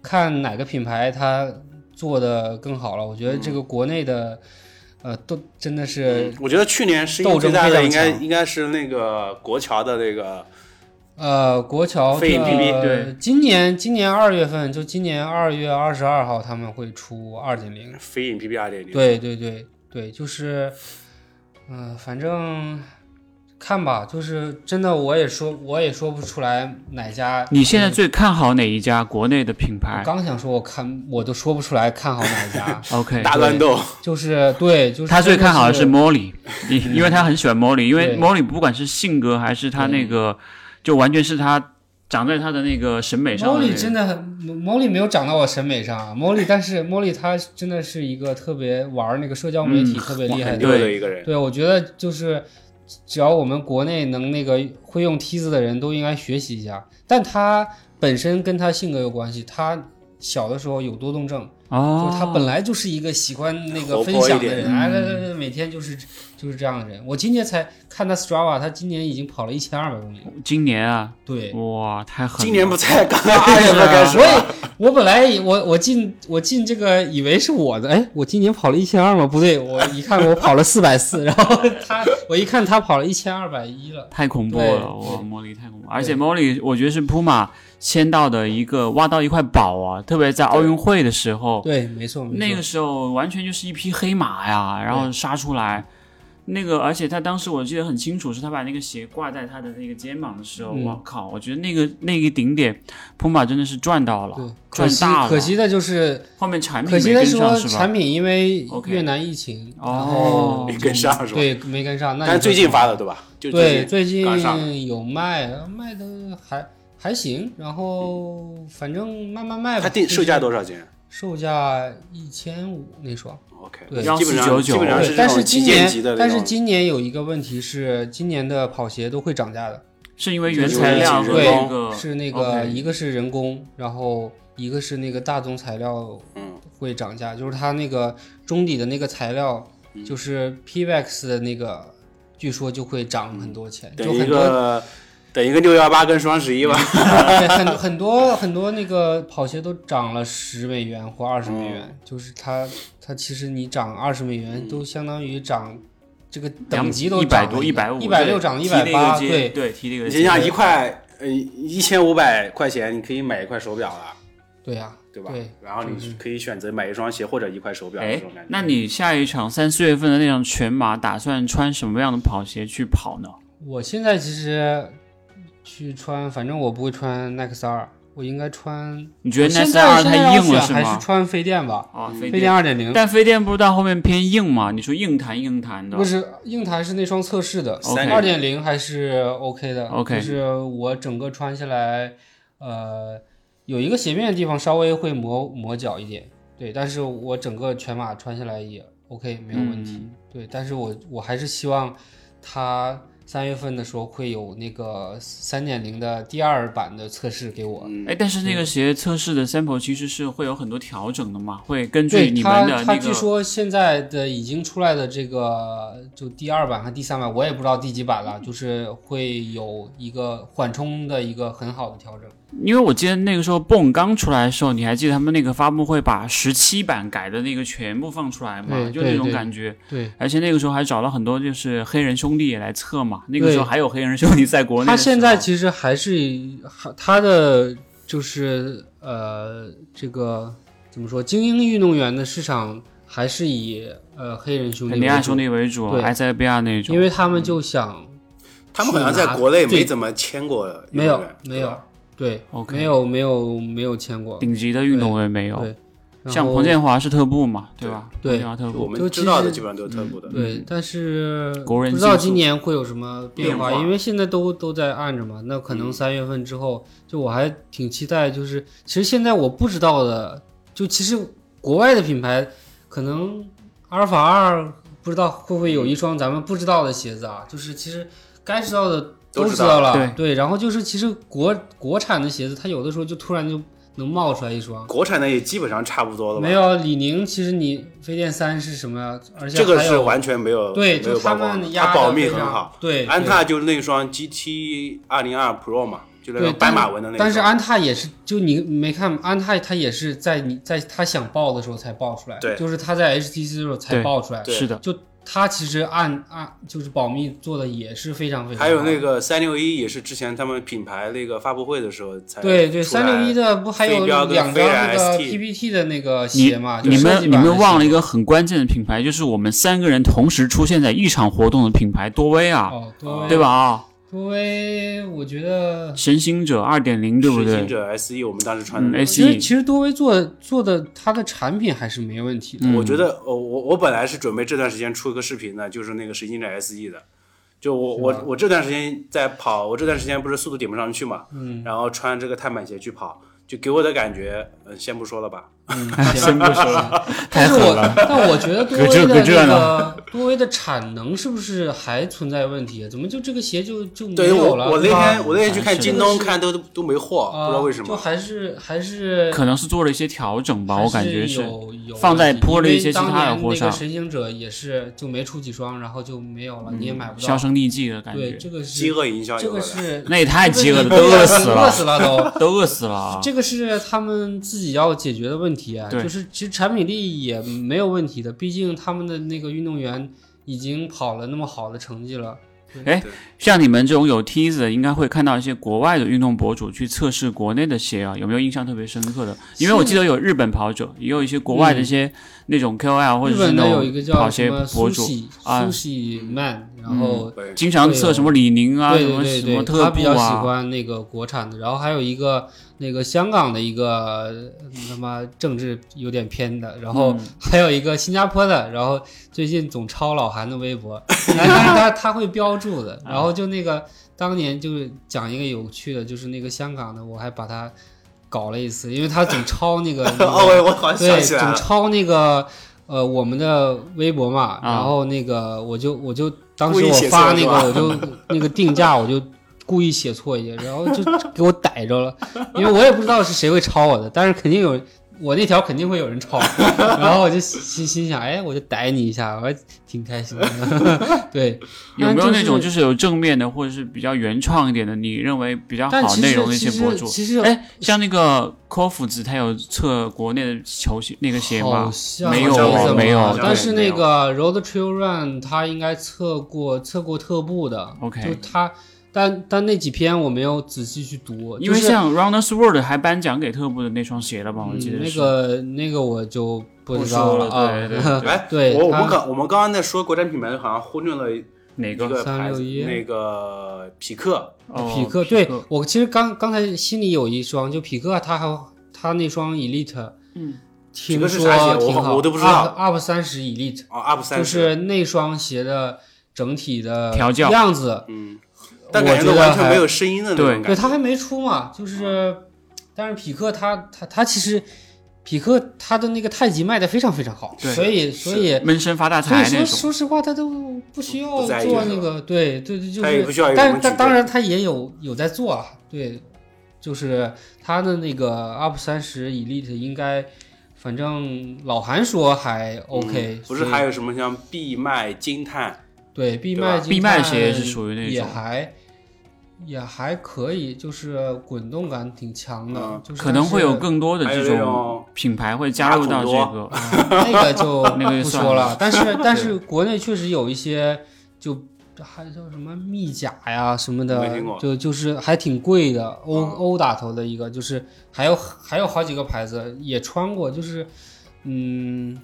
[SPEAKER 3] 看哪个品牌它做的更好了。我觉得
[SPEAKER 4] 嗯
[SPEAKER 3] 这个国内的，呃，都真的是
[SPEAKER 2] 嗯我觉得去年是一个
[SPEAKER 3] 斗争
[SPEAKER 2] 最大
[SPEAKER 3] 非
[SPEAKER 2] 的
[SPEAKER 3] 常
[SPEAKER 2] 应该
[SPEAKER 3] 强
[SPEAKER 2] 应该是那个国桥的那个
[SPEAKER 4] 嗯
[SPEAKER 3] 呃，国桥的
[SPEAKER 2] 非 APP
[SPEAKER 4] 对，
[SPEAKER 3] 今年今年二月份，就今年二月二十二号他们会出二点零，
[SPEAKER 2] 飞影 PP 二点零，
[SPEAKER 3] 对对对对，就是，嗯、反正看吧，就是真的我也说我也说不出来哪家。
[SPEAKER 4] 你现在最看好哪一家国内的品
[SPEAKER 3] 我
[SPEAKER 4] 牌
[SPEAKER 3] 刚想说，我看我都说不出来看好哪 家，
[SPEAKER 4] ？OK，
[SPEAKER 2] 大乱斗，
[SPEAKER 3] 就是对，就是
[SPEAKER 4] 他最
[SPEAKER 3] 真
[SPEAKER 4] 看好的
[SPEAKER 3] 是嗯
[SPEAKER 4] 是 Molly，因因为他很喜欢 Molly，因为
[SPEAKER 3] 对
[SPEAKER 4] Molly 不管是性格还是他那个，就完全是他长在他的那个审美上的那个。
[SPEAKER 3] Molly 真的很，Molly 没有长到我审美上，Molly 啊但是 Molly 她真的是一个特别玩那个社交媒体
[SPEAKER 4] 嗯
[SPEAKER 3] 特别厉害
[SPEAKER 2] 很
[SPEAKER 3] 的，
[SPEAKER 2] 牛的一个人，
[SPEAKER 3] 对我觉得就是只要我们国内能那个会用梯子的人都应该学习一下，但他本身跟他性格有关系，他。小的时候有多动症，
[SPEAKER 4] 哦嗯
[SPEAKER 3] 就，他本来就是一个喜欢那个
[SPEAKER 2] 活
[SPEAKER 3] 分
[SPEAKER 2] 泼一
[SPEAKER 3] 享的
[SPEAKER 2] 点
[SPEAKER 3] 人，哎，对对对，每天就是就是这样的人。我今天才看他 Strava，他今年已经跑了一千二百公里了。
[SPEAKER 4] 今年啊，
[SPEAKER 3] 对，
[SPEAKER 4] 哇，太狠了！
[SPEAKER 2] 今年不在，刚刚二月份嗯开始
[SPEAKER 3] 我，也我本来以我我进我进这个以为是我的，哎，我今年跑了一千二吗？不对，我一看我跑了四百四，然后他我一看他跑了一千二百一了。
[SPEAKER 4] 太恐怖
[SPEAKER 3] 对
[SPEAKER 4] 了，哇，莫莉太恐怖了！而且莫莉，我觉得是 Puma 签到的一个挖到一块宝啊，特别在奥运会的时候，
[SPEAKER 3] 对，没错，没错
[SPEAKER 4] 那个时候完全就是一匹黑马呀，然后杀出来。那个，而且他当时我记得很清楚，是他把那个鞋挂在他的那个肩膀的时候，
[SPEAKER 3] 嗯
[SPEAKER 4] 我靠，我觉得那个那个顶点，普马真的是赚到
[SPEAKER 3] 对
[SPEAKER 4] 了，，
[SPEAKER 3] 可
[SPEAKER 4] 赚
[SPEAKER 3] 惜
[SPEAKER 4] 大了。
[SPEAKER 3] 可惜的就是，
[SPEAKER 4] 后面产品
[SPEAKER 3] 可惜
[SPEAKER 4] 没
[SPEAKER 3] 的
[SPEAKER 4] 跟
[SPEAKER 3] 是
[SPEAKER 4] 上
[SPEAKER 3] 说
[SPEAKER 4] 是吧
[SPEAKER 3] 产？品因为
[SPEAKER 4] OK
[SPEAKER 3] 越南疫情，然后
[SPEAKER 4] 哦
[SPEAKER 2] 没跟上是吧？
[SPEAKER 3] 对没跟上。那
[SPEAKER 2] 但
[SPEAKER 3] 你
[SPEAKER 2] 是
[SPEAKER 3] 说
[SPEAKER 2] 最近
[SPEAKER 3] 什么
[SPEAKER 2] 发的对吧？就
[SPEAKER 3] 对，
[SPEAKER 2] 最
[SPEAKER 3] 最
[SPEAKER 2] 刚上
[SPEAKER 3] 近有卖，卖的还还行，然后反正慢慢卖吧。
[SPEAKER 2] 它定
[SPEAKER 3] 就是
[SPEAKER 2] 售价多少钱
[SPEAKER 3] 售价一千五那双，
[SPEAKER 2] ？OK，
[SPEAKER 3] 对
[SPEAKER 2] 基本上
[SPEAKER 4] 1499
[SPEAKER 2] 基本上
[SPEAKER 3] 对，
[SPEAKER 2] 这
[SPEAKER 3] 但是
[SPEAKER 2] 种
[SPEAKER 3] 今
[SPEAKER 2] 旗舰级的
[SPEAKER 3] 年，
[SPEAKER 2] 那
[SPEAKER 3] 但是
[SPEAKER 2] 种
[SPEAKER 3] 今年有一个问题是，今年的跑鞋都会涨价的，
[SPEAKER 4] 是因为原材料和
[SPEAKER 2] 人
[SPEAKER 4] 那
[SPEAKER 2] 工
[SPEAKER 4] 个
[SPEAKER 3] 对，是那
[SPEAKER 4] OK
[SPEAKER 3] 个一个是人工，然后一个是那个大宗材料
[SPEAKER 2] 嗯
[SPEAKER 3] 会涨价，就是它那个中底的那个材料，
[SPEAKER 2] 嗯
[SPEAKER 3] 就是 PVX 的那个，据说就会涨很多钱，就
[SPEAKER 2] 等嗯一
[SPEAKER 3] 很多嗯
[SPEAKER 2] 个等一个六幺八跟双十一吧，
[SPEAKER 3] 对，很很多很多那个跑鞋都涨了十美元或二十美元，
[SPEAKER 4] 嗯
[SPEAKER 3] 就是它它其实你涨二十美元都相当于涨这个等级都
[SPEAKER 4] 一百
[SPEAKER 3] 涨
[SPEAKER 4] 多、
[SPEAKER 3] 一
[SPEAKER 4] 百五、
[SPEAKER 3] 一百六涨了一百八，对，
[SPEAKER 4] 对，提了一个
[SPEAKER 2] 你
[SPEAKER 4] 阶
[SPEAKER 2] 想想一块呃一千五百块钱，你可以买一块手表了，
[SPEAKER 3] 对呀、
[SPEAKER 2] 对吧？
[SPEAKER 3] 对嗯
[SPEAKER 2] 然后你可以选择买一双鞋或者一块手表这
[SPEAKER 4] 哎
[SPEAKER 2] 种感觉。，
[SPEAKER 4] 那你下一场三四月份的那场全马，打算穿什么样的跑鞋去跑呢？
[SPEAKER 3] 我现在其实去穿，反正我不会穿耐克 x 二，我应该穿。
[SPEAKER 4] 你觉得
[SPEAKER 3] 现
[SPEAKER 4] Nike
[SPEAKER 3] 在
[SPEAKER 4] 二
[SPEAKER 3] 现
[SPEAKER 4] 太
[SPEAKER 3] 在要
[SPEAKER 4] 硬了
[SPEAKER 3] 选还
[SPEAKER 4] 吗
[SPEAKER 3] 是？穿飞电吧，
[SPEAKER 4] 啊，飞
[SPEAKER 3] 飞电二点零。
[SPEAKER 4] 但飞电不是到后面偏硬嘛？你说硬弹硬弹的
[SPEAKER 3] 不，是硬弹是那双测试的，
[SPEAKER 4] OK
[SPEAKER 3] 二点零还是 OK 的。
[SPEAKER 4] OK
[SPEAKER 3] 就是我整个穿下来，呃，有一个鞋面的地方稍微会磨磨脚一点，对，但是我整个全马
[SPEAKER 4] 嗯
[SPEAKER 3] 穿下来也 OK，没有问题。对，但是我我还是希望它三月份的时候会有那个三点零的第二版的测试给我。
[SPEAKER 4] 哎，但是那个鞋测试的 sample 其实是会有很多调整的嘛，会根据
[SPEAKER 3] 对
[SPEAKER 4] 你
[SPEAKER 3] 他
[SPEAKER 4] 们的，
[SPEAKER 3] 他
[SPEAKER 4] 那
[SPEAKER 3] 据
[SPEAKER 4] 个。
[SPEAKER 3] 说现在的已经出来的这个就第二版和第三版，我也不知道第几版了，就是会有一个缓冲的一个很好的调整。
[SPEAKER 4] 因为我记得那个时候蹦刚出来的时候，你还记得他们那个发布会把十七版改的那个全部放出来嘛？
[SPEAKER 3] 对
[SPEAKER 4] 就那种
[SPEAKER 3] 对对
[SPEAKER 4] 感觉。
[SPEAKER 3] 对，
[SPEAKER 4] 而且那个时候还找了很多就是黑人兄弟也来测嘛，那个时候
[SPEAKER 3] 对
[SPEAKER 4] 还有黑人兄弟在国内的
[SPEAKER 3] 他
[SPEAKER 4] 时候。
[SPEAKER 3] 现在其实还是以还他的就是呃这个怎么说，精英运动员的市场还是以呃黑人兄弟
[SPEAKER 4] 肯尼亚
[SPEAKER 3] 为主
[SPEAKER 4] 兄弟嗯为主，
[SPEAKER 3] 对
[SPEAKER 4] 埃塞俄比亚那种。
[SPEAKER 3] 因为他们就想
[SPEAKER 2] 他们好像在国内没怎么签过
[SPEAKER 3] 没
[SPEAKER 2] 运动
[SPEAKER 3] 有
[SPEAKER 2] 员
[SPEAKER 3] 没有，对
[SPEAKER 4] OK
[SPEAKER 3] 没有没有没有签过，
[SPEAKER 4] 顶级的运动员没有，
[SPEAKER 3] 对，然
[SPEAKER 4] 像
[SPEAKER 3] 后
[SPEAKER 4] 彭建华是特步嘛，对吧？
[SPEAKER 3] 对
[SPEAKER 4] 彭建华特
[SPEAKER 2] 对我
[SPEAKER 4] 步。
[SPEAKER 2] 们
[SPEAKER 3] 就
[SPEAKER 2] 知道的
[SPEAKER 3] 其实嗯
[SPEAKER 2] 基本上都是特步的。
[SPEAKER 3] 对，但是
[SPEAKER 4] 嗯国人
[SPEAKER 3] 不知道
[SPEAKER 4] 技术
[SPEAKER 3] 今年会有什么变化，
[SPEAKER 4] 变化嗯
[SPEAKER 3] 因为现在都都在按着嘛。那可能三月份之后，就我还挺期待，就是其实现在我不知道的，就其实国外的品牌可能阿尔法二不知道会不会有一双咱们不知道的鞋子啊，就是其实该知道的
[SPEAKER 2] 都
[SPEAKER 3] 知
[SPEAKER 2] 知道
[SPEAKER 3] 道了，
[SPEAKER 4] 对
[SPEAKER 3] 对。然后就是其实国国产的鞋子，它有的时候就突然就能冒出来一双。
[SPEAKER 2] 国产的也基本上差不多了
[SPEAKER 3] 嗯
[SPEAKER 2] 吧？
[SPEAKER 3] 没，有李宁，其实你飞电三是什么呀？而且
[SPEAKER 2] 这个
[SPEAKER 3] 还
[SPEAKER 2] 是
[SPEAKER 3] 有
[SPEAKER 2] 完全没有
[SPEAKER 3] 对，
[SPEAKER 2] 没
[SPEAKER 3] 就
[SPEAKER 2] 有
[SPEAKER 3] 他
[SPEAKER 2] 曝光
[SPEAKER 3] 们
[SPEAKER 2] 的
[SPEAKER 3] 压
[SPEAKER 2] 它
[SPEAKER 3] 得
[SPEAKER 2] 保密
[SPEAKER 3] 非
[SPEAKER 2] 很
[SPEAKER 3] 常
[SPEAKER 2] 好。。
[SPEAKER 3] 对，
[SPEAKER 2] 安
[SPEAKER 3] 对
[SPEAKER 2] 踏就是那双 GT 二零二 Pro 嘛，就那
[SPEAKER 3] 对
[SPEAKER 2] 种斑马纹的那
[SPEAKER 3] 但
[SPEAKER 2] 种。
[SPEAKER 3] 是安踏也是，就你没看安踏，它也是在你在它想爆的时候才爆出来，
[SPEAKER 2] 对
[SPEAKER 3] 就是它在 HTC 的时候才
[SPEAKER 4] 对
[SPEAKER 3] 爆出来，
[SPEAKER 2] 对
[SPEAKER 4] 是的，
[SPEAKER 3] 就它其实按按就是保密做的也是非常非常好。
[SPEAKER 2] 还有那个三六一也是之前他们品牌那个发布会的时候才
[SPEAKER 3] 对对
[SPEAKER 2] 出来
[SPEAKER 3] 三六一的不还有
[SPEAKER 2] 飞镖跟
[SPEAKER 3] 两张那
[SPEAKER 2] 飞啊
[SPEAKER 3] 个
[SPEAKER 2] 人 ST
[SPEAKER 3] PPT 的那个
[SPEAKER 4] 你
[SPEAKER 3] 鞋嘛？就
[SPEAKER 4] 你
[SPEAKER 3] 设计
[SPEAKER 4] 们你
[SPEAKER 3] 版
[SPEAKER 4] 们
[SPEAKER 3] 的
[SPEAKER 4] 忘了
[SPEAKER 3] 鞋
[SPEAKER 4] 一个很关键的品牌，就是我们三个人同时出现在一场活动的品牌多威啊，
[SPEAKER 3] 哦，多威
[SPEAKER 4] 对？吧？啊，
[SPEAKER 3] 多威，我觉得
[SPEAKER 4] 神行者二点零，对不
[SPEAKER 2] 实
[SPEAKER 4] 对
[SPEAKER 2] 行？者 SE，我们当时穿的那
[SPEAKER 4] 嗯
[SPEAKER 2] 个
[SPEAKER 3] 其实
[SPEAKER 4] SE
[SPEAKER 3] 其实多威做做的它的产品还是没问题的，
[SPEAKER 2] 我觉得我我我本来是准备这段时间出一个视频的，就是那个神行者 SE 的。就我我我这段时间在跑，我这段时间不是速度顶不上去嘛，嗯，然后穿这个碳板鞋去跑，就给我的感觉，呃，先不说了吧，
[SPEAKER 4] 嗯先不说 了，
[SPEAKER 3] 但
[SPEAKER 4] 太
[SPEAKER 3] 是
[SPEAKER 4] 狠
[SPEAKER 3] 我
[SPEAKER 4] 了。
[SPEAKER 3] 但我觉得多威
[SPEAKER 4] 搁这搁
[SPEAKER 3] 的
[SPEAKER 4] 这
[SPEAKER 3] 那
[SPEAKER 4] 呢
[SPEAKER 3] 个多威的产能是不是还存在问题？怎么就这个鞋就就没
[SPEAKER 2] 对我
[SPEAKER 3] 有了？
[SPEAKER 2] 我那
[SPEAKER 3] 对吧
[SPEAKER 2] 天我那天去看
[SPEAKER 4] 是
[SPEAKER 3] 的
[SPEAKER 2] 京东
[SPEAKER 3] 是的
[SPEAKER 2] 看都都没货，
[SPEAKER 3] 啊
[SPEAKER 2] 不知道为什
[SPEAKER 3] 就
[SPEAKER 2] 么。
[SPEAKER 3] 还是还是
[SPEAKER 4] 可能是做了一些调整吧，
[SPEAKER 3] 还
[SPEAKER 4] 我感觉
[SPEAKER 3] 是
[SPEAKER 4] 是
[SPEAKER 3] 有有
[SPEAKER 4] 放在
[SPEAKER 3] 问题
[SPEAKER 4] 坡的
[SPEAKER 3] 因为
[SPEAKER 4] 一些其
[SPEAKER 3] 当
[SPEAKER 4] 他的
[SPEAKER 3] 年
[SPEAKER 4] 货
[SPEAKER 3] 那
[SPEAKER 4] 上
[SPEAKER 3] 个神行者也是就没出几双，然后就没有了，你也买不
[SPEAKER 4] 嗯销
[SPEAKER 3] 到。
[SPEAKER 4] 声匿迹的感
[SPEAKER 3] 对，
[SPEAKER 4] 觉，
[SPEAKER 3] 这个
[SPEAKER 2] 饥
[SPEAKER 3] 是
[SPEAKER 2] 饿营销
[SPEAKER 3] 这
[SPEAKER 2] 有
[SPEAKER 3] 个
[SPEAKER 2] 的，
[SPEAKER 3] 是
[SPEAKER 4] 那也太饥饿了，
[SPEAKER 3] 这
[SPEAKER 4] 都
[SPEAKER 3] 个
[SPEAKER 4] 饿
[SPEAKER 3] 是
[SPEAKER 4] 死
[SPEAKER 3] 饿
[SPEAKER 4] 了，
[SPEAKER 3] 死了都。
[SPEAKER 4] 都饿死了啊！
[SPEAKER 3] 这个是他们自己要解决的问题啊，
[SPEAKER 4] 对
[SPEAKER 3] 就是其实产品力也没有问题的，毕竟他们的那个运动员已经跑了那么好的成绩了。
[SPEAKER 4] 像你们这种有梯子的，应该会看到一些国外的运动博主去测试国内的鞋啊，有没有印象特别深刻的？因为我记得有日本跑者，也有一些国外的一些那种 KOL 或
[SPEAKER 3] 嗯日
[SPEAKER 4] 者是
[SPEAKER 3] 本
[SPEAKER 4] 那
[SPEAKER 3] 的有一个
[SPEAKER 4] 种跑
[SPEAKER 3] 叫什
[SPEAKER 4] 鞋
[SPEAKER 3] 么苏
[SPEAKER 4] 博主，
[SPEAKER 3] 西
[SPEAKER 4] 啊
[SPEAKER 3] 苏西 man，然后
[SPEAKER 2] 对，
[SPEAKER 4] 经常测什么李宁啊，
[SPEAKER 3] 对
[SPEAKER 4] 什么
[SPEAKER 3] 对
[SPEAKER 4] 什
[SPEAKER 3] 对
[SPEAKER 4] 么
[SPEAKER 3] 对，他
[SPEAKER 4] 特
[SPEAKER 3] 比
[SPEAKER 4] 步
[SPEAKER 3] 较喜
[SPEAKER 4] 啊，
[SPEAKER 3] 欢那个国产的，然后还有一个那个香港的一个嗯他妈政治有点偏的，然
[SPEAKER 4] 嗯
[SPEAKER 3] 后 还有一个新加坡的，然后最近总抄老韩的微 博，但是他他会标注的，然后就那个当年就是讲一个有趣的，就是那个香港的，我还把他搞了一次，因为他总抄那个那个
[SPEAKER 2] 哦，我我好像想
[SPEAKER 3] 对，
[SPEAKER 2] 起来
[SPEAKER 3] 总
[SPEAKER 2] 了，
[SPEAKER 3] 抄那个呃我们的微博嘛
[SPEAKER 4] 啊，
[SPEAKER 3] 然后那个我就我就当
[SPEAKER 2] 故
[SPEAKER 3] 时
[SPEAKER 2] 意
[SPEAKER 3] 我
[SPEAKER 2] 写错
[SPEAKER 3] 发那
[SPEAKER 2] 是吧
[SPEAKER 3] 个我就 那个定价我就故意写错一些，然后就给我逮着了，因为我也不知道是谁会抄我的，但是肯定有。我那条肯定会有人抄， 然后我就心心想，哎，我就逮你一下，我还挺开心的。 对，
[SPEAKER 4] 有没有
[SPEAKER 3] 但
[SPEAKER 4] 那种
[SPEAKER 3] 是？
[SPEAKER 4] 就是有正面的或者是比较原创一点的，你认为比较
[SPEAKER 3] 但
[SPEAKER 4] 好
[SPEAKER 3] 其
[SPEAKER 4] 内
[SPEAKER 3] 实
[SPEAKER 4] 容的一些
[SPEAKER 3] 其
[SPEAKER 4] 博
[SPEAKER 3] 实
[SPEAKER 4] 主？
[SPEAKER 3] 其实
[SPEAKER 4] 哎，像那个科夫子，他有测国内的球鞋那个鞋
[SPEAKER 3] 好
[SPEAKER 4] 吗？
[SPEAKER 3] 像
[SPEAKER 4] 没
[SPEAKER 2] 有
[SPEAKER 3] 怎么
[SPEAKER 2] 没有
[SPEAKER 3] 了
[SPEAKER 2] 对
[SPEAKER 3] 但是
[SPEAKER 4] 没
[SPEAKER 3] 那
[SPEAKER 4] 有
[SPEAKER 3] 个 Road Trail Run 他应该测过测过特步的
[SPEAKER 4] OK
[SPEAKER 3] 就他，但但那几篇我没有仔细去读，
[SPEAKER 4] 因
[SPEAKER 3] 就
[SPEAKER 4] 为
[SPEAKER 3] 是
[SPEAKER 4] 像 Rounders World 还颁奖给特步的那双鞋了吧？我
[SPEAKER 3] 嗯
[SPEAKER 4] 记得
[SPEAKER 3] 那
[SPEAKER 4] 是
[SPEAKER 3] 个那个我就不
[SPEAKER 4] 不
[SPEAKER 3] 知道
[SPEAKER 4] 说了，
[SPEAKER 3] 啊。
[SPEAKER 4] 对 对对
[SPEAKER 2] 哎，
[SPEAKER 3] 对
[SPEAKER 2] 我我们
[SPEAKER 3] 他
[SPEAKER 2] 刚我们刚刚在说国产品牌，好像忽略了一
[SPEAKER 4] 哪个？
[SPEAKER 2] 个牌子，
[SPEAKER 3] 361
[SPEAKER 2] 那个匹克，
[SPEAKER 4] 哦
[SPEAKER 3] 匹克，对我其实刚刚才心里有一双，就匹克，他还有他那双 Elite，
[SPEAKER 4] 嗯，
[SPEAKER 3] 听
[SPEAKER 2] 匹克是啥
[SPEAKER 3] 说
[SPEAKER 2] 鞋我
[SPEAKER 3] 挺
[SPEAKER 2] 好
[SPEAKER 3] 好，
[SPEAKER 2] 我都不知道
[SPEAKER 3] Up Up 三十 Elite，
[SPEAKER 2] 哦，UP 三
[SPEAKER 3] 就
[SPEAKER 2] 十，
[SPEAKER 3] 是那双鞋的整体的
[SPEAKER 4] 调教
[SPEAKER 3] 样子，
[SPEAKER 2] 嗯，但
[SPEAKER 3] 我
[SPEAKER 2] 感觉
[SPEAKER 3] 觉
[SPEAKER 2] 都
[SPEAKER 3] 得
[SPEAKER 2] 完全
[SPEAKER 3] 还
[SPEAKER 2] 没有声音的那种
[SPEAKER 4] 对
[SPEAKER 2] 感觉。嗯
[SPEAKER 3] 对他还没出嘛，就是，但是匹克他他他其实，匹克他的那个太极卖的非常非常好，
[SPEAKER 4] 对
[SPEAKER 3] 所以所以
[SPEAKER 4] 闷声发大
[SPEAKER 3] 所以
[SPEAKER 4] 财那
[SPEAKER 3] 说
[SPEAKER 4] 种。
[SPEAKER 3] 说实话，他都不需要
[SPEAKER 2] 不在意
[SPEAKER 3] 做
[SPEAKER 2] 是
[SPEAKER 3] 那
[SPEAKER 2] 吧
[SPEAKER 3] 个，对对对，就
[SPEAKER 2] 他也不
[SPEAKER 3] 是，
[SPEAKER 2] 需要有什么
[SPEAKER 3] 但
[SPEAKER 2] 举
[SPEAKER 3] 但
[SPEAKER 2] 动
[SPEAKER 4] 嗯
[SPEAKER 3] 当然他也有有在做啊，对，就是他的那个 UP 三十 Elite 应该，反正老韩说还 OK，、
[SPEAKER 2] 嗯不是还有什么像闭麦惊叹，
[SPEAKER 3] 对闭
[SPEAKER 2] 对吧
[SPEAKER 3] 麦
[SPEAKER 4] 闭麦鞋
[SPEAKER 3] 鞋
[SPEAKER 4] 也是属于那
[SPEAKER 3] 也
[SPEAKER 4] 种
[SPEAKER 3] 还也还可以，就是滚动感挺强的，
[SPEAKER 2] 嗯
[SPEAKER 3] 就是
[SPEAKER 4] 可能会有
[SPEAKER 3] 但是
[SPEAKER 4] 更多的
[SPEAKER 2] 还有
[SPEAKER 4] 这
[SPEAKER 2] 那
[SPEAKER 4] 种
[SPEAKER 2] 种
[SPEAKER 4] 品牌会加入到这
[SPEAKER 2] 马
[SPEAKER 4] 个，嗯
[SPEAKER 3] 那个 就
[SPEAKER 4] 那个就
[SPEAKER 3] 不
[SPEAKER 4] 算
[SPEAKER 3] 说
[SPEAKER 4] 了
[SPEAKER 3] 了。但是但是国内确实有一些，就还叫什么密甲呀什么的
[SPEAKER 2] 没听过，
[SPEAKER 3] 就就是还挺贵的，欧
[SPEAKER 2] 嗯
[SPEAKER 3] 欧打头的一个，就是还有还有好几个牌子也穿过，就是嗯，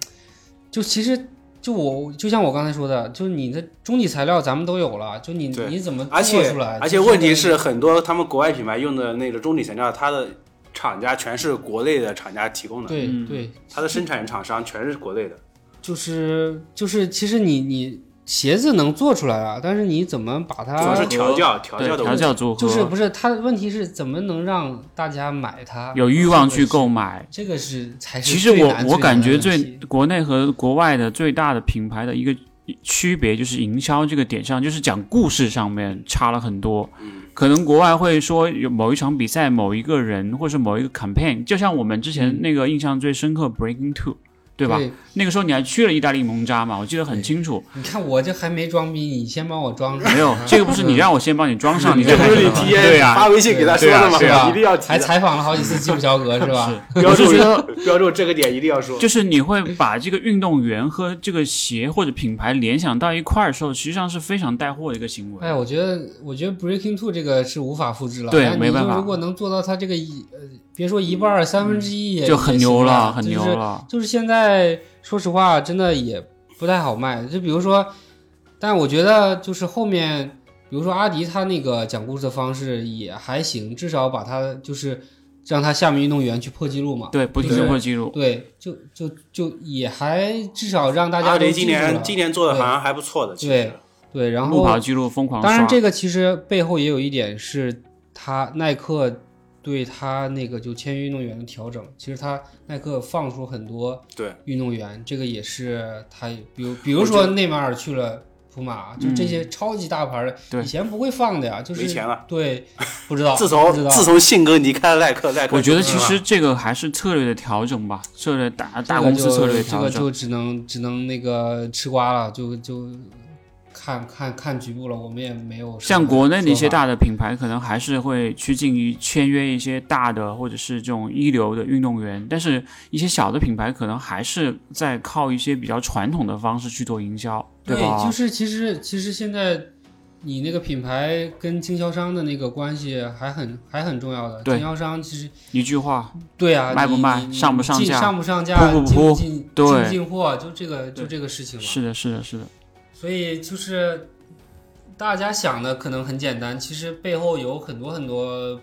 [SPEAKER 3] 就其实。就我就像我刚才说的，就是你的终极材料咱们都有了，就你
[SPEAKER 2] 对
[SPEAKER 3] 你怎么做
[SPEAKER 2] 而且
[SPEAKER 3] 出来？
[SPEAKER 2] 而且
[SPEAKER 3] 就是
[SPEAKER 2] 问题是，很多他们国外品牌用的那个中底材料，它的厂家全是国内的厂家提供的，
[SPEAKER 3] 对
[SPEAKER 4] 嗯
[SPEAKER 3] 对，
[SPEAKER 2] 它的生产厂商全是国内的。
[SPEAKER 3] 就是就是，其实你你鞋子能做出来啊，但是你怎么把它
[SPEAKER 2] 主要是调教调
[SPEAKER 4] 对
[SPEAKER 2] 教的
[SPEAKER 4] 调
[SPEAKER 2] 问题，
[SPEAKER 4] 教组合，
[SPEAKER 3] 就是不是他的问题是怎么能让大家买它？
[SPEAKER 4] 有欲望去购买。
[SPEAKER 3] 这个是，这个是才是
[SPEAKER 4] 其实
[SPEAKER 3] 最
[SPEAKER 4] 我
[SPEAKER 3] 难
[SPEAKER 4] 我感觉最
[SPEAKER 3] 难的问题
[SPEAKER 4] 国内和国外的最大的品牌的一个区别就是营销这个点上，就是讲故事上面差了很多。
[SPEAKER 3] 嗯
[SPEAKER 4] 可能国外会说有某一场比赛、某一个人或是某一个 campaign，就像我们之前那个印象最深刻 Breaking Two，对吧？那个时候你还去了意大利蒙扎嘛，我记得很清楚。
[SPEAKER 3] 你看我这还没装逼，你先帮我装上。
[SPEAKER 4] 没有，这个不是你让我先帮你装 上，你
[SPEAKER 2] 这
[SPEAKER 4] 再
[SPEAKER 2] 不是
[SPEAKER 4] 开
[SPEAKER 2] 你
[SPEAKER 4] 始的吗
[SPEAKER 2] 提
[SPEAKER 4] 对呀、
[SPEAKER 2] 发微信给他说的吗？
[SPEAKER 4] 对啊
[SPEAKER 2] 一定要提
[SPEAKER 3] 还
[SPEAKER 2] 的，
[SPEAKER 3] 采访了好几 次基普乔格是吧？
[SPEAKER 2] 标
[SPEAKER 4] 我
[SPEAKER 2] 注
[SPEAKER 4] 是觉得
[SPEAKER 2] 标注这个点一定要说。
[SPEAKER 4] 就是你会把这个运动员和这个鞋或者品牌联想到一块儿的时候，实际上是非常带货的一个行为。
[SPEAKER 3] 哎，我觉得，我觉得 Breaking Two 这个是无法复制了。
[SPEAKER 4] 对
[SPEAKER 3] 但你
[SPEAKER 4] 没办
[SPEAKER 3] 就
[SPEAKER 4] 法
[SPEAKER 3] 如果能做到它这个一，呃，别说一半儿，三分之一也
[SPEAKER 4] 嗯就很牛了，很牛。
[SPEAKER 3] 也行啊
[SPEAKER 4] 了。
[SPEAKER 3] 就是现在，说实话，真的也不太好卖。就比如说，但我觉得就是后面，比如说阿迪他那个讲故事的方式也还行，至少把他就是让他下面运动员去破纪录嘛。
[SPEAKER 4] 对，不停的
[SPEAKER 3] 对
[SPEAKER 4] 破纪录。
[SPEAKER 3] 对，就就就也还至少让大家
[SPEAKER 2] 阿
[SPEAKER 3] 都
[SPEAKER 2] 迪
[SPEAKER 3] 记
[SPEAKER 2] 今
[SPEAKER 3] 住
[SPEAKER 2] 年
[SPEAKER 3] 了。
[SPEAKER 2] 今年做的
[SPEAKER 3] 对
[SPEAKER 2] 好像还不错的，其
[SPEAKER 3] 对
[SPEAKER 2] 实
[SPEAKER 3] 对，然
[SPEAKER 4] 路
[SPEAKER 3] 后
[SPEAKER 4] 跑记录疯狂刷，
[SPEAKER 3] 当然，这个其实背后也有一点是他耐克对他那个就签约运动员的调整。其实他耐克放出很多
[SPEAKER 2] 对
[SPEAKER 3] 运动员，这个也是他比如比如说内马尔去了普马，就这些超级大牌的，
[SPEAKER 4] 嗯对
[SPEAKER 3] 以前不会放的呀，就是
[SPEAKER 2] 没钱了。
[SPEAKER 3] 对，不知
[SPEAKER 4] 哦
[SPEAKER 3] 道，
[SPEAKER 2] 自
[SPEAKER 3] 不知
[SPEAKER 2] 从
[SPEAKER 3] 道
[SPEAKER 2] 自从信哥离开了耐克，耐克
[SPEAKER 4] 我觉得
[SPEAKER 2] 就
[SPEAKER 4] 其
[SPEAKER 2] 是
[SPEAKER 4] 实这个还是策略的调整吧，策略大
[SPEAKER 3] 这
[SPEAKER 4] 大
[SPEAKER 3] 个
[SPEAKER 4] 公司
[SPEAKER 3] 就
[SPEAKER 4] 策略的
[SPEAKER 3] 这
[SPEAKER 4] 调
[SPEAKER 3] 个
[SPEAKER 4] 整。
[SPEAKER 3] 就只能只能那个吃瓜了，就就看看看局部了，我们也没有什
[SPEAKER 4] 像
[SPEAKER 3] 么
[SPEAKER 4] 国内的一些
[SPEAKER 3] 说法
[SPEAKER 4] 大的品牌，可能还是会趋近于签约一些大的或者是这种一流的运动员，但是一些小的品牌可能还是在靠一些比较传统的方式去做营销，
[SPEAKER 3] 对
[SPEAKER 4] 吧？
[SPEAKER 3] 就是其实其实现在你那个品牌跟经销商的那个关系还很还很重要的。
[SPEAKER 4] 对
[SPEAKER 3] 经销商其实
[SPEAKER 4] 一句话，
[SPEAKER 3] 对啊，
[SPEAKER 4] 卖不
[SPEAKER 3] 你
[SPEAKER 4] 卖
[SPEAKER 3] 你
[SPEAKER 4] 上不上
[SPEAKER 3] 进
[SPEAKER 4] 架
[SPEAKER 3] 上不上架，
[SPEAKER 4] 铺不铺
[SPEAKER 3] 进进
[SPEAKER 4] 对
[SPEAKER 3] 进不进货，就这个就这个事情嘛。
[SPEAKER 4] 是的，是的，是的，
[SPEAKER 3] 所以就是大家想的可能很简单，其实背后有很多很多。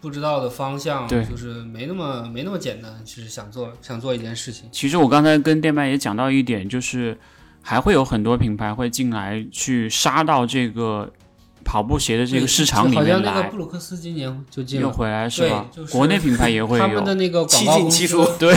[SPEAKER 3] 不知道的方向，
[SPEAKER 4] 对
[SPEAKER 3] 就是没那么没那么简单。其实想做想做一件事情，
[SPEAKER 4] 其实我刚才跟店麦也讲到一点，就是还会有很多品牌会进来去杀到这个跑步鞋的这个市场
[SPEAKER 3] 就
[SPEAKER 4] 里
[SPEAKER 3] 好像
[SPEAKER 4] 面
[SPEAKER 3] 那个
[SPEAKER 4] 来
[SPEAKER 3] 布，鲁克斯今年就进
[SPEAKER 4] 又
[SPEAKER 3] 了，
[SPEAKER 4] 回来是吧？
[SPEAKER 3] 对就是
[SPEAKER 4] 国内品牌也会
[SPEAKER 3] 他们的
[SPEAKER 4] 有，
[SPEAKER 3] 那个广
[SPEAKER 2] 七
[SPEAKER 3] 告
[SPEAKER 2] 进
[SPEAKER 3] 公
[SPEAKER 2] 七
[SPEAKER 3] 司
[SPEAKER 2] 出，
[SPEAKER 4] 对，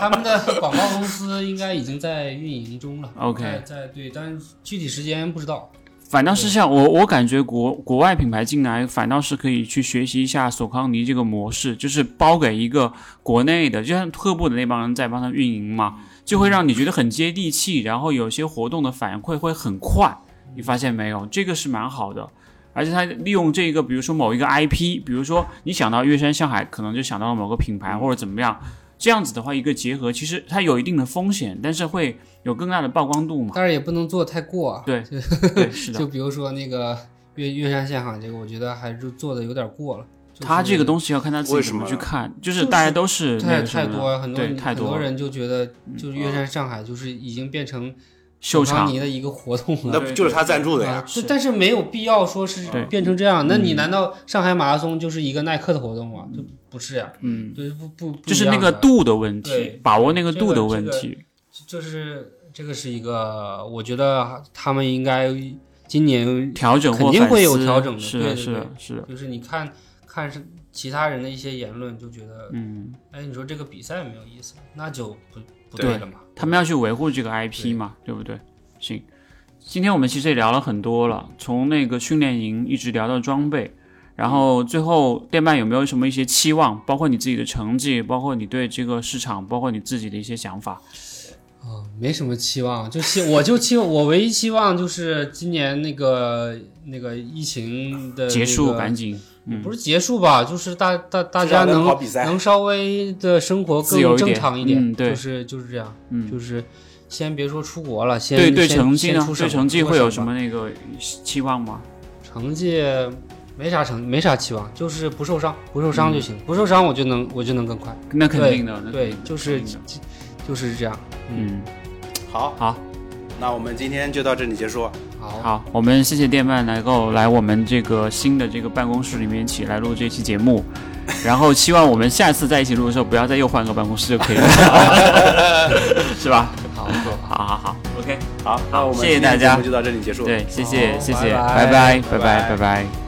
[SPEAKER 3] 他们的广告公司应该已经在运营中了。
[SPEAKER 4] OK
[SPEAKER 3] 在在对，但是具体时间不知道。
[SPEAKER 4] 反倒是像我，我感觉国国外品牌进来，反倒是可以去学习一下索康尼这个模式，就是包给一个国内的，就像特步的那帮人在帮他运营嘛，就会让你觉得很接地气，然后有些活动的反馈会很快，你发现没有？这个是蛮好的。而且他利用这个，比如说某一个 IP，比如说你想到乐山上海，可能就想到了某个品牌或者怎么样，这样子的话一个结合，其实它有一定的风险，但是会有更大的曝光度嘛？
[SPEAKER 3] 但是也不能做太过啊。
[SPEAKER 4] 对
[SPEAKER 3] 就
[SPEAKER 4] 对，是的
[SPEAKER 3] 就。比如说那个岳岳山现行这个，我觉得还是做的有点过了。就是
[SPEAKER 4] 他这个东西要看他自己
[SPEAKER 2] 啊
[SPEAKER 4] 怎么去看，就是大家都是那
[SPEAKER 3] 太
[SPEAKER 4] 个什
[SPEAKER 3] 太
[SPEAKER 4] 么
[SPEAKER 3] 多了，很多
[SPEAKER 4] 对太
[SPEAKER 3] 很
[SPEAKER 4] 多
[SPEAKER 3] 多
[SPEAKER 4] 了嗯啊
[SPEAKER 3] 人就觉得，就是岳山上海就是已经变成
[SPEAKER 4] 秀
[SPEAKER 3] 康
[SPEAKER 4] 场
[SPEAKER 3] 尼的一个活动了。
[SPEAKER 2] 那不就是他赞助的
[SPEAKER 3] 啊
[SPEAKER 2] 呀，
[SPEAKER 4] 是
[SPEAKER 3] 就但是没有必要说是
[SPEAKER 4] 对嗯
[SPEAKER 3] 变成这样。那你难道上海马拉松就是一个耐克的活动吗？就不是呀，
[SPEAKER 4] 嗯，
[SPEAKER 3] 就是不不不
[SPEAKER 4] 就是
[SPEAKER 3] 一样
[SPEAKER 4] 那个
[SPEAKER 3] 的
[SPEAKER 4] 度的问题
[SPEAKER 3] 对，
[SPEAKER 4] 把握那个度
[SPEAKER 3] 这
[SPEAKER 4] 的
[SPEAKER 3] 个
[SPEAKER 4] 问
[SPEAKER 3] 这个
[SPEAKER 4] 题。
[SPEAKER 3] 就是这个是一个，我觉得他们应该今年
[SPEAKER 4] 调整或
[SPEAKER 3] 肯定
[SPEAKER 4] 反
[SPEAKER 3] 会有
[SPEAKER 4] 思
[SPEAKER 3] 调整的
[SPEAKER 4] 是
[SPEAKER 3] 对
[SPEAKER 4] 的，
[SPEAKER 3] 对
[SPEAKER 4] 是的啊
[SPEAKER 3] 对，
[SPEAKER 4] 是的。
[SPEAKER 3] 就是你看看是其他人的一些言论，就觉得，
[SPEAKER 4] 嗯，
[SPEAKER 3] 哎，你说这个比赛没有意思，那就不不
[SPEAKER 4] 对
[SPEAKER 3] 了嘛。
[SPEAKER 4] 他们要去维护这个 IP 嘛，对不对？行，今天我们其实也聊了很多了，从那个训练营一直聊到装备，然后最后电鳗有没有什么一些期望，包括你自己的成绩，包括你对这个市场，包括你自己的一些想法？
[SPEAKER 3] 啊、没什么期望，就期我就期望我唯一期望就是今年那个那个疫情的、
[SPEAKER 4] 结束，赶。紧，嗯
[SPEAKER 3] 不是结束吧，就是大大大
[SPEAKER 2] 至少
[SPEAKER 3] 家
[SPEAKER 2] 能
[SPEAKER 3] 能
[SPEAKER 2] 跑比赛
[SPEAKER 3] 能稍微的生活
[SPEAKER 4] 自由
[SPEAKER 3] 更
[SPEAKER 4] 一
[SPEAKER 3] 正
[SPEAKER 4] 点
[SPEAKER 3] 常一点，
[SPEAKER 4] 嗯对
[SPEAKER 3] 就是就是这样，
[SPEAKER 4] 嗯
[SPEAKER 3] 就是先别说出国了，先
[SPEAKER 4] 对对，
[SPEAKER 3] 先
[SPEAKER 4] 成绩
[SPEAKER 3] 先
[SPEAKER 4] 呢
[SPEAKER 3] 出？省
[SPEAKER 4] 对成绩
[SPEAKER 3] 出个
[SPEAKER 4] 会有
[SPEAKER 3] 省
[SPEAKER 4] 什
[SPEAKER 3] 吧
[SPEAKER 4] 么那个期望吗？
[SPEAKER 3] 成绩没啥成，没啥期望，就是不受伤，不受伤就行，不受伤我就能我就能更快，
[SPEAKER 4] 那肯定的，那肯
[SPEAKER 3] 对
[SPEAKER 4] 定，的
[SPEAKER 3] 就是
[SPEAKER 4] 肯定的
[SPEAKER 3] 就是这样，
[SPEAKER 4] 嗯，
[SPEAKER 2] 好，
[SPEAKER 4] 好，
[SPEAKER 2] 那我们今天就到这里结束。
[SPEAKER 3] 好，
[SPEAKER 4] 好，我们谢谢电鳗能够来我们这个新的这个办公室里面一起来录这期 节目，然后希望我们下次在一起录的时候，不要再又换个办公室就可以了， 是吧？
[SPEAKER 3] 好，
[SPEAKER 4] 好好好，OK，
[SPEAKER 2] 好，那我们
[SPEAKER 4] 谢谢
[SPEAKER 2] 今天
[SPEAKER 4] 大
[SPEAKER 2] 的
[SPEAKER 4] 家
[SPEAKER 2] 节目就到这里结束。
[SPEAKER 4] 对，谢谢
[SPEAKER 3] 好
[SPEAKER 4] 谢谢，
[SPEAKER 3] 拜
[SPEAKER 4] 拜拜
[SPEAKER 2] 拜
[SPEAKER 4] 拜拜
[SPEAKER 2] 拜
[SPEAKER 4] 拜拜